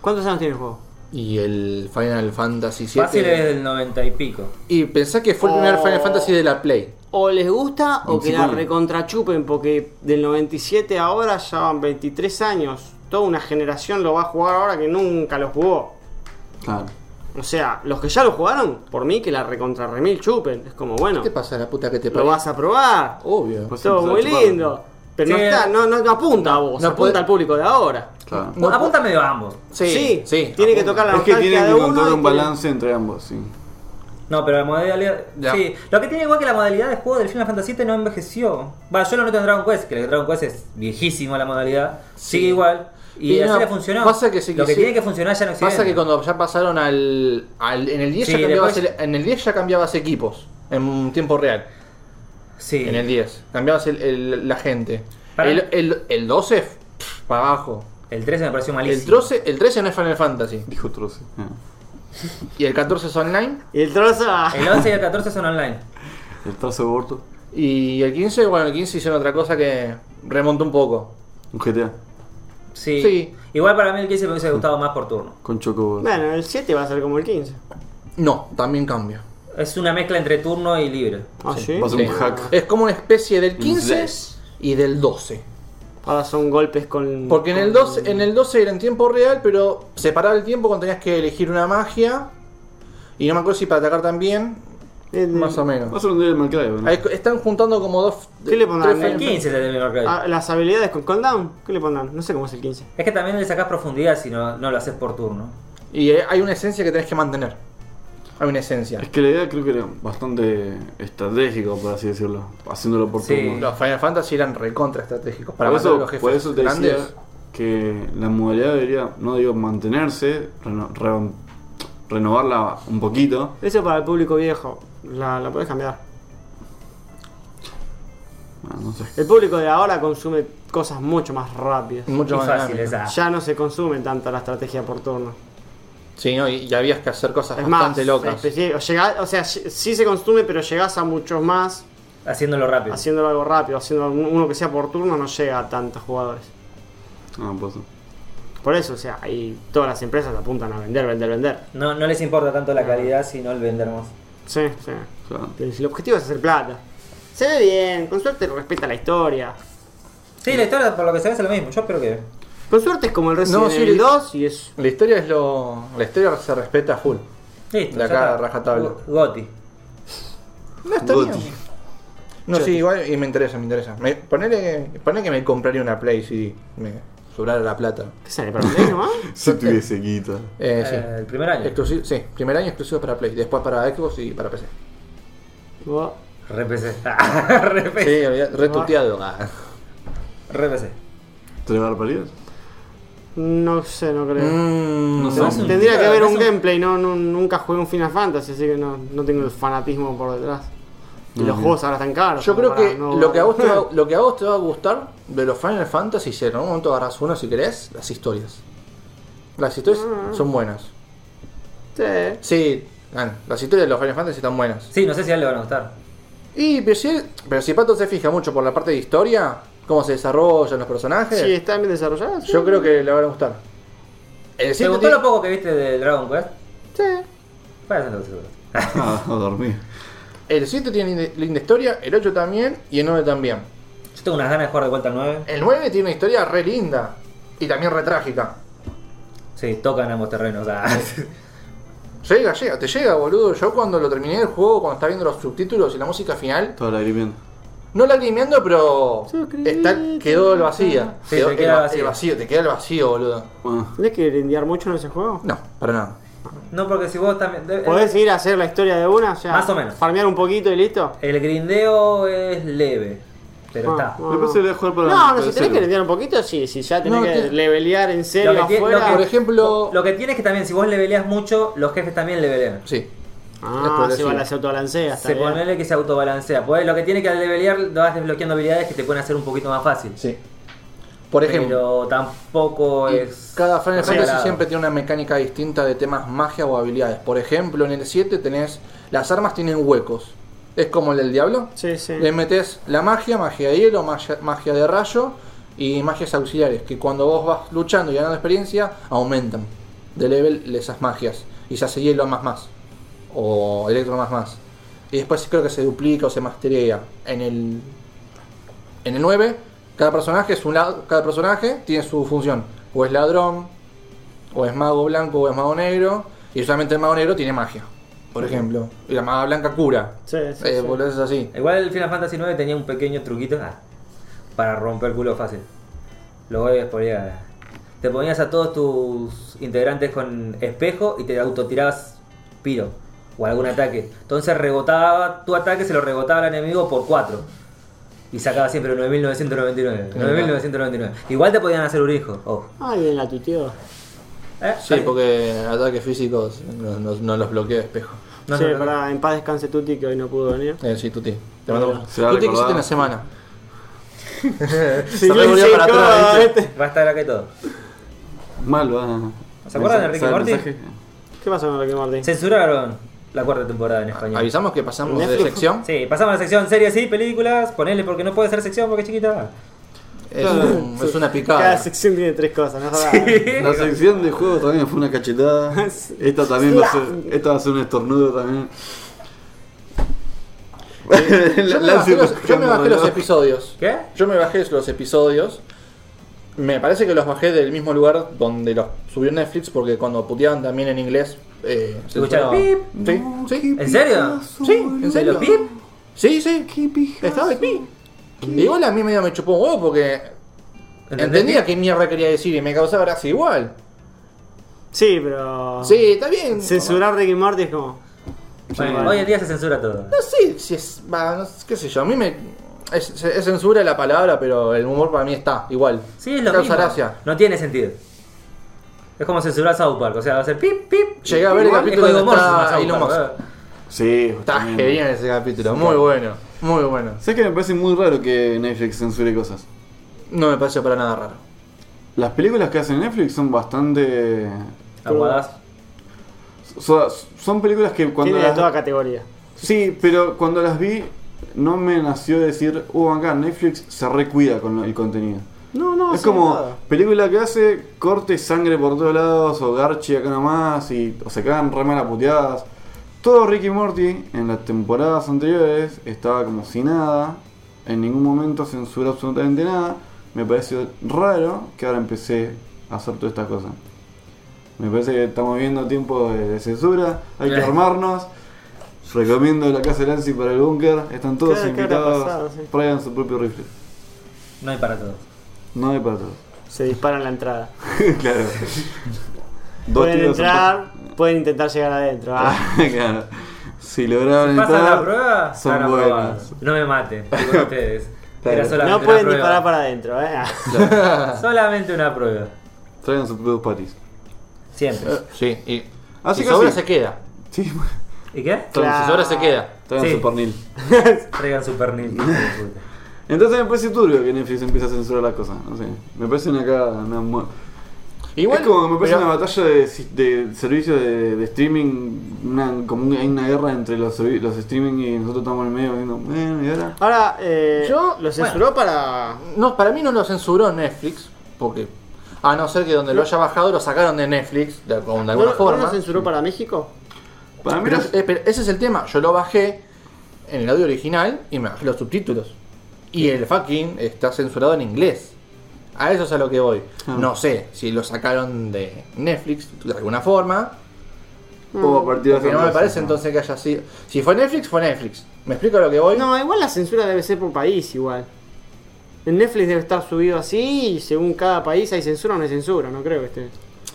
Speaker 4: ¿Cuántos años tiene el juego?
Speaker 3: Y el Final Fantasy 7.
Speaker 2: Fácil es del 90 y pico.
Speaker 3: Y pensá que fue el primer
Speaker 4: Oh.
Speaker 3: Final Fantasy de la Play.
Speaker 4: O les gusta o que
Speaker 1: 25
Speaker 4: la
Speaker 1: años.
Speaker 4: recontrachupen, porque del 97 a ahora ya van 23 años. Toda una generación lo va a jugar ahora que nunca lo jugó.
Speaker 1: Claro.
Speaker 4: O sea, los que ya lo jugaron, por mí que la recontra remil chupen. Es como, bueno,
Speaker 3: ¿Qué te pasa la puta que te
Speaker 4: lo
Speaker 3: parió?
Speaker 4: vas a probar.
Speaker 3: Obvio.
Speaker 1: Pues-
Speaker 4: Todo
Speaker 1: sí,
Speaker 4: muy
Speaker 1: se la chuparon.
Speaker 4: lindo. Pero no
Speaker 2: Sí.
Speaker 4: está, no, no, no apunta a vos,
Speaker 3: No
Speaker 4: apunta
Speaker 3: puede-
Speaker 4: al público de ahora.
Speaker 1: claro.
Speaker 3: No,
Speaker 2: Apunta medio a ambos.
Speaker 4: Sí, tiene que tocar la
Speaker 1: es que
Speaker 4: nostalgia
Speaker 1: tienen
Speaker 4: de
Speaker 1: que encontrar
Speaker 4: uno y
Speaker 1: un
Speaker 4: tiene-
Speaker 1: balance entre ambos, sí.
Speaker 2: No, pero la modalidad.
Speaker 3: Ya.
Speaker 2: Sí, lo que tiene igual que la modalidad de juego del Final Fantasy VII no envejeció. Va, yo lo noto en Dragon Quest, que el Dragon Quest es viejísimo la modalidad. Sigue igual. Y,
Speaker 3: Y
Speaker 2: así
Speaker 3: no,
Speaker 2: le funcionó.
Speaker 3: pasa que si
Speaker 2: lo que
Speaker 3: quisi-
Speaker 2: tiene que funcionar ya no existe.
Speaker 3: Pasa que cuando ya pasaron al. al- en, el 10 ya
Speaker 2: Sí,
Speaker 3: cambiabas
Speaker 2: después-
Speaker 3: el- en el 10 ya cambiabas equipos. En tiempo real.
Speaker 2: Sí.
Speaker 3: En el 10. Cambiabas el- el- la gente.
Speaker 2: Pará.
Speaker 3: El, el, el 12, pff, para abajo.
Speaker 2: El 13 me pareció malísimo.
Speaker 3: El 13, el 13 no es Final Fantasy.
Speaker 1: Dijo Troce. Eh.
Speaker 3: Y el 14 es online.
Speaker 4: Y el trozo. ah,
Speaker 2: El 11 y el 14 son online.
Speaker 1: El trazo de Borto,
Speaker 3: Y el 15, bueno, el 15 hicieron otra cosa que remonta un poco.
Speaker 1: un GTA.
Speaker 2: Sí.
Speaker 3: Sí.
Speaker 2: Igual para mí el 15 me hubiese gustado más por turno.
Speaker 1: Con Chocobo.
Speaker 4: Bueno, el 7 va a ser como el 15.
Speaker 3: No, también cambia.
Speaker 2: Es una mezcla entre turno y libre.
Speaker 4: Ah, sí.
Speaker 1: Va a ser un hack.
Speaker 3: Es como una especie del 15
Speaker 1: Yes.
Speaker 3: y del 12.
Speaker 4: Ahora son golpes con.
Speaker 3: Porque en el
Speaker 4: con-
Speaker 3: 12, en el 12 era en tiempo real, pero separaba el tiempo cuando tenías que elegir una magia. Y no me acuerdo si para atacar también,
Speaker 4: en-
Speaker 3: más o
Speaker 1: Va a
Speaker 3: menos.
Speaker 1: ser un Devil May Cry, ¿no?
Speaker 3: Ahí están juntando como dos.
Speaker 4: ¿Qué le pondrán?
Speaker 3: tres
Speaker 2: El
Speaker 4: Perfecto.
Speaker 2: 15 te terminó el
Speaker 3: eh.
Speaker 4: Ah, las habilidades con countdown, ¿qué le pondrán? No sé cómo es el 15.
Speaker 2: Es que también le sacás profundidad si no, no lo haces por turno.
Speaker 3: Y eh, hay una esencia que tenés que mantener. Hay una esencia.
Speaker 1: Es que la idea creo que era bastante estratégico, por así decirlo. Haciéndolo por
Speaker 2: Sí.
Speaker 1: turno.
Speaker 3: Los Final Fantasy eran recontra estratégicos para
Speaker 1: por,
Speaker 3: matar a
Speaker 1: eso,
Speaker 3: los jefes
Speaker 1: por eso te
Speaker 3: grandes.
Speaker 1: decía que la modalidad debería, no digo mantenerse, reno- re- renovarla un poquito.
Speaker 4: Eso para el público viejo, la, la podés cambiar.
Speaker 1: Ah, no sé.
Speaker 4: El público de ahora consume cosas mucho más rápidas.
Speaker 3: Mucho
Speaker 2: Y
Speaker 3: más
Speaker 2: fácil
Speaker 3: dinámico.
Speaker 2: esa.
Speaker 4: Ya no se consume tanto la estrategia por turno.
Speaker 3: Sí, ¿no? y, y habías que hacer cosas
Speaker 4: Es más,
Speaker 3: bastante locas.
Speaker 4: especi- o llegá- o sea, ll- sí se consume, pero llegás a muchos más
Speaker 2: Haciéndolo rápido.
Speaker 4: haciéndolo algo rápido. Haciendo algún- uno que sea por turno no llega a tantos jugadores.
Speaker 1: Ah, pues,
Speaker 4: Por eso, o sea, ahí todas las empresas apuntan a vender, vender, vender.
Speaker 2: No, no les importa tanto
Speaker 3: Ah.
Speaker 2: la calidad sino el vender más.
Speaker 4: Sí, sí.
Speaker 1: claro.
Speaker 4: Pero si el objetivo es hacer plata. Se ve bien, con suerte respeta la historia.
Speaker 2: Sí, la historia por lo que se ve es lo mismo. Yo espero que.
Speaker 4: Con suerte es como el Resident
Speaker 3: No, sí,
Speaker 4: Evil
Speaker 3: le-
Speaker 4: 2 y es
Speaker 3: La historia es lo. La historia se respeta a full.
Speaker 2: Listo.
Speaker 3: De
Speaker 2: ya
Speaker 3: acá,
Speaker 2: está.
Speaker 3: rajatabla. Eh,
Speaker 2: Go- Goti.
Speaker 3: No está bien.
Speaker 1: Goti.
Speaker 3: No, sí, igual y me interesa, me interesa. Me, ponele, ponele que me compraría una Play si me sobrara la plata.
Speaker 4: ¿Qué sale para
Speaker 3: [LAUGHS]
Speaker 4: Play nomás?
Speaker 1: Si tuviese guita.
Speaker 3: Eh, sí.
Speaker 2: Eh, el primer año.
Speaker 3: Exclusi- sí, primer año exclusivo para Play, después para Xbox y para PC.
Speaker 4: Vos-
Speaker 2: [LAUGHS] Repc. Ah, Repc.
Speaker 3: Sí, había retuteado. Ah.
Speaker 2: Repc.
Speaker 1: ¿Te le va a dar
Speaker 4: [LAUGHS]
Speaker 1: paridas?
Speaker 4: No sé, no creo.
Speaker 3: Mm,
Speaker 1: No
Speaker 2: Pero
Speaker 1: sé.
Speaker 2: es un-
Speaker 4: Tendría que
Speaker 2: claro,
Speaker 4: haber
Speaker 2: es
Speaker 4: un
Speaker 2: un-
Speaker 4: gameplay, no, no- nunca jugué un Final Fantasy, así que no, no tengo el fanatismo por detrás. Y
Speaker 1: No,
Speaker 4: los
Speaker 1: bien.
Speaker 4: juegos ahora están caros.
Speaker 3: Yo creo
Speaker 4: para
Speaker 3: que
Speaker 4: no-
Speaker 3: lo que, a vos te
Speaker 4: [LAUGHS]
Speaker 3: va, lo que a vos te va a gustar de los Final Fantasy, si en algún momento agarras uno si querés, las historias. Las historias son buenas.
Speaker 4: Sí.
Speaker 3: Sí, ah, las historias de los Final Fantasy están buenas.
Speaker 2: Sí, no sé si a él le van a gustar.
Speaker 3: Y pero si, pero si Pato se fija mucho por la parte de historia, cómo se desarrollan los personajes,
Speaker 4: Sí, están bien desarrollados. sí.
Speaker 3: yo creo que le van a gustar. El
Speaker 2: ¿Te
Speaker 3: siete
Speaker 2: gustó
Speaker 3: tiene-
Speaker 2: lo poco que viste de Dragon Quest?
Speaker 4: Sí.
Speaker 2: Para eso seguro.
Speaker 1: Ah, a dormir.
Speaker 3: El 7 tiene linde- linda historia, el 8 también y el 9 también.
Speaker 2: Yo tengo unas ganas de jugar de vuelta al 9.
Speaker 3: El 9 tiene una historia re linda y también re trágica.
Speaker 2: Sí, tocan ambos terrenos. ah.
Speaker 3: Llega, llega, te llega, boludo. Yo cuando lo terminé el juego, cuando estaba viendo los subtítulos y la música final,
Speaker 1: Toda la gripiendo.
Speaker 3: no lagrimeando, pero está, quedó el vacío.
Speaker 2: Sí,
Speaker 3: quedó
Speaker 2: te queda
Speaker 3: el, va-
Speaker 2: vacío.
Speaker 3: el vacío, te queda el vacío, boludo.
Speaker 1: Bueno,
Speaker 4: ¿Tienes que grindear mucho en ese juego?
Speaker 3: No, para nada.
Speaker 2: [LAUGHS] No, porque si vos también. de-
Speaker 4: ¿Podés ir a hacer la historia de una? O sea,
Speaker 2: Más o menos.
Speaker 4: Farmear un poquito y listo.
Speaker 2: El grindeo es leve, pero
Speaker 4: Ah,
Speaker 2: está.
Speaker 4: ah.
Speaker 1: Después se le voy a jugar para
Speaker 4: No,
Speaker 1: para
Speaker 4: no,
Speaker 1: el
Speaker 4: si tenés
Speaker 1: celu.
Speaker 4: que grindear un poquito, sí. Si ya tenés
Speaker 3: No,
Speaker 4: que
Speaker 3: te-
Speaker 4: levelear en serio
Speaker 2: Lo que tie- lo
Speaker 4: afuera.
Speaker 2: que-
Speaker 3: Por ejemplo,
Speaker 2: Lo que tiene es que también, si vos le peleas mucho, los jefes también le pelean.
Speaker 3: sí. es
Speaker 4: Ah, se,
Speaker 3: progresivo.
Speaker 4: va- se autobalancea. está
Speaker 2: Se
Speaker 4: bien.
Speaker 2: ponele que se autobalancea. Pues lo que tiene que al levelear vas desbloqueando habilidades que te pueden hacer un poquito más fácil.
Speaker 3: Sí. Por ejemplo,
Speaker 2: Pero tampoco
Speaker 3: y
Speaker 2: es.
Speaker 3: cada Final Fantasy
Speaker 2: regalado.
Speaker 3: siempre tiene una mecánica distinta de temas magia o habilidades. Por ejemplo, en el 7 tenés. Las armas tienen huecos. Es como el del diablo.
Speaker 4: Sí, sí.
Speaker 3: Le metes la magia, magia de hielo, magia, magia de rayo y magias auxiliares, que cuando vos vas luchando y ganando experiencia, aumentan de level esas magias. Y se hace hielo más más. O electro más más. Y después creo que se duplica o se masterea. En el. En el 9, cada personaje es un lado. Cada personaje tiene su función. O es ladrón, o es mago blanco, o es mago negro. Y solamente el mago negro tiene magia. Por ejemplo. Y la maga blanca cura.
Speaker 4: Sí, sí,
Speaker 3: Eh,
Speaker 4: sí.
Speaker 3: boludeces así.
Speaker 2: Igual el Final Fantasy IX tenía un pequeño truquito ah, para romper el culo fácil. Lo voy a spoilear. Te ponías a todos tus integrantes con espejo y te autotirabas piro o algún ataque. Entonces rebotaba tu ataque, se lo rebotaba al enemigo por 4. Y sacaba siempre 9999. 9999. Igual te podían hacer un hijo. ojo.
Speaker 4: Ay, bien la tuteó.
Speaker 2: Eh,
Speaker 3: Sí,
Speaker 2: eh,
Speaker 3: porque ataques físicos no, no- no los bloquea espejo.
Speaker 2: no,
Speaker 4: sí,
Speaker 2: no, no, no.
Speaker 4: pará, en paz descanse Tuti que hoy no pudo venir.
Speaker 3: Eh, sí, Tuti. Te mando
Speaker 1: Se va a
Speaker 3: Tuti, ¿qué
Speaker 1: recordar.
Speaker 3: hiciste en la semana?
Speaker 4: Sí,
Speaker 3: Se revolvió
Speaker 4: sí,
Speaker 3: para
Speaker 4: como
Speaker 3: atrás, ¿viste?
Speaker 4: este.
Speaker 2: Va a estar acá y todo.
Speaker 1: Mal, va.
Speaker 2: ¿Se acuerdan de Ricky
Speaker 1: ¿Sabe el
Speaker 2: Morty?
Speaker 1: ah. mensaje?
Speaker 4: ¿Qué pasó con Ricky Martin?
Speaker 2: Censuraron la cuarta temporada en
Speaker 3: Ah,
Speaker 2: español.
Speaker 3: Avisamos que pasamos de
Speaker 4: Netflix.
Speaker 3: sección.
Speaker 2: Sí, pasamos a la sección series y películas. Ponele porque no puede ser sección porque es chiquita.
Speaker 3: Es, un- es una
Speaker 4: Cada
Speaker 3: picada.
Speaker 4: sección tiene tres cosas, Ah, ¿no?
Speaker 1: La sección de juegos también fue una
Speaker 3: [LAUGHS]
Speaker 1: cachetada. Esta también va a ser, esta va a ser un estornudo también. [LAUGHS]
Speaker 3: Yo me
Speaker 1: Lance
Speaker 3: bajé los, yo me
Speaker 1: buscando
Speaker 3: bajé los
Speaker 1: reloj.
Speaker 3: episodios.
Speaker 2: ¿Qué?
Speaker 3: Yo me bajé los episodios. Me parece que los bajé del mismo lugar donde los subió Netflix porque cuando puteaban también en inglés. Eh, se
Speaker 2: Escuchaba
Speaker 3: escuchaba- Sí, sí.
Speaker 2: ¿En serio?
Speaker 3: Sí, en
Speaker 2: ¿De
Speaker 3: serio.
Speaker 2: los pip?
Speaker 3: Sí, sí. Estaba el pi. Igual a mí medio me chupó un huevo porque entendía qué mierda quería decir y me causaba gracia igual.
Speaker 4: Sí, pero.
Speaker 3: Sí, está bien.
Speaker 4: Censurar Rick y Morty es como.
Speaker 2: Bueno, hoy en día se censura todo.
Speaker 3: No sé si es. va, no sé, qué sé yo, a mí me. Es, es censura la palabra, pero el humor para mí está igual.
Speaker 2: Sí, es lo
Speaker 3: Causa
Speaker 2: mismo.
Speaker 3: gracia.
Speaker 2: No tiene sentido. Es como censurar South Park, o sea, va a ser pip, pip.
Speaker 3: Llegué a ver el
Speaker 2: Igual,
Speaker 3: capítulo
Speaker 2: es código
Speaker 3: donde está
Speaker 2: Morse, no, South
Speaker 3: Elon
Speaker 2: Park,
Speaker 3: Musk.
Speaker 2: ¿eh? ¿verdad?
Speaker 1: Sí,
Speaker 3: Está
Speaker 1: también.
Speaker 3: genial ese capítulo, muy bueno, muy bueno.
Speaker 1: Sé que me parece muy raro que Netflix censure cosas.
Speaker 3: No me pareció para nada raro.
Speaker 1: Las películas que hace Netflix son bastante.
Speaker 2: Aguadas.
Speaker 1: o sea, son películas que cuando.
Speaker 4: Tiene de
Speaker 1: las-
Speaker 4: toda categoría.
Speaker 1: Sí, pero cuando las vi, no me nació decir, uh, acá Netflix se recuida con lo- el contenido.
Speaker 4: No, no,
Speaker 1: es
Speaker 4: sí,
Speaker 1: como
Speaker 4: nada.
Speaker 1: película que hace corte sangre por todos lados, o Garchi acá nomás, y, o se cagan re mal a puteadas. Todo Ricky Morty en las temporadas anteriores estaba como si nada, en ningún momento censuró absolutamente nada. Me pareció raro que ahora empecé a hacer todas estas cosas. Me parece que estamos viendo tiempo de, de censura, hay que
Speaker 2: Eh.
Speaker 1: armarnos. Recomiendo la casa de Lancy para el búnker, están todos
Speaker 4: Claro, que habrá
Speaker 1: invitados,
Speaker 4: pasado, sí.
Speaker 1: traigan su propio rifle.
Speaker 2: No hay para todos.
Speaker 1: No hay para todos.
Speaker 4: Se dispara en la entrada.
Speaker 1: [LAUGHS] claro. Dos
Speaker 4: Pueden
Speaker 1: tiros en
Speaker 4: entrar, pueden intentar llegar adentro. Ah.
Speaker 1: pa- [LAUGHS] claro. Si lograron
Speaker 2: ¿Pasan
Speaker 1: entrar,
Speaker 2: la prueba?
Speaker 1: son
Speaker 2: están
Speaker 1: buenas.
Speaker 2: aprobados. No me maten, con ustedes. Era solamente
Speaker 4: No
Speaker 2: una
Speaker 4: pueden
Speaker 2: prueba.
Speaker 4: disparar para adentro, eh.
Speaker 2: Solamente una prueba.
Speaker 1: Traigan sus propios patis.
Speaker 2: Siempre.
Speaker 3: Eh, Sí, y.
Speaker 1: Así
Speaker 3: si
Speaker 1: que
Speaker 3: sobra
Speaker 1: sí.
Speaker 3: se queda.
Speaker 1: Sí,
Speaker 2: ¿Y qué?
Speaker 4: Claro.
Speaker 3: Si sobra se queda.
Speaker 1: traigan
Speaker 2: Sí.
Speaker 1: su pernil.
Speaker 2: Traigan su pernil. hijo de puta.
Speaker 1: Entonces me parece turbio que Netflix empiece a censurar las cosas. No sé. Me parece una cagada. Una mu-
Speaker 3: Igual.
Speaker 1: es como que me parece
Speaker 3: pero-
Speaker 1: una batalla de, si- de servicios de, de streaming. Una, como un- hay una guerra entre los, servi- los streaming y nosotros estamos en el medio diciendo, bueno, y ahora.
Speaker 4: Ahora, eh,
Speaker 3: Yo-
Speaker 4: lo censuró para.
Speaker 3: No, para mí no lo censuró Netflix, porque. A no ser que donde lo haya bajado lo sacaron de Netflix, de, de alguna
Speaker 4: ¿No, lo- no
Speaker 3: forma.
Speaker 4: lo censuró para México?
Speaker 1: Para mí,
Speaker 3: Pero,
Speaker 1: no-
Speaker 3: eh, pero ese es el tema. Yo lo bajé en el audio original y me bajé los subtítulos. Y el fucking está censurado en inglés. A eso es a lo que voy.
Speaker 1: Ah.
Speaker 3: No sé si lo sacaron de Netflix de alguna forma.
Speaker 1: o a partir de
Speaker 3: Porque
Speaker 1: esa
Speaker 3: no me
Speaker 1: cosa,
Speaker 3: parece entonces mm, que haya sido. Si fue Netflix, fue Netflix. ¿Me explico a lo que voy?
Speaker 4: No, igual la censura debe ser por país, igual. En Netflix debe estar subido así y según cada país hay censura o no hay censura, no creo que esté.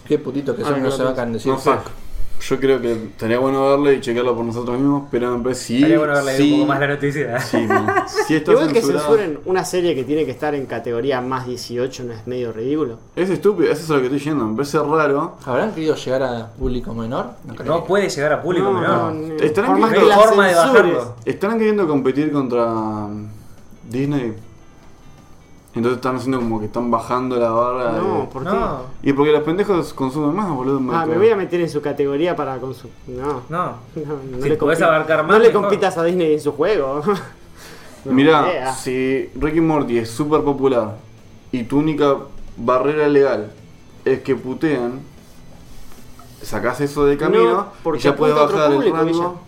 Speaker 3: Qué putito que
Speaker 4: Ah,
Speaker 3: son, no
Speaker 4: claro,
Speaker 3: se bancan decir
Speaker 1: No sé.
Speaker 3: fuck.
Speaker 1: Yo creo que estaría bueno verlo y checarlo por nosotros mismos, pero me parece sí.
Speaker 2: Estaría bueno haber leído
Speaker 1: sí,
Speaker 2: un poco más la noticia.
Speaker 1: Sí, [LAUGHS] no. Si está
Speaker 4: Igual que
Speaker 1: censurado-
Speaker 4: censuren una serie que tiene que estar en categoría más 18 no es medio ridículo.
Speaker 1: Es estúpido, eso es a lo que estoy yendo. Me parece raro.
Speaker 3: ¿Habrán querido llegar a público menor? No creo.
Speaker 2: No puede llegar a público,
Speaker 4: No,
Speaker 2: menor.
Speaker 4: no, no.
Speaker 1: Estarán
Speaker 4: Por más
Speaker 1: viendo-
Speaker 4: que la
Speaker 2: No hay forma de
Speaker 4: censures.
Speaker 2: bajarlo.
Speaker 1: Están queriendo competir contra mm, Disney. Entonces están haciendo como que están bajando la barra.
Speaker 4: No,
Speaker 1: de-
Speaker 4: ¿por qué?
Speaker 2: No,
Speaker 1: Y porque los pendejos consumen más, boludo.
Speaker 4: Ah, me voy a meter en su categoría para consumir. No.
Speaker 2: no.
Speaker 4: No, no
Speaker 2: Si
Speaker 4: le
Speaker 2: podés
Speaker 4: compi-
Speaker 2: abarcar más,
Speaker 4: No le
Speaker 2: mejor.
Speaker 4: compitas a Disney en su juego. [LAUGHS] No, ni
Speaker 1: Mirá,
Speaker 4: idea.
Speaker 1: si Ricky Morty es súper popular y tu única barrera legal es que putean, sacás eso de camino
Speaker 4: No, porque
Speaker 1: y ya puedes
Speaker 4: apunta a otro
Speaker 1: bajar el
Speaker 4: público,
Speaker 1: rango.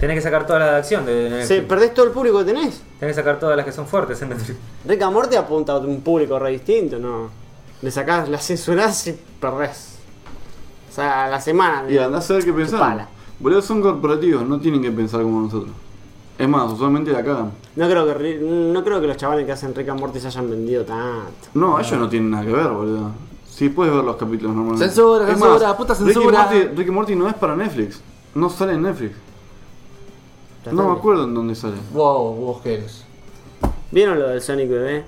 Speaker 2: Tenés que sacar toda la acción de Netflix.
Speaker 4: Se, perdés todo el público que tenés.
Speaker 2: Tenés que sacar todas las que son fuertes en Netflix.
Speaker 4: Rick and Morty apunta a un público re distinto, ¿no? Le sacás, la censurás y perdés. O sea, a la semana.
Speaker 1: Y andás a ver qué
Speaker 4: Chupala.
Speaker 1: pensaron. Boludo, son corporativos, no tienen que pensar como nosotros. Es más, usualmente la cagan.
Speaker 4: No creo, que, Ri- no creo que los chavales que hacen Rick and Morty se hayan vendido tanto.
Speaker 1: No, ellos no tienen nada que ver, boludo. Sí, puedes ver los capítulos normalmente.
Speaker 3: Censura,
Speaker 1: Es
Speaker 3: censura, puta
Speaker 1: Rick y
Speaker 3: censura.
Speaker 1: Morty- Rick y Morty no es para Netflix. No sale en Netflix. No me acuerdo en dónde sale.
Speaker 3: Wow, vos qué eres.
Speaker 4: ¿Vieron lo del Sonic Bebé?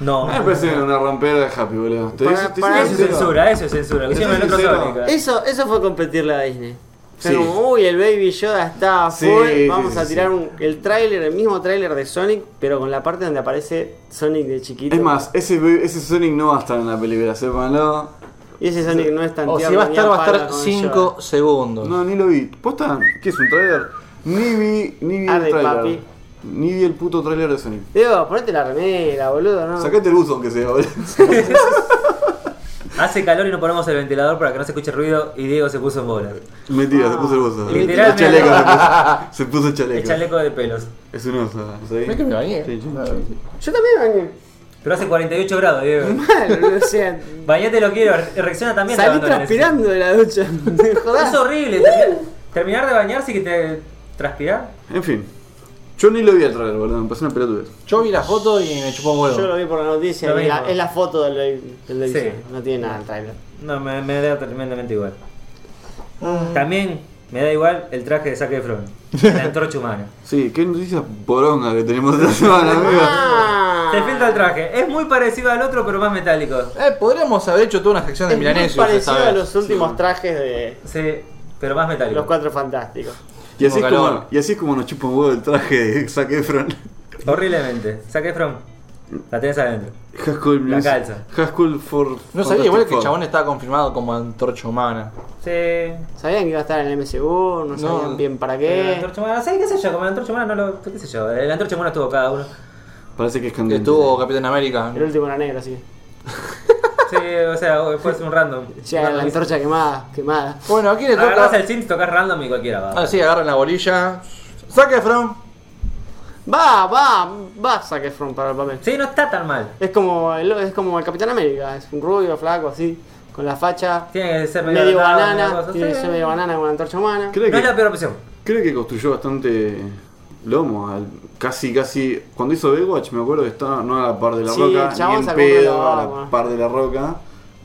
Speaker 2: No.
Speaker 1: Me parece una rampera de Happy, boludo. Te
Speaker 4: Para-
Speaker 1: dice- te
Speaker 4: para-
Speaker 2: Eso
Speaker 1: dice
Speaker 2: es
Speaker 1: sincero.
Speaker 2: censura, eso es censura. Lo
Speaker 1: Eso
Speaker 2: hicieron
Speaker 1: es
Speaker 2: el otro
Speaker 1: censura.
Speaker 2: Sonic.
Speaker 4: Eso, eso fue competirle a Disney. O sea,
Speaker 1: Sí.
Speaker 4: como, uy, el Baby Yoda está a
Speaker 1: Sí,
Speaker 4: full,
Speaker 1: sí,
Speaker 4: vamos
Speaker 1: sí,
Speaker 4: a
Speaker 1: sí.
Speaker 4: tirar un- el tráiler, el mismo tráiler de Sonic, pero con la parte donde aparece Sonic de chiquito.
Speaker 1: Es más, ese, be- ese Sonic no va a estar en la película, sépanlo.
Speaker 4: Y ese Sonic no es tan
Speaker 3: O si
Speaker 4: tierno
Speaker 3: Oh, va a
Speaker 4: ni
Speaker 3: estar, va a
Speaker 4: palo
Speaker 3: estar
Speaker 4: con el
Speaker 3: 5 segundos.
Speaker 1: No, ni lo vi. ¿Posta? ¿Qué es un trailer? Ni vi, ni vi
Speaker 4: Yoda.
Speaker 1: el
Speaker 4: Arre,
Speaker 1: trailer.
Speaker 4: papi.
Speaker 1: Ni vi el puto trailer de Sonic.
Speaker 4: Diego, ponete la remera, boludo, ¿no?
Speaker 1: Sacate el buzo aunque sea, boludo. [LAUGHS]
Speaker 2: Hace calor y no ponemos el ventilador para que no se escuche ruido y Diego se puso en bola.
Speaker 1: Mentira, se puso el buzo.
Speaker 2: Literal,
Speaker 1: El chaleco se puso. Se puso el
Speaker 2: Es
Speaker 1: chaleco.
Speaker 2: chaleco de pelos.
Speaker 1: Es un oso, ¿no
Speaker 3: ¿Ves que me
Speaker 1: sabía?
Speaker 3: bañé?
Speaker 1: Sí, sí,
Speaker 3: Ah,
Speaker 1: sí.
Speaker 4: Yo también bañé.
Speaker 2: Pero hace 48 grados, Diego.
Speaker 4: Mal, boludo, o sea,
Speaker 2: Bañate lo quiero, re- reacciona también.
Speaker 4: Mm. salí
Speaker 2: te abandonan eso.
Speaker 4: transpirando de la [LAUGHS] ducha. Joder.
Speaker 2: Es horrible. termi- Terminar de bañarse y que te transpirar.
Speaker 1: En fin. Yo ni lo vi al trailer, boludo. Me pasó una pelotudez.
Speaker 3: Yo vi la foto y me chupó un huevo.
Speaker 4: Yo lo vi por la noticia,
Speaker 2: Lo
Speaker 4: es la,
Speaker 2: mismo.
Speaker 4: es la foto del del
Speaker 2: Sí.
Speaker 4: edificio, No tiene nada el trailer.
Speaker 2: No, me, me da tremendamente igual.
Speaker 3: Mm.
Speaker 2: También me da igual el traje de Zac Efron. La antorcha humana.
Speaker 1: Sí, qué noticias poronga que tenemos esta semana, amigo.
Speaker 4: Ah,
Speaker 2: Se filtra el traje. Es muy parecido al otro, pero más metálico.
Speaker 3: Eh, podríamos haber hecho toda una sección de
Speaker 4: es muy
Speaker 3: milanesios.
Speaker 4: parecido
Speaker 3: esta
Speaker 4: a
Speaker 3: vez.
Speaker 4: los últimos trajes de
Speaker 2: Sí, pero más metálico.
Speaker 4: los cuatro fantásticos.
Speaker 1: Y así, es como,
Speaker 3: calor.
Speaker 1: y así es como nos chupa un huevo el traje de Zac Efron. [LAUGHS]
Speaker 2: Horriblemente. Zac Efron, la tenés adentro.
Speaker 1: Haskell,
Speaker 2: La calza.
Speaker 1: Haskell for.
Speaker 3: No sabía igual que el chabón
Speaker 1: chabones
Speaker 3: estaba confirmado como antorcha humana.
Speaker 2: Sí.
Speaker 4: Sabían que iba a estar en el MCU, no sabían bien para
Speaker 2: Pero La
Speaker 4: qué.
Speaker 2: antorcha humana, sí, qué sé yo, como la antorcha humana no lo. qué sé yo. eh, La antorcha humana estuvo cada uno.
Speaker 1: Parece que es
Speaker 3: Que
Speaker 1: candente.
Speaker 3: estuvo Capitán América.
Speaker 4: El último era negro, así.
Speaker 2: Sí, o sea, fue un random.
Speaker 4: [LAUGHS] Llega la antorcha quemada, quemada.
Speaker 3: Bueno, aquí le
Speaker 2: Agarrás
Speaker 3: toca.
Speaker 2: el Sims, tocas random y cualquiera va.
Speaker 3: Ah, sí, agarran la bolilla. Saque From.
Speaker 4: Va, va, va, saque From para el papel.
Speaker 2: Sí, no está tan mal.
Speaker 4: Es como el, es como el Capitán América, es un rubio, flaco, así, con la facha
Speaker 2: Tiene que ser medio,
Speaker 4: medio
Speaker 2: random,
Speaker 4: banana,
Speaker 2: una cosa,
Speaker 4: tiene que
Speaker 2: sí.
Speaker 4: ser medio banana con una antorcha humana.
Speaker 1: Creo
Speaker 2: No
Speaker 1: que,
Speaker 2: es la peor opción.
Speaker 1: creo que construyó bastante lomo. al- casi, casi. Cuando hizo Baywatch, me acuerdo que estaba no a la par de la
Speaker 4: Sí, el
Speaker 1: roca,
Speaker 4: chabón
Speaker 1: ni en
Speaker 4: sacó un
Speaker 1: pedo
Speaker 4: reloj,
Speaker 1: a la
Speaker 4: bueno.
Speaker 1: par de la roca.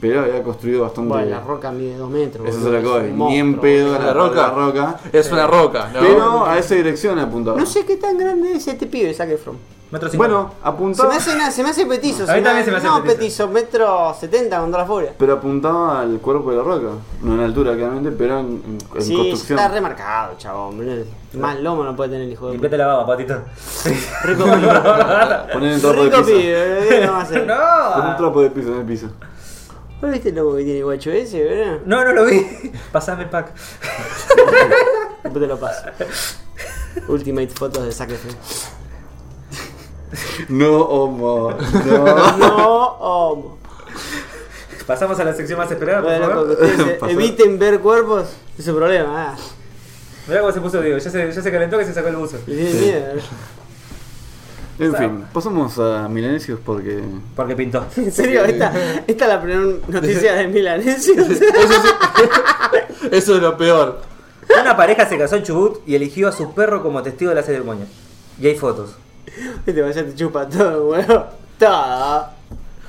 Speaker 1: Pero había construido bastante.
Speaker 4: Bueno, la roca mide dos metros.
Speaker 1: Eso es
Speaker 4: boludo,
Speaker 1: otra cosa.
Speaker 4: un
Speaker 1: Ni en
Speaker 4: monstruo,
Speaker 1: pedo a
Speaker 4: boludo.
Speaker 1: la,
Speaker 3: La
Speaker 1: par de la roca.
Speaker 3: Es una roca, ¿no?
Speaker 1: Pero a esa dirección apuntaba.
Speaker 4: No sé qué tan grande es este pibe, saque From.
Speaker 2: Metro cincuenta.
Speaker 1: Bueno,
Speaker 4: Se me
Speaker 1: apuntaba.
Speaker 4: hace, na- se me hace petizo.
Speaker 2: A mí también se me hace
Speaker 4: No, petizo,
Speaker 2: petizo.
Speaker 4: metro 70 contra la furia.
Speaker 1: Pero apuntaba al cuerpo de la roca. No en altura, claramente, pero en, en- en
Speaker 4: Sí,
Speaker 1: construcción.
Speaker 4: está remarcado, chabón. boludo. Más lomo no puede tener el hijo de puta.
Speaker 2: Limpiate la baba, patito. [LAUGHS]
Speaker 4: Rico pibe.
Speaker 1: Poner en trapo de
Speaker 4: Rico
Speaker 1: piso.
Speaker 4: pibe, ¿qué vamos a hacer?
Speaker 1: Con un
Speaker 2: no.
Speaker 1: trapo de piso en el piso.
Speaker 4: ¿Vos viste el loco que tiene el guacho ese, verdad?
Speaker 2: No, no lo vi. [LAUGHS] Pasame el pack. [LAUGHS]
Speaker 4: Después te lo paso. Ultimate fotos de Zac Efron.
Speaker 1: No homo.
Speaker 4: [LAUGHS]
Speaker 1: No.
Speaker 4: No, homo.
Speaker 2: Pasamos a la sección más esperada, Ah, por
Speaker 4: Bueno, loco, que
Speaker 2: favor.
Speaker 4: ustedes eh,
Speaker 1: [LAUGHS] Pasó.
Speaker 4: eviten ver cuerpos, es su problema. Ah,
Speaker 2: Mirá cómo se puso Diego. Ya se, ya se calentó que se sacó el buzo.
Speaker 4: le tienen miedo.
Speaker 1: En fin, pasamos a Milanesios porque.
Speaker 2: Porque pintó.
Speaker 4: [LAUGHS] En serio, esta, esta es la primera noticia de ¿eh? Milanesios. [LAUGHS]
Speaker 3: [LAUGHS] Eso es lo peor.
Speaker 2: Una pareja se casó en Chubut y eligió a su perro como testigo de la ceremonia. Y hay fotos.
Speaker 4: Este vaya te chupa todo, weón. Todo.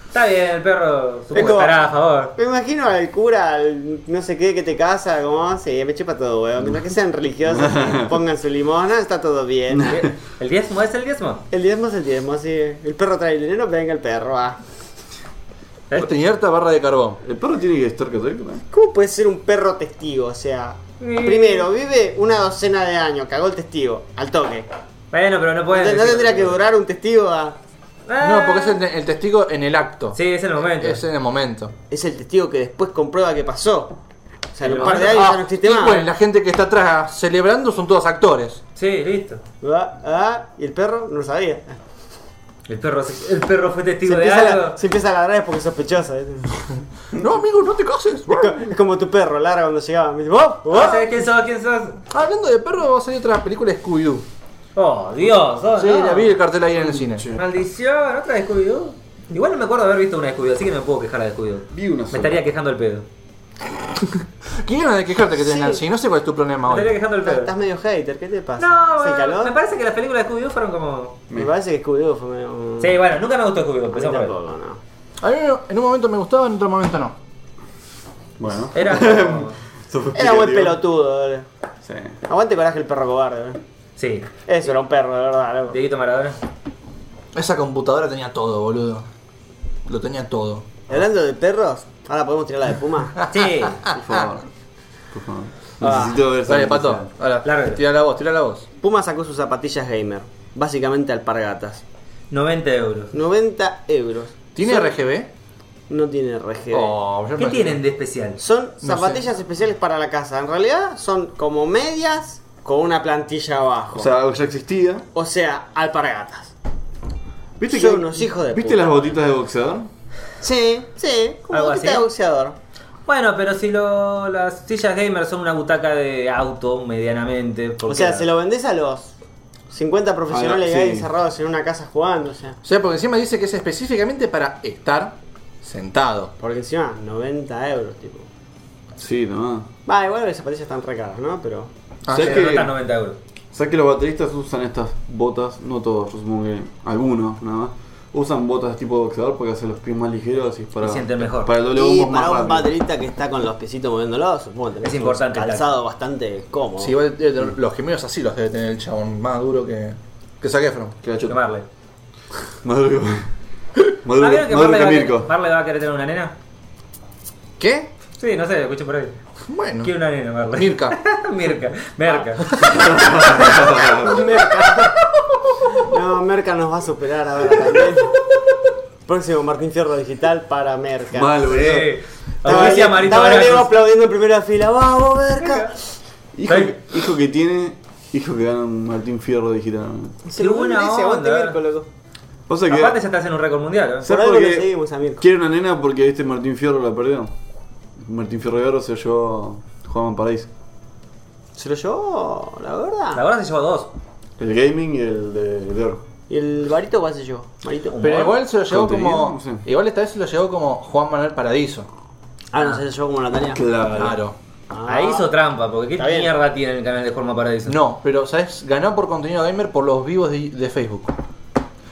Speaker 2: Está bien, el perro
Speaker 4: Es
Speaker 2: supongo que
Speaker 4: como-
Speaker 2: estará a favor.
Speaker 4: Me imagino al cura, al no sé qué, que te casa, como, sí, me chupa todo, weón. Mientras que sean religiosos, que pongan su limona, está todo bien.
Speaker 2: ¿El diezmo es el diezmo?
Speaker 4: El diezmo es el diezmo, así. El perro trae el dinero, venga el perro, ah.
Speaker 2: ¿Eh?
Speaker 3: Tenierta barra de carbón.
Speaker 1: ¿El perro tiene que estar católico? eh?
Speaker 4: ¿Cómo puede ser un perro testigo? O sea,
Speaker 2: Mm.
Speaker 4: primero, vive una docena de años, cagó el testigo, al toque.
Speaker 2: Bueno, pero no puede. Ah.
Speaker 4: No, no tendría que durar un testigo ah. a...
Speaker 3: No, porque es el, el testigo en el acto.
Speaker 2: Sí, es el momento.
Speaker 3: Es en el momento.
Speaker 4: Es el testigo que después comprueba que pasó. O sea, en un
Speaker 2: Pero- ah,
Speaker 4: par de años ya no existe
Speaker 3: Ah, y
Speaker 4: más.
Speaker 3: bueno, la gente que está atrás celebrando son todos actores.
Speaker 2: Sí, listo.
Speaker 4: Ah, ah, y el perro no lo sabía.
Speaker 2: El perro, se- el perro fue
Speaker 4: Si
Speaker 2: testigo de
Speaker 4: empieza, a
Speaker 2: algo.
Speaker 4: la- si empieza a ladrar es porque es sospechosa. ¿eh?
Speaker 3: No, amigo, no te
Speaker 2: [LAUGHS]
Speaker 3: cases. Ah,
Speaker 4: Es, co- es como tu perro, ladra cuando llegaba. Me dice, "Oh, oh".
Speaker 2: Ah, ¿Sabes quién sos? ¿Quién sos?
Speaker 3: Hablando de perro, va a salir otra película de Scooby-Doo.
Speaker 2: Oh, Dios. oh,
Speaker 3: Sí,
Speaker 2: no.
Speaker 3: la vi el cartel ahí en el cine.
Speaker 2: Maldición, otra de Scooby-Doo. Igual no me acuerdo de haber visto una de Scooby-Doo, así que no me puedo quejar de Scooby-Doo.
Speaker 1: Vi una
Speaker 2: Me
Speaker 1: sola.
Speaker 2: estaría quejando el pedo.
Speaker 3: ¿Qué ganas de quejarte que tenés, Nancy? No sé cuál es tu problema
Speaker 2: Me estaría
Speaker 3: hoy.
Speaker 2: quejando el
Speaker 4: Estás,
Speaker 2: pedo.
Speaker 4: estás medio hater, ¿qué te pasa?
Speaker 2: No,
Speaker 4: ¿Hace
Speaker 2: bueno,
Speaker 4: calor?
Speaker 2: me parece que las películas de Scooby-Doo fueron como.
Speaker 4: Me parece que Scooby-Doo fue medio...
Speaker 2: Sí, pues, bueno, nunca me gustó Scooby-Doo,
Speaker 4: A mí
Speaker 2: empezamos por ahí.
Speaker 4: tampoco, no.
Speaker 3: A mí en un momento me gustaba, en otro momento no.
Speaker 1: Bueno. [LAUGHS]
Speaker 2: [LAUGHS] Era como.
Speaker 1: Eso fue
Speaker 4: Era buen
Speaker 1: explicativo.
Speaker 4: pelotudo, boludo.
Speaker 1: Sí.
Speaker 4: Aguante coraje el perro cobarde, boludo.
Speaker 2: Sí,
Speaker 4: Eso era un perro, de verdad, loco.
Speaker 2: Dieguito Maradona.
Speaker 3: Esa computadora tenía todo, boludo. Lo tenía todo.
Speaker 4: Hablando de perros, ahora podemos tirar la de Puma.
Speaker 2: [LAUGHS] Sí,
Speaker 1: Por favor. Por favor.
Speaker 4: Ah.
Speaker 1: Necesito ver esa
Speaker 3: Dale,
Speaker 1: noticia.
Speaker 3: pato. Ahora,
Speaker 2: Larga.
Speaker 3: tira la voz, tira la voz.
Speaker 4: Puma sacó sus zapatillas gamer, básicamente alpargatas.
Speaker 2: 90 euros.
Speaker 4: 90 euros.
Speaker 3: ¿Tiene
Speaker 4: Son-
Speaker 3: RGB?
Speaker 4: No tiene RGB.
Speaker 3: Oh, yo
Speaker 2: ¿Qué
Speaker 3: me-
Speaker 2: tienen de especial?
Speaker 4: Son zapatillas especiales para la casa. En realidad son como medias con una plantilla abajo.
Speaker 1: O sea, algo ya existía.
Speaker 4: alpargatas.
Speaker 1: ¿Viste
Speaker 4: Son
Speaker 1: que-
Speaker 4: unos hijos de
Speaker 1: ¿Viste
Speaker 4: puta.
Speaker 1: las botitas de boxeador?
Speaker 4: Sí, sí, como
Speaker 2: ¿Algo
Speaker 4: botita
Speaker 2: así?
Speaker 4: de boxeador.
Speaker 2: Bueno, pero si lo, las sillas gamer son una butaca de auto, medianamente.
Speaker 4: O
Speaker 2: porque-
Speaker 4: sea, se lo vendés a los 50 profesionales
Speaker 1: Ah,
Speaker 4: que hay
Speaker 1: sí.
Speaker 4: encerrados en una casa jugando, o sea.
Speaker 3: O sea, porque encima dice que es específicamente para estar sentado.
Speaker 4: Porque encima, 90 euros, tipo.
Speaker 1: Sí, nomás.
Speaker 4: Va, igual las zapatillas están re caras, ¿no? Pero.
Speaker 3: Ah,
Speaker 1: ¿Sabes
Speaker 3: sí.
Speaker 2: Pero
Speaker 1: que-
Speaker 2: no está 90 euros.
Speaker 1: ¿Sabes que los bateristas usan estas botas? No todos, yo supongo que algunos nada más. Usan botas tipo boxeador porque hacen los pies más ligeros y para,
Speaker 2: Y sienten mejor.
Speaker 1: para el doble
Speaker 4: Y
Speaker 1: bombo es más
Speaker 4: para un
Speaker 1: rápido.
Speaker 4: baterista que está con los piecitos moviéndolo, supongo que tenés
Speaker 2: Es importante
Speaker 4: un
Speaker 2: el
Speaker 4: calzado bastante cómodo.
Speaker 3: Sí, igual debe tener- los gemidos así los debe tener el chabón más duro que. que Zac Efron.
Speaker 1: Que la chota.
Speaker 2: Quemarle.
Speaker 1: Más duro. Más duro, más
Speaker 2: ¿Ah, vieron que
Speaker 1: duro que
Speaker 2: Marley va, a
Speaker 1: [LAUGHS]
Speaker 2: querer-
Speaker 1: Mirko.
Speaker 2: Marley va a querer tener una nena?
Speaker 3: ¿Qué?
Speaker 2: Sí, no sé, lo escuché por ahí.
Speaker 3: Bueno.
Speaker 2: Quiero una nena, Marley.
Speaker 3: Mirka.
Speaker 2: [LAUGHS] Mirka. Merca.
Speaker 4: No, Merca nos va a superar ahora también. Próximo Martín Fierro Digital para Merca.
Speaker 1: Mal, boludo.
Speaker 2: Sí.
Speaker 4: Estaba,
Speaker 2: Auspicia Marito
Speaker 4: estaba
Speaker 2: Brazos.
Speaker 4: Leo aplaudiendo en primera fila. ¡Vamos, Merca!
Speaker 1: Hijo,
Speaker 2: Sí.
Speaker 1: hijo que tiene, hijo que gana un Martín Fierro digital.
Speaker 4: Se lo
Speaker 2: buena
Speaker 4: dice, aguante
Speaker 2: onda.
Speaker 4: Mirko, loco.
Speaker 1: Pasa que
Speaker 2: Aparte ya estás en un récord mundial, ¿eh?
Speaker 1: ¿Sabes
Speaker 4: Por algo
Speaker 1: por
Speaker 4: lo
Speaker 1: qué?
Speaker 4: seguimos a Mirko.
Speaker 1: quiere una nena porque este Martín Fierro la perdió. Martín Fierro de Oro se llevó Juan Paraíso.
Speaker 4: ¿Se lo llevó, la verdad?
Speaker 2: La verdad se llevó dos.
Speaker 1: El gaming y el de, de oro.
Speaker 4: ¿Y el varito cuál se llevó? ¿Marito?
Speaker 3: Pero igual se lo llevó
Speaker 1: Contenido,
Speaker 3: como.
Speaker 1: no sé.
Speaker 3: Igual esta vez se lo llevó como Juan Manuel Paradiso.
Speaker 4: Ah, no, se lo llevó como Natalia.
Speaker 3: Claro.
Speaker 4: Ah.
Speaker 2: Ahí hizo trampa, porque qué
Speaker 4: Está bien.
Speaker 2: mierda tiene el canal de Forma Paradiso.
Speaker 3: No, pero ¿sabes? Ganó por contenido gamer por los vivos de, de Facebook.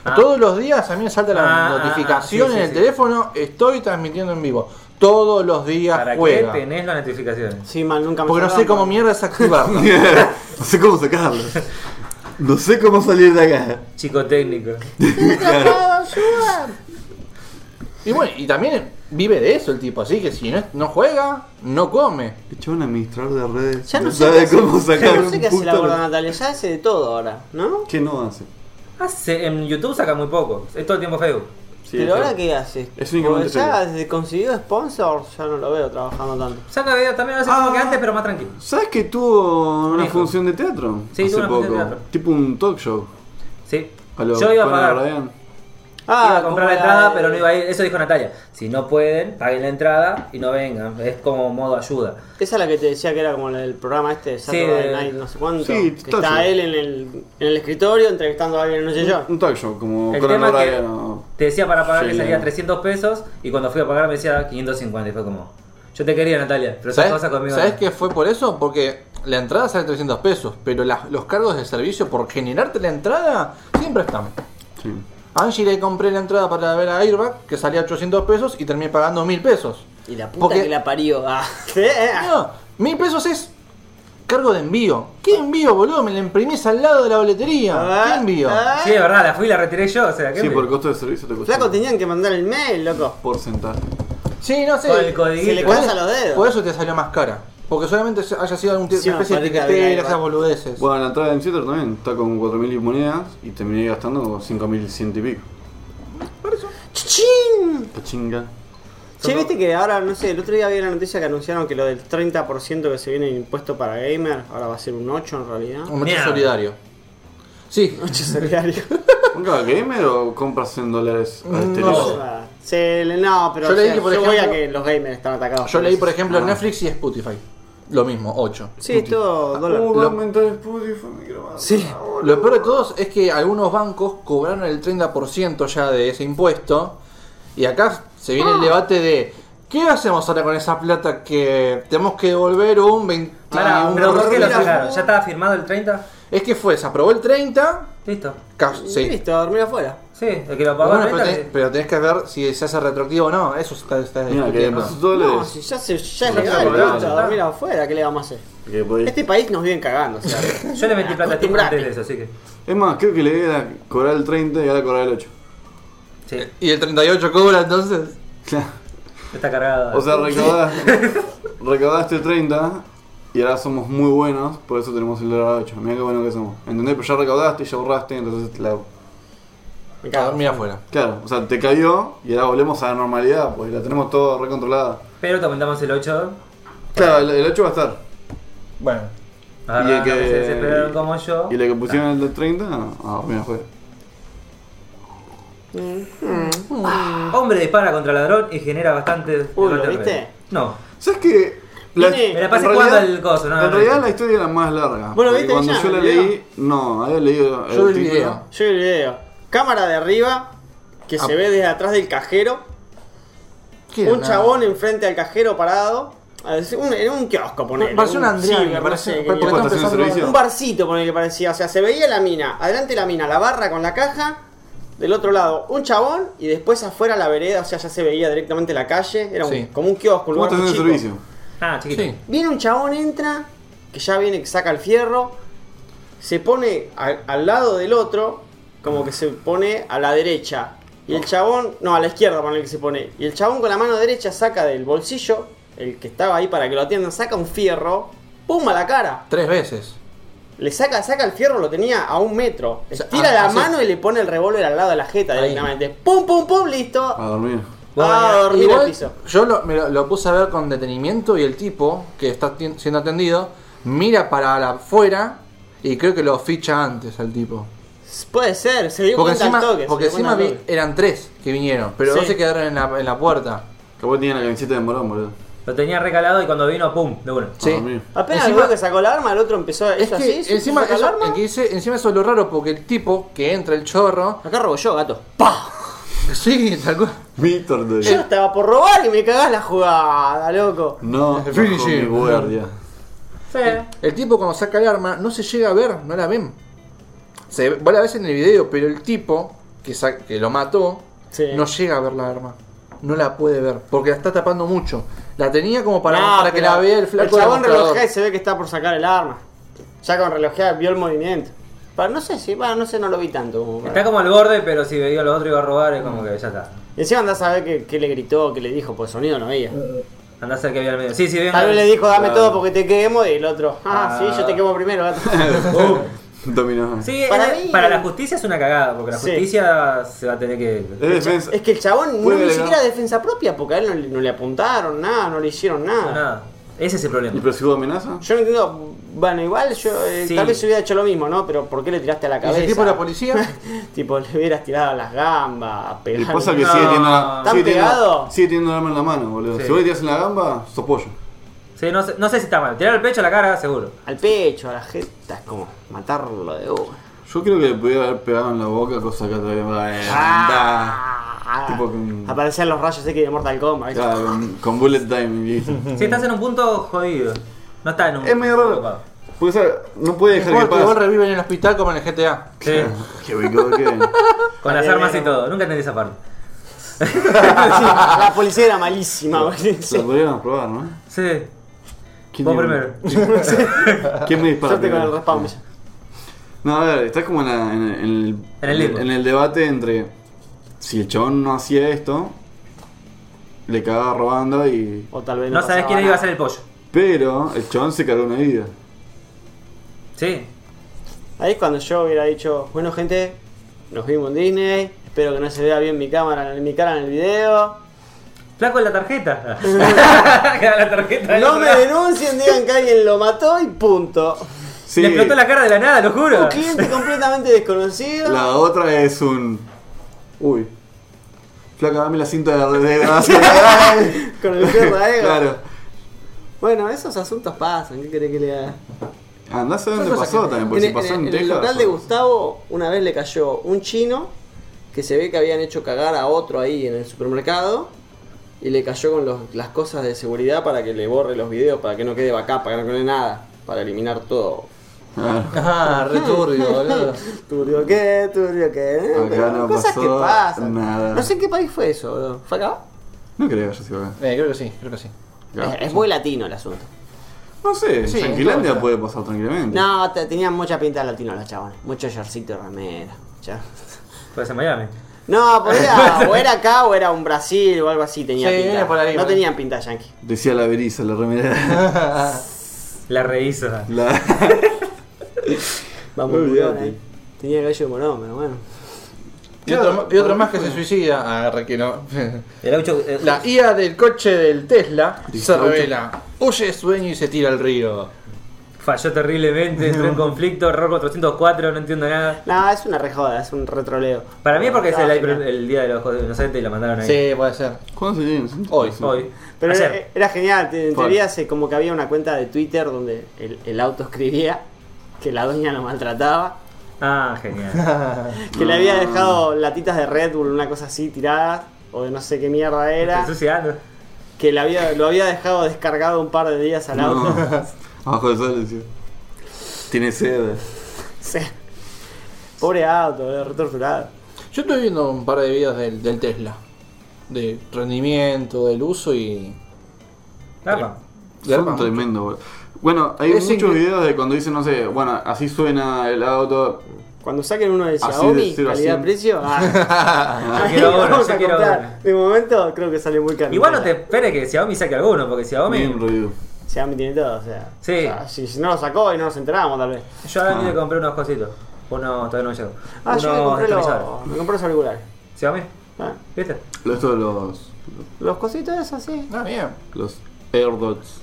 Speaker 2: Ah.
Speaker 3: Todos los días a mí me salta la
Speaker 2: Ah, ah,
Speaker 3: notificación
Speaker 2: ah, sí,
Speaker 3: en
Speaker 2: sí,
Speaker 3: el
Speaker 2: sí.
Speaker 3: teléfono, estoy transmitiendo en vivo. Todos los días
Speaker 2: ¿Para
Speaker 3: juega.
Speaker 2: qué tenés las notificaciones?
Speaker 4: Sí, mal, nunca me
Speaker 3: Porque no sé
Speaker 4: sacaron,
Speaker 3: cómo
Speaker 4: mal.
Speaker 3: mierda
Speaker 2: [LAUGHS]
Speaker 3: desactivarlo.
Speaker 1: no sé cómo sacarlo. No sé cómo salir de acá.
Speaker 2: Chico técnico.
Speaker 3: y bueno, y también vive de eso el tipo, así que si no, no juega, no come.
Speaker 1: Echó un administrador de redes.
Speaker 4: Ya no, sé qué
Speaker 1: sabe
Speaker 4: hace-
Speaker 1: cómo sacar
Speaker 4: ya no sé
Speaker 1: un
Speaker 4: qué hace la
Speaker 1: puto-
Speaker 4: gorda Natalia, ya hace de todo ahora, ¿no?
Speaker 1: ¿Qué no hace?
Speaker 2: Hace, en YouTube saca muy poco. Es todo el tiempo Facebook.
Speaker 4: Pero ahora qué hace?
Speaker 1: Es únicamente
Speaker 4: Porque ya
Speaker 1: tele.
Speaker 4: desde conseguido sponsor, ya no lo veo trabajando tanto.
Speaker 2: Saca videos también, hace
Speaker 1: Ah.
Speaker 2: como que antes, pero más tranquilo.
Speaker 1: ¿Sabes que tuvo una
Speaker 2: Hijo.
Speaker 1: función de teatro?
Speaker 2: Sí,
Speaker 1: hace
Speaker 2: tuvo una
Speaker 1: poco.
Speaker 2: función de teatro.
Speaker 1: Tipo un talk show.
Speaker 2: Sí.
Speaker 1: A lo
Speaker 2: Yo iba a
Speaker 1: Conan
Speaker 2: pagar.
Speaker 1: O'Brien.
Speaker 2: iba a comprar la
Speaker 4: Ah, como
Speaker 2: entrada, pero no iba a ir. Eso dijo Natalia. Si no pueden, paguen la entrada y no vengan. Es como modo ayuda.
Speaker 4: Esa es la que te decía que era como el programa este de Saturday
Speaker 2: de-
Speaker 4: Night, no sé cuánto.
Speaker 1: Sí,
Speaker 4: que
Speaker 1: todo
Speaker 4: está
Speaker 1: eso. Mm,
Speaker 4: él en el, en el escritorio entrevistando a alguien, no sé yo.
Speaker 1: Un talk show, como
Speaker 2: El
Speaker 1: Conan
Speaker 2: tema es que
Speaker 1: O'Brien o-
Speaker 2: te decía para pagar que
Speaker 1: Sí.
Speaker 2: salía 300 pesos y cuando fui a pagar me decía 550 y fue como... Yo te quería Natalia, pero esas
Speaker 3: ¿Sabes,
Speaker 2: cosas conmigo...
Speaker 3: ¿sabes
Speaker 2: no.
Speaker 3: qué fue por eso? Porque la entrada sale 300 pesos, pero las- los cargos de servicio por generarte la entrada siempre están.
Speaker 1: Sí.
Speaker 3: A Angie le compré la entrada para ver a Airbag, que salía 800 pesos y terminé pagando 1000 pesos.
Speaker 4: Y la puta
Speaker 3: Porque-
Speaker 4: que la parió. Ah,
Speaker 1: [LAUGHS]
Speaker 4: ¿eh?
Speaker 3: No, 1000 pesos es cargo de envío. ¿Qué envío, boludo? Me la imprimís al lado de la boletería. ¿Qué envío?
Speaker 4: Ah.
Speaker 2: Sí, de verdad, la fui y la retiré yo, o sea, ¿qué
Speaker 1: Sí,
Speaker 2: me-
Speaker 1: por costo de servicio te costó.
Speaker 4: Flaco tenían que mandar el mail, loco.
Speaker 1: Porcentaje.
Speaker 3: Sí, no sé.
Speaker 2: Con el codiguito.
Speaker 4: Se le
Speaker 3: Por
Speaker 4: cruza
Speaker 3: eso-
Speaker 4: los dedos.
Speaker 3: Por eso te salió más cara. Porque solamente se- haya sido algún tipo
Speaker 4: Sí,
Speaker 3: una
Speaker 4: me
Speaker 3: especie de
Speaker 4: parece que
Speaker 3: etiquetera,
Speaker 4: había-
Speaker 3: esas boludeces.
Speaker 1: Bueno, la entrada de Theater también está con 4.000 y monedas y terminé gastando con 5.100 y pico.
Speaker 4: ¡Chichín!
Speaker 1: Pachinga.
Speaker 4: Che, viste que ahora, no sé, el otro día había una noticia que anunciaron que lo del 30% que se viene el impuesto para gamer, ahora va a ser un 8 en realidad.
Speaker 3: Un muchacho
Speaker 2: Mierda.
Speaker 3: solidario.
Speaker 4: [LAUGHS]
Speaker 3: Sí.
Speaker 4: 8 solidario.
Speaker 1: [LAUGHS] ¿Nunca gamer o compras en dólares este al exterior?
Speaker 3: No.
Speaker 4: Se- no, pero
Speaker 3: Yo
Speaker 4: yo,
Speaker 3: leí que, por
Speaker 4: yo voy a
Speaker 3: ejemplo-
Speaker 4: que los gamers están atacados.
Speaker 3: Yo leí, por
Speaker 4: eso.
Speaker 3: ejemplo,
Speaker 1: Ah.
Speaker 3: Netflix y Spotify. Lo mismo, 8.
Speaker 4: Sí, es todo Ah, dólar.
Speaker 1: Uh, va a
Speaker 3: Lo-
Speaker 1: aumentar Spotify, me quiero matar.
Speaker 4: Sí.
Speaker 3: Lo peor de todos es que algunos bancos cobraron el 30% ya de ese impuesto. Y acá se viene
Speaker 4: Ah.
Speaker 3: el debate de ¿qué hacemos ahora con esa plata que tenemos que devolver un 20?
Speaker 2: Pará,
Speaker 3: un
Speaker 2: pero ¿por qué lo
Speaker 4: Mira,
Speaker 2: sacaron?
Speaker 4: vos-
Speaker 2: ¿Ya estaba firmado el 30?
Speaker 3: Es que fue, se aprobó el 30,
Speaker 2: Listo.
Speaker 3: ca- sí.
Speaker 4: Listo, a dormir afuera.
Speaker 2: Sí, el que lo pagó
Speaker 3: Bueno,
Speaker 2: el
Speaker 3: pero,
Speaker 2: 30...
Speaker 3: tenés, pero tenés que ver si se hace retroactivo o no, eso está, está
Speaker 1: Mira, que
Speaker 3: discutiendo.
Speaker 1: en
Speaker 4: Este No,
Speaker 1: dólares.
Speaker 4: si ya, se, ya es
Speaker 1: No,
Speaker 4: legal,
Speaker 1: no,
Speaker 4: listo,
Speaker 1: no,
Speaker 4: a
Speaker 1: no.
Speaker 4: dormir afuera, ¿qué le vamos a hacer?
Speaker 1: que
Speaker 3: Pues-
Speaker 1: podés-
Speaker 4: Este país nos viene cagando, o sea.
Speaker 2: que- Yo le metí plata a ti
Speaker 4: Acostumbrate.
Speaker 2: antes de eso, así que...
Speaker 1: Es más, creo que le era cobrar el 30 y ahora cobrar el 8.
Speaker 2: Sí,
Speaker 3: ¿Y el 38 cobra entonces?
Speaker 1: [LAUGHS] Claro.
Speaker 2: está cargada.
Speaker 1: O sea, recaudaste, recaudaste 30 y ahora somos muy buenos, por eso tenemos el dólar a 8. Mira qué bueno que somos. ¿Entendés? Pero ya recaudaste, ya ahorraste, entonces la...
Speaker 4: Me
Speaker 3: A
Speaker 4: cago.
Speaker 3: dormir afuera.
Speaker 1: Claro, o sea, te cayó y ahora volvemos a la normalidad, pues la tenemos todo recontrolada.
Speaker 2: Pero te aumentamos el 8...
Speaker 1: Claro, el, el 8 va a estar.
Speaker 3: Bueno.
Speaker 1: Y el
Speaker 2: Agarraron
Speaker 1: que-
Speaker 2: que se desesperaron como yo.
Speaker 1: Y le que pusieron el de 30, ah, mira, fue.
Speaker 2: Hombre dispara contra ladrón y genera bastante.
Speaker 4: Uy, ¿lo
Speaker 2: bastante
Speaker 4: viste?
Speaker 2: ruido. No.
Speaker 1: ¿Sabes qué?
Speaker 4: Tiene-
Speaker 2: Me la
Speaker 1: en
Speaker 2: pasé
Speaker 1: realidad-
Speaker 2: jugando al coso, no,
Speaker 1: En
Speaker 2: no,
Speaker 1: realidad
Speaker 2: no.
Speaker 1: la historia era más larga.
Speaker 4: Bueno,
Speaker 1: porque
Speaker 4: ¿viste
Speaker 1: Cuando
Speaker 4: ya
Speaker 1: yo la
Speaker 4: el video?
Speaker 1: leí, no, había leído el
Speaker 3: Yo vi el
Speaker 1: título.
Speaker 3: video.
Speaker 4: Yo vi el video. Cámara de arriba que
Speaker 3: Ah.
Speaker 4: se ve desde atrás del cajero.
Speaker 3: ¿Qué era?
Speaker 4: Un chabón enfrente al cajero parado. A ver, un- en un kiosco, ponele.
Speaker 3: Me pareció un Andriani,
Speaker 4: ciber,
Speaker 3: me pareció-
Speaker 4: no sé,
Speaker 3: porque
Speaker 4: que-
Speaker 1: Tipo
Speaker 3: está
Speaker 1: estación de
Speaker 3: empezando-
Speaker 1: servicio.
Speaker 4: un barcito, ponele que parecía. O sea, se veía la mina. Adelante la mina, la barra con la caja. Del otro lado, un chabón y después afuera la vereda. O sea, ya se veía directamente la calle. Era un-
Speaker 3: Sí.
Speaker 4: como un kiosco,
Speaker 1: ¿Cómo
Speaker 4: un lugar
Speaker 1: estás en
Speaker 4: muy
Speaker 1: el
Speaker 4: chico.
Speaker 1: servicio?
Speaker 2: Ah, chiquito.
Speaker 3: Sí.
Speaker 4: Viene un chabón, entra, que ya viene, que saca el fierro, se pone al, al lado del otro, como que se pone a la derecha. Y el chabón, no, a la izquierda, ponele que se pone. Y el chabón con la mano derecha saca del bolsillo, el que estaba ahí para que lo atiendan, saca un fierro, ¡pum! a la cara.
Speaker 3: Tres veces.
Speaker 4: Le saca, saca el fierro, lo tenía a un metro.
Speaker 3: O sea,
Speaker 4: Estira
Speaker 3: ah,
Speaker 4: la
Speaker 3: así.
Speaker 4: mano y le pone el revólver al lado de la jeta
Speaker 3: Ahí.
Speaker 4: directamente. ¡Pum, pum, pum! ¡Listo!
Speaker 1: A dormir.
Speaker 4: Ah,
Speaker 2: Bueno,
Speaker 4: dormir al
Speaker 3: Igual,
Speaker 4: piso.
Speaker 3: yo lo, me lo, lo puse a ver con detenimiento y el tipo que está ti- siendo atendido mira para la- afuera y creo que lo ficha antes al tipo.
Speaker 4: Puede ser, se dio
Speaker 3: Porque
Speaker 4: cuenta al
Speaker 3: encima,
Speaker 4: toque, se
Speaker 3: porque
Speaker 4: dio cuenta
Speaker 3: encima
Speaker 4: al
Speaker 3: vi-
Speaker 4: toque.
Speaker 3: eran tres que vinieron, pero
Speaker 4: Sí.
Speaker 3: dos se quedaron en la, en la puerta.
Speaker 1: Capaz tenía la camiseta de morón, boludo.
Speaker 2: Lo tenía recalado y cuando vino, pum, de una.
Speaker 1: A
Speaker 3: Sí.
Speaker 1: dormir.
Speaker 4: Apenas
Speaker 3: Encima-
Speaker 4: vio que sacó la arma, el otro empezó a.
Speaker 3: Es
Speaker 4: ¿Eso
Speaker 3: que
Speaker 4: así? ¿Sí?
Speaker 3: encima,
Speaker 4: ¿Sacó la
Speaker 3: eso,
Speaker 4: arma?
Speaker 3: el que dice- encima eso es lo raro porque el tipo que entra el chorro, [LAUGHS]
Speaker 4: Acá robo yo, gato.
Speaker 3: sí, tal cual.
Speaker 1: Víctor de.
Speaker 4: Yo estaba por robar y me cagás la jugada, loco. Eh,
Speaker 1: No,
Speaker 3: Sí,
Speaker 1: bajo mi
Speaker 3: sí.
Speaker 4: [LAUGHS]
Speaker 1: guardia.
Speaker 2: Sí.
Speaker 3: El tipo cuando saca el arma no se llega a ver, no la ven. Se, ve- vos la ves en el video, pero el tipo que, sa- que lo mató
Speaker 4: Sí.
Speaker 3: no llega a ver la arma. No la puede ver, porque la está tapando mucho. La tenía como para,
Speaker 4: No,
Speaker 3: para que
Speaker 4: pero
Speaker 3: la vea el flaco.
Speaker 4: El chabón
Speaker 3: del mostrador.
Speaker 4: relojea y se ve que está por sacar el arma. Ya con relojea vio el movimiento. Para, no sé si, bueno, no sé, no lo vi tanto. como para-
Speaker 2: Está como al borde, pero si veía a los otros iba a robar, es como que ya está.
Speaker 4: Y encima andás a ver qué, qué le gritó, qué le dijo, porque sonido no había.
Speaker 2: Andá a ser que había al medio. Sí, sí, bien.
Speaker 4: Tal vez le dijo, dame
Speaker 1: Claro.
Speaker 4: todo porque te quemo, y el otro,
Speaker 2: Ah.
Speaker 4: ah, sí, yo te quemo primero, gato.
Speaker 1: [LAUGHS] Dominó.
Speaker 2: Sí, es-
Speaker 4: Para
Speaker 2: para,
Speaker 4: mí-
Speaker 2: la justicia es una cagada, porque la
Speaker 4: Sí.
Speaker 2: justicia se va a tener
Speaker 1: Es
Speaker 2: que.
Speaker 1: defensa.
Speaker 4: es que el chabón no
Speaker 1: Puede,
Speaker 4: ni
Speaker 1: ¿no?
Speaker 4: siquiera defensa propia, porque a él no, le- no le apuntaron nada, no le hicieron
Speaker 2: No, nada. Ese es el
Speaker 1: ¿Y
Speaker 2: problema.
Speaker 1: pero si hubo amenaza?
Speaker 4: Yo no entiendo. Bueno, igual yo eh,
Speaker 2: Sí.
Speaker 4: tal vez hubiera hecho lo mismo, ¿no? Pero ¿por qué le tiraste a la
Speaker 3: ¿Y
Speaker 4: cabeza?
Speaker 3: ese tipo era [LAUGHS] policía?
Speaker 4: [LAUGHS] Tipo, le hubieras tirado a las gambas, a
Speaker 1: Y
Speaker 4: pegar.
Speaker 1: pasa que
Speaker 2: No.
Speaker 1: sigue teniendo la.
Speaker 4: ¿Están
Speaker 1: sigue teniendo-
Speaker 4: pegados?
Speaker 1: Sigue teniendo el arma en la mano, boludo.
Speaker 2: Sí.
Speaker 1: Si vos le tiras en la gamba, sos pollo.
Speaker 2: Sí, no, sé, no sé si está mal. Tirar el pecho a la cara, seguro.
Speaker 4: Al pecho, a la jeta, es como matarlo de una.
Speaker 1: Yo creo que le podía haber pegado en la boca, cosa que todavía me va a
Speaker 4: Ah,
Speaker 1: Tipo que-
Speaker 4: Aparecían los rayos X de Mortal Kombat. ¿viste?
Speaker 1: Claro, con, con bullet time,
Speaker 2: [LAUGHS]
Speaker 1: listo.
Speaker 2: Si estás en un punto jodido. No está en un.
Speaker 1: Es medio raro. Porque, ¿sabes? No puede dejar que
Speaker 3: Porque
Speaker 1: [LAUGHS]
Speaker 3: vos
Speaker 1: pase.
Speaker 3: reviven en el hospital como en el GTA.
Speaker 1: [LAUGHS]
Speaker 2: Sí.
Speaker 1: Que me quedo que-
Speaker 2: [LAUGHS] Con las
Speaker 4: Vale,
Speaker 2: armas y
Speaker 4: vale.
Speaker 2: todo. Nunca entendí esa parte.
Speaker 4: la policía era malísima, güey.
Speaker 1: La podríamos probar, ¿no?
Speaker 2: Sí.
Speaker 1: ¿Quién
Speaker 2: Vos
Speaker 1: dio-
Speaker 2: primero.
Speaker 1: [LAUGHS] ¿Quién
Speaker 2: [LAUGHS]
Speaker 1: me dispara?
Speaker 4: Suerte con el
Speaker 1: primero?
Speaker 4: respawn.
Speaker 1: No, a ver, estás como en, la- en el,
Speaker 2: En el limbo.
Speaker 1: en el debate entre si el chabón no hacía esto, le cagaba robando y.
Speaker 4: O tal vez no.
Speaker 2: No sabés
Speaker 4: pasaba
Speaker 2: quién iba a
Speaker 4: nada.
Speaker 2: ser el pollo.
Speaker 1: Pero el chabón se cargó una vida.
Speaker 2: Sí.
Speaker 4: Ahí es cuando yo hubiera dicho, bueno gente, nos vimos en Disney, espero que no se vea bien mi cámara, mi cara en el video.
Speaker 2: Flaco de la tarjeta. [LAUGHS] Queda la tarjeta. del
Speaker 4: No
Speaker 2: otro
Speaker 4: me
Speaker 2: lado.
Speaker 4: denuncien, digan que alguien lo mató y punto.
Speaker 1: Sí,
Speaker 2: Le explotó la cara de la nada, lo
Speaker 4: Un
Speaker 2: juro.
Speaker 4: cliente completamente desconocido.
Speaker 1: la otra es un. Uy. Flaca, dame la cinta de de gracia.
Speaker 4: [LAUGHS] Con el perro
Speaker 1: [LAUGHS]
Speaker 4: de
Speaker 1: Claro.
Speaker 4: Bueno, esos asuntos pasan, ¿qué querés que le haga?
Speaker 1: Andás a ver
Speaker 3: Son
Speaker 1: Ah, dónde
Speaker 3: cosas
Speaker 1: pasó
Speaker 3: que-
Speaker 1: también,
Speaker 4: En,
Speaker 1: porque si
Speaker 4: el-
Speaker 1: Pues pasó
Speaker 4: en
Speaker 1: en,
Speaker 4: el- en
Speaker 1: Texas.
Speaker 4: el local de
Speaker 1: o-
Speaker 4: Gustavo una vez le cayó un chino que se ve que habían hecho cagar a otro ahí en el supermercado y le cayó con los- las cosas de seguridad para que le borre los videos, para que no quede backup, para que no quede nada, para eliminar todo.
Speaker 1: Ah,
Speaker 3: Ah, re turbio, [LAUGHS] boludo.
Speaker 4: [LAUGHS]
Speaker 3: Eh,
Speaker 4: Turbio qué, turbio qué. ¿eh?
Speaker 1: Acá
Speaker 4: Pero
Speaker 1: no
Speaker 4: cosas
Speaker 1: pasó
Speaker 4: que pasan.
Speaker 1: nada.
Speaker 4: No sé en qué país fue eso, boludo. ¿Fue acá?
Speaker 1: No creo que haya sido acá.
Speaker 3: Eh, creo que sí, creo que sí.
Speaker 1: Claro.
Speaker 4: Eh, Es, es muy latino el asunto.
Speaker 1: No sé,
Speaker 3: Sí,
Speaker 1: en Finlandia
Speaker 3: todo.
Speaker 1: puede pasar tranquilamente.
Speaker 4: No, te- tenían mucha pinta de latino los chavales. Mucho yorcito de remera. ya.
Speaker 2: Pues en Miami.
Speaker 4: No, pues era, o era acá o era un Brasil o algo así tenía
Speaker 3: Sí,
Speaker 4: pinta.
Speaker 3: era por ahí,
Speaker 4: no
Speaker 3: por ahí.
Speaker 4: tenían pinta yankee.
Speaker 1: Decía la beriza, la remera.
Speaker 2: La rehizo.
Speaker 1: La- [LAUGHS]
Speaker 4: Vamos,
Speaker 1: Olvídate.
Speaker 4: Murón, ahí. Tenía el gallo de Morón, pero bueno.
Speaker 3: Y otro, y otro más que se suicida. Ah, re que no. [LAUGHS]
Speaker 2: El aucho. eh,
Speaker 3: La IA del coche del Tesla se
Speaker 1: Listo,
Speaker 3: revela. Huye sueño y se tira al río.
Speaker 2: Falló terriblemente, entró en conflicto, error 404, no entiendo nada.
Speaker 4: No, es una rejoda, es un retroleo.
Speaker 2: Para mí es porque es el, eh,
Speaker 4: Ah,
Speaker 2: el-
Speaker 4: genial.
Speaker 2: el día de los inocentes y lo mandaron ahí.
Speaker 3: Sí, eh, puede ser.
Speaker 1: ¿Cuándo se tiene?
Speaker 3: Hoy.
Speaker 2: Hoy.
Speaker 4: Pero era,
Speaker 2: Ayer.
Speaker 4: era genial, te- en
Speaker 1: Fue.
Speaker 4: teoría se, como que había una cuenta de Twitter donde el, el auto escribía que la doña lo maltrataba,
Speaker 2: Ah, genial.
Speaker 3: [LAUGHS]
Speaker 4: que le había dejado latitas de Red Bull, una cosa así tiradas, o de no sé qué mierda era,
Speaker 2: Estoy suicidando.
Speaker 4: que le había, lo había dejado descargado un par de días al auto.
Speaker 1: No. [LAUGHS] Abajo del sol, decía. Tiene sed.
Speaker 4: [LAUGHS] Sí. Pobre auto, eh, boludo, re torturado.
Speaker 3: Yo estoy viendo un par de videos del, del Tesla. De rendimiento, del uso y.
Speaker 2: Tapa.
Speaker 1: Son
Speaker 3: garpa mucho.
Speaker 1: tremendo, boludo. Bueno, hay
Speaker 3: Es
Speaker 1: muchos
Speaker 3: incre-
Speaker 1: videos de cuando dicen, no sé, bueno, así suena el auto.
Speaker 4: Cuando saquen uno de
Speaker 1: Así de
Speaker 4: Xiaomi,
Speaker 1: cero a cien.
Speaker 2: [LAUGHS]
Speaker 4: calidad-precio, ah,
Speaker 2: Yo
Speaker 4: ahí
Speaker 2: quiero uno,
Speaker 4: vamos
Speaker 2: yo
Speaker 4: a
Speaker 2: quiero
Speaker 4: comprar.
Speaker 2: uno.
Speaker 4: De momento creo que sale muy caro.
Speaker 2: Igual no te esperes que Xiaomi saque alguno, porque
Speaker 1: Bien
Speaker 2: Xiaomi.
Speaker 1: review.
Speaker 4: Xiaomi tiene todo, o sea.
Speaker 2: Sí.
Speaker 4: o sea, si, si no lo sacó y no nos enterábamos tal vez.
Speaker 2: Yo a mí
Speaker 1: Ah.
Speaker 2: le compré unos cositos. Uno todavía no me llegó.
Speaker 4: Ah, yo me
Speaker 2: Unos
Speaker 4: compré,
Speaker 2: destornilladores.
Speaker 4: los, me compré los auriculares.
Speaker 2: Xiaomi,
Speaker 4: Ah,
Speaker 2: ¿viste?
Speaker 1: Lo- Esto de los,
Speaker 4: Los cositos esos, sí.
Speaker 3: Ah, bien.
Speaker 1: los AirDots.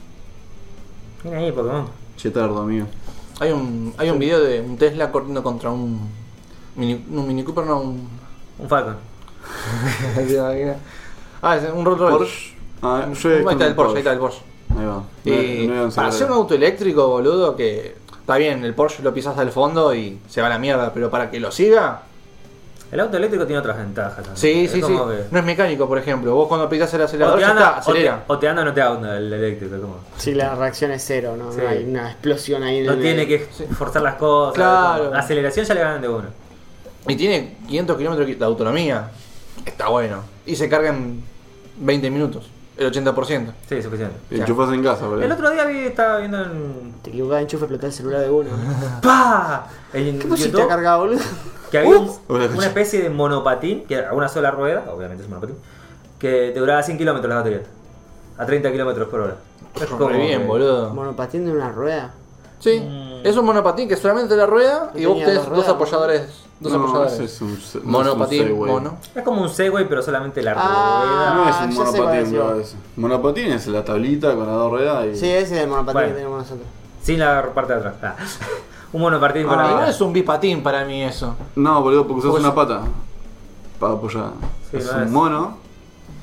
Speaker 2: Mira ahí, Pokémon.
Speaker 1: Chetardo, amigo.
Speaker 3: Hay un, hay un video de un Tesla corriendo contra un. Mini, un Mini Cooper, no, un.
Speaker 2: Un Falcon.
Speaker 3: ¿Te imaginas? ah, es un Rolls Royce.
Speaker 1: Porsche. Ah, yo
Speaker 3: Ahí está el Porsche, ahí está el Porsche.
Speaker 1: Ahí va.
Speaker 3: Y
Speaker 1: No- no iba a
Speaker 3: para
Speaker 1: encerrar.
Speaker 3: hacer un auto eléctrico, boludo, que está bien, el Porsche lo pisas al fondo y se va a la mierda, pero para que lo siga,
Speaker 2: El auto eléctrico tiene otras ventajas. también.
Speaker 3: sí,
Speaker 2: Ah, Es
Speaker 3: sí, sí.
Speaker 2: como que-
Speaker 3: No es mecánico, por ejemplo. Vos cuando pisas el
Speaker 2: O
Speaker 3: acelerador,
Speaker 2: te,
Speaker 3: ya
Speaker 2: anda,
Speaker 3: está,
Speaker 2: o, te,
Speaker 3: acelera.
Speaker 2: o te anda o no te anda el eléctrico. es como-
Speaker 4: Si la reacción es cero, ¿no?
Speaker 2: Sí.
Speaker 4: No hay una explosión ahí en
Speaker 2: No
Speaker 4: el-
Speaker 2: tiene que forzar las cosas.
Speaker 3: Claro.
Speaker 2: como- Aceleración ya le ganan de uno.
Speaker 3: Y tiene 500 kilómetros de autonomía. Está bueno. Y se carga en 20 minutos, el 80%.
Speaker 2: Sí, suficiente.
Speaker 1: Enchufas en casa, boludo.
Speaker 2: El otro día vi, estaba viendo en.
Speaker 4: Te equivocás de enchufe, explotás el celular
Speaker 2: [LAUGHS]
Speaker 4: de uno.
Speaker 2: ¡Pah! En
Speaker 4: ¿Qué pusiste
Speaker 2: YouTube,
Speaker 4: a cargar, boludo?
Speaker 2: Que había un-
Speaker 1: Hola,
Speaker 2: una
Speaker 1: escucha.
Speaker 2: especie de monopatín, que era una sola rueda, obviamente es un monopatín, que te duraba 100 kilómetros la batería. A 30 kilómetros por hora.
Speaker 3: Es
Speaker 2: como
Speaker 3: bien,
Speaker 2: que-
Speaker 3: boludo.
Speaker 4: Monopatín de una rueda.
Speaker 3: Sí, es un monopatín que solamente la rueda
Speaker 4: No
Speaker 3: y vos
Speaker 4: tenía
Speaker 3: tenés
Speaker 4: dos
Speaker 3: dos
Speaker 4: ruedas,
Speaker 3: apoyadores. Dos
Speaker 1: No,
Speaker 3: apoyadores.
Speaker 1: ese es un se- no es un
Speaker 3: monopatín,
Speaker 1: Segway.
Speaker 3: mono.
Speaker 2: Es como un Segway, pero solamente la
Speaker 4: Ah.
Speaker 1: No es
Speaker 4: ya
Speaker 1: un
Speaker 4: sé cuál
Speaker 1: monopatín,
Speaker 4: decís vos.
Speaker 1: bro, ese. Monopatín es la tablita con las dos ruedas y.
Speaker 4: Sí, ese es el monopatín
Speaker 2: Bueno.
Speaker 4: que tenemos nosotros.
Speaker 2: rueda. Sin la parte de atrás. Ah. [LAUGHS] Un monopatín con
Speaker 1: Ah,
Speaker 2: la
Speaker 3: Igual
Speaker 2: mitad.
Speaker 3: es un bipatín para mí eso.
Speaker 1: No, boludo, porque usas
Speaker 3: Porque
Speaker 1: una
Speaker 3: es-
Speaker 1: pata. Para apoyar.
Speaker 2: Sí,
Speaker 1: es
Speaker 2: no
Speaker 1: un
Speaker 2: es-
Speaker 1: mono.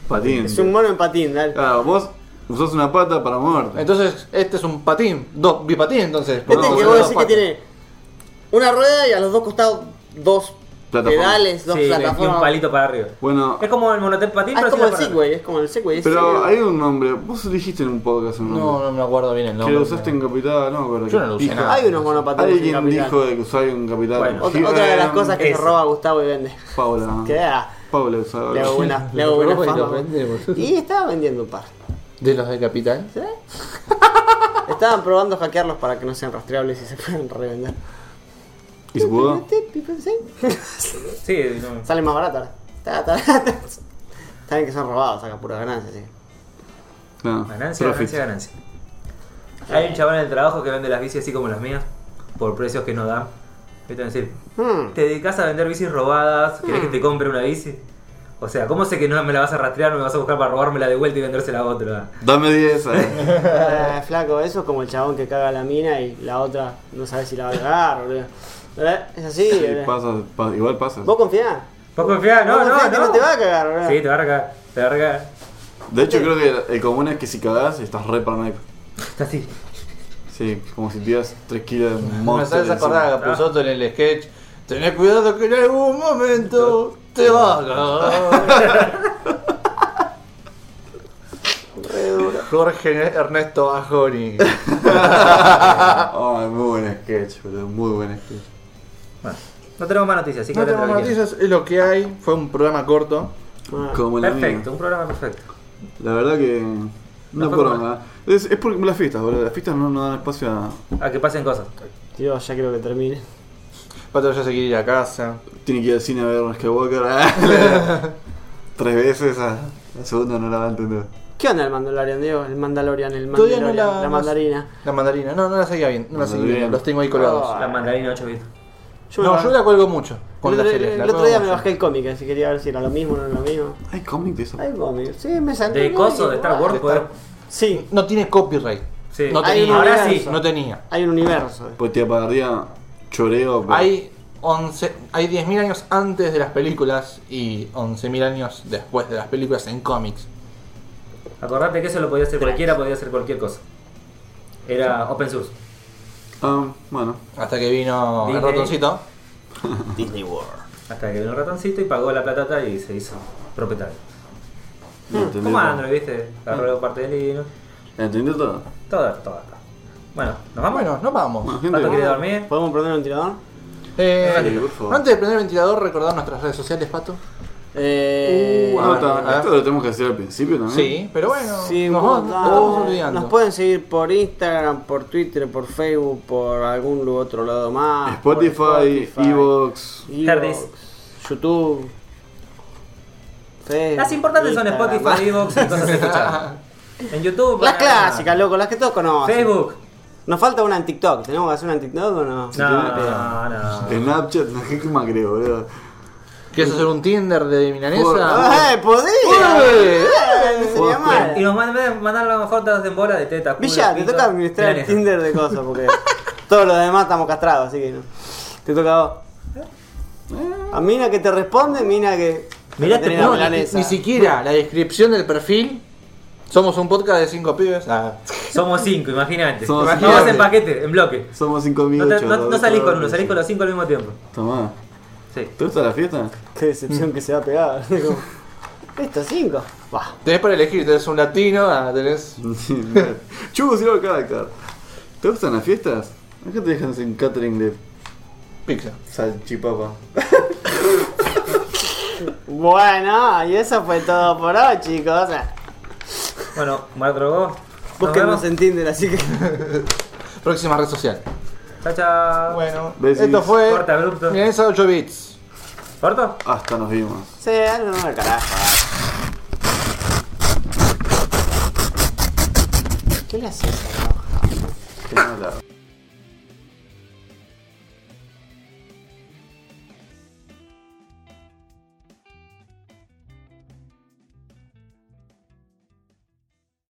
Speaker 1: Patín.
Speaker 4: Es un mono en patín, dale.
Speaker 1: Claro, vos usás una pata para moverte.
Speaker 3: Entonces, este es un patín, dos bipatín entonces.
Speaker 4: Este
Speaker 3: porque
Speaker 4: que
Speaker 3: son
Speaker 4: vos
Speaker 3: dos
Speaker 4: decís que
Speaker 3: patas.
Speaker 4: tiene una rueda y a los dos costados dos
Speaker 1: Plataforma.
Speaker 4: pedales, dos
Speaker 2: Sí, y
Speaker 4: plataformas.
Speaker 2: un palito para arriba.
Speaker 1: Bueno,
Speaker 2: Es como el monopatín,
Speaker 4: Ah,
Speaker 2: pero
Speaker 4: es
Speaker 2: sin
Speaker 4: como
Speaker 2: la
Speaker 4: el
Speaker 2: parte-
Speaker 4: Segway, es como el Segway. ese
Speaker 1: pero
Speaker 4: que-
Speaker 1: hay un nombre. Vos dijiste en un podcast un nombre.
Speaker 3: No, no me acuerdo bien el
Speaker 1: que
Speaker 3: nombre.
Speaker 1: lo usaste en Capital, no me acuerdo.
Speaker 3: Yo no lo usé
Speaker 1: Dijo-
Speaker 3: nada.
Speaker 4: Hay unos monopatines en
Speaker 1: Alguien
Speaker 4: Capital.
Speaker 1: dijo de que usaba un Capital.
Speaker 2: Bueno,
Speaker 4: Otra, otra de las
Speaker 1: Gigan-
Speaker 4: cosas que
Speaker 2: ese.
Speaker 4: se roba Gustavo y vende.
Speaker 1: Paula.
Speaker 4: Que ah,
Speaker 1: Paula usaba.
Speaker 4: le hago buena,
Speaker 1: [LAUGHS]
Speaker 4: le hago
Speaker 3: Lo
Speaker 4: buena
Speaker 3: roba y lo
Speaker 4: fama.
Speaker 3: vende, boludo.
Speaker 4: Y estaba vendiendo un par.
Speaker 3: ¿De los de Capital?
Speaker 4: ¿sí? Estaban probando hackearlos para que no sean rastreables y se puedan revender.
Speaker 1: ¿Y se
Speaker 4: [LAUGHS]
Speaker 1: pudo?
Speaker 2: Sí, no.
Speaker 4: Sale más barato ahora. Ta, ta, ta. Saben que son robados, saca pura ganancia. sí.
Speaker 1: No.
Speaker 2: Ganancia,
Speaker 1: Profit.
Speaker 2: ganancia, ganancia. Hay un chaval en el trabajo que vende las bicis así como las mías, por precios que no dan. Yo te voy a decir,
Speaker 4: Hmm.
Speaker 2: ¿te dedicas a vender bicis robadas? ¿Querés que te compre una bici? O sea, ¿cómo sé que no me la vas a rastrear, no me vas a buscar para robármela de vuelta y vendérsela a otra?
Speaker 1: Dame 10. eh.
Speaker 4: Ah, flaco, eso es como el chabón que caga la mina y la otra no sabe si la va a cagar, boludo. ¿Verdad? Es
Speaker 1: [LAUGHS]
Speaker 4: así,
Speaker 1: Y
Speaker 4: boludo.
Speaker 1: pasa- pa- igual pasa.
Speaker 4: eh. ¿Vos confiás?
Speaker 2: ¿Vos confiás? No,
Speaker 4: ¿Vos
Speaker 2: no,
Speaker 4: confiás que
Speaker 2: no.
Speaker 4: no te va a cagar, boludo?
Speaker 2: Sí, te va a recagar, te va a recagar.
Speaker 1: De hecho, creo que el común es que si cagás, estás re paranoico.
Speaker 2: Está así.
Speaker 1: Sí, como si tuvieras 3 kilos de
Speaker 3: Me
Speaker 1: monster.
Speaker 3: sabes acordar
Speaker 1: encima.
Speaker 3: a Capusotto en el sketch. Tenés cuidado que en algún momento te va a cagar.
Speaker 4: [LAUGHS]
Speaker 3: Jorge Ernesto
Speaker 4: [LAUGHS]
Speaker 3: Bajoni.
Speaker 1: Ay, Ah, muy buen sketch, boludo. Muy buen sketch.
Speaker 2: Bueno, no tenemos más noticias, así que
Speaker 3: No
Speaker 2: hablen de
Speaker 3: tenemos
Speaker 2: lo que quieran.
Speaker 3: noticias, es lo que hay. Fue un programa corto.
Speaker 4: Ah,
Speaker 1: Como la
Speaker 2: Perfecto,
Speaker 1: mía.
Speaker 2: un programa perfecto.
Speaker 1: La verdad que.
Speaker 2: No
Speaker 1: No
Speaker 2: fue
Speaker 1: por
Speaker 2: mal.
Speaker 1: nada. Es, es por las fiestas, boludo. Las fiestas no, no dan espacio a.
Speaker 2: A Ah, que pasen cosas.
Speaker 4: tío, ya creo que termine.
Speaker 3: Pato ya se quiere ir a casa.
Speaker 1: Tiene que ir al cine a ver
Speaker 2: [LAUGHS]
Speaker 1: Skywalker. [LAUGHS] Tres veces, a la segunda no la va a entender.
Speaker 4: ¿Qué onda el Mandalorian, Diego? El Mandalorian, el
Speaker 3: Todavía
Speaker 4: Mandalorian,
Speaker 3: no la.
Speaker 4: la
Speaker 3: no-
Speaker 4: mandarina.
Speaker 3: La mandarina, no, no la seguía bien. No la seguía bien.
Speaker 1: Mandarina.
Speaker 3: Los tengo ahí colgados.
Speaker 4: Ah.
Speaker 2: La mandarina 8 bits.
Speaker 4: Yo me
Speaker 3: No,
Speaker 4: bajé-
Speaker 3: yo la cuelgo mucho con
Speaker 4: el
Speaker 3: las
Speaker 4: otro,
Speaker 3: series.
Speaker 4: el
Speaker 3: la
Speaker 4: otro
Speaker 3: cuelgo
Speaker 4: día me
Speaker 3: mucho.
Speaker 4: bajé el cómic, así quería ver si era lo mismo o no era lo mismo.
Speaker 1: Hay cómic de eso.
Speaker 4: Hay cómic, sí, me salté.
Speaker 2: De
Speaker 4: el
Speaker 2: coso,
Speaker 4: cómic.
Speaker 2: de Star Wars,
Speaker 3: De Star-
Speaker 2: poder-
Speaker 4: Sí,
Speaker 3: No tiene copyright.
Speaker 2: Sí.
Speaker 3: No
Speaker 4: Hay
Speaker 3: tenía.
Speaker 4: un
Speaker 2: Ahora sí.
Speaker 4: universo.
Speaker 3: No tenía.
Speaker 4: Hay un universo.
Speaker 1: Pues tía para arriba, choreo. pero-
Speaker 3: Hay 11, hay 10.000 años antes de las películas y 11.000 años después de las películas en cómics.
Speaker 2: Acordate que eso lo podía hacer cualquiera, podía hacer cualquier cosa. Era open source.
Speaker 1: Ah, bueno.
Speaker 3: Hasta que vino el
Speaker 2: Disney.
Speaker 3: ratoncito.
Speaker 4: Disney World.
Speaker 2: Hasta que vino el ratoncito y pagó la platata y se hizo propietario.
Speaker 1: lo entendí
Speaker 2: Como
Speaker 1: todo.
Speaker 2: Android, ¿viste?
Speaker 4: Mm.
Speaker 2: Agarró parte de Linux.
Speaker 1: ¿Entendí todo?
Speaker 2: Todo, todo acá. Bueno, ¿nos vamos?
Speaker 3: Ah, Bueno, nos
Speaker 1: Bueno,
Speaker 3: vamos.
Speaker 1: gente.
Speaker 2: Pato quiere dormir.
Speaker 4: ¿Podemos prender un tirador?
Speaker 3: Eh,
Speaker 1: Dale, por favor.
Speaker 3: antes de prender el ventilador, recordar nuestras redes sociales, Pato.
Speaker 4: Eh,
Speaker 1: Uh,
Speaker 2: Ah,
Speaker 3: bueno,
Speaker 1: nota.
Speaker 3: a ver.
Speaker 1: esto lo tenemos que hacer al principio también.
Speaker 3: Sí, pero bueno,
Speaker 4: Sí,
Speaker 3: nos,
Speaker 4: bueno,
Speaker 3: vamos-
Speaker 4: nada.
Speaker 3: nos estamos olvidando.
Speaker 4: Nos pueden seguir por Instagram, por Twitter, por Facebook, por algún lu- otro lado más. por
Speaker 1: Ah, Spotify, Evox.
Speaker 4: Evox,
Speaker 2: Herdis.
Speaker 4: YouTube. Facebook,
Speaker 2: Las importantes son
Speaker 4: Instagram.
Speaker 2: Spotify, Evox y cosas escuchadas. [LAUGHS] En YouTube.
Speaker 4: Las
Speaker 2: para-
Speaker 4: clásicas, loco, las que todos conocen.
Speaker 2: Facebook.
Speaker 4: Nos falta una en TikTok. ¿Tenemos que hacer una en TikTok o no?
Speaker 2: No, no.
Speaker 1: Snapchat, [LAUGHS] no sé qué más creo, boludo.
Speaker 3: [LAUGHS] ¿Quieres hacer un Tinder de
Speaker 1: Por-
Speaker 3: milanesa?
Speaker 4: ¡Eh,
Speaker 3: Eh,
Speaker 4: podía! Eh, no sería
Speaker 1: eh,
Speaker 4: mal.
Speaker 2: Y nos mandan mandaron fotos en bola de teta. culo,
Speaker 4: Villa, te
Speaker 2: pito,
Speaker 4: toca administrar el
Speaker 2: milanesa.
Speaker 4: Tinder de cosas
Speaker 3: [LAUGHS]
Speaker 4: porque todos los demás estamos castrados, así que no. Te toca a vos. A mina que te responde, mina que.
Speaker 2: Mirá
Speaker 4: que
Speaker 2: este
Speaker 4: la
Speaker 3: No, ni,
Speaker 4: milanesa.
Speaker 3: ni siquiera la descripción del perfil. Somos un podcast de cinco pibes. Ah,
Speaker 2: Somos cinco, imagínate.
Speaker 1: Somos
Speaker 2: Vamos
Speaker 1: cinco.
Speaker 2: en paquete, en bloque.
Speaker 1: Somos 5.000.
Speaker 2: No, te- no- no salís con uno, salís con los cinco al mismo tiempo.
Speaker 1: Tomá.
Speaker 2: Sí.
Speaker 1: ¿Te gusta la fiesta? [LAUGHS]
Speaker 4: Qué
Speaker 3: Mm.
Speaker 4: decepción que se va
Speaker 3: [LAUGHS]
Speaker 4: a pegar. Digo, Estos cinco. Bah.
Speaker 3: tenés para elegir, tenés un latino, ah, tenés.
Speaker 1: Chubos y luego carácter. ¿Te gustan las fiestas? Acá te dejan sin catering de
Speaker 3: Pizza.
Speaker 1: salchipapa.
Speaker 4: Bueno, y eso fue todo por hoy, chicos.
Speaker 2: Bueno, Marco, vos.
Speaker 4: Búsquenos en Tinder, así
Speaker 3: [LAUGHS]
Speaker 4: que.
Speaker 3: Próxima red social.
Speaker 2: Chao, chao.
Speaker 3: Bueno,
Speaker 1: Besis.
Speaker 3: esto fue.
Speaker 2: Corta, abrupto.
Speaker 3: Milanesa 8 bits.
Speaker 2: ¿Corto?
Speaker 1: Hasta nos vimos.
Speaker 4: Se algo al carajo. ¿Qué le haces a la hoja?
Speaker 1: Qué mala.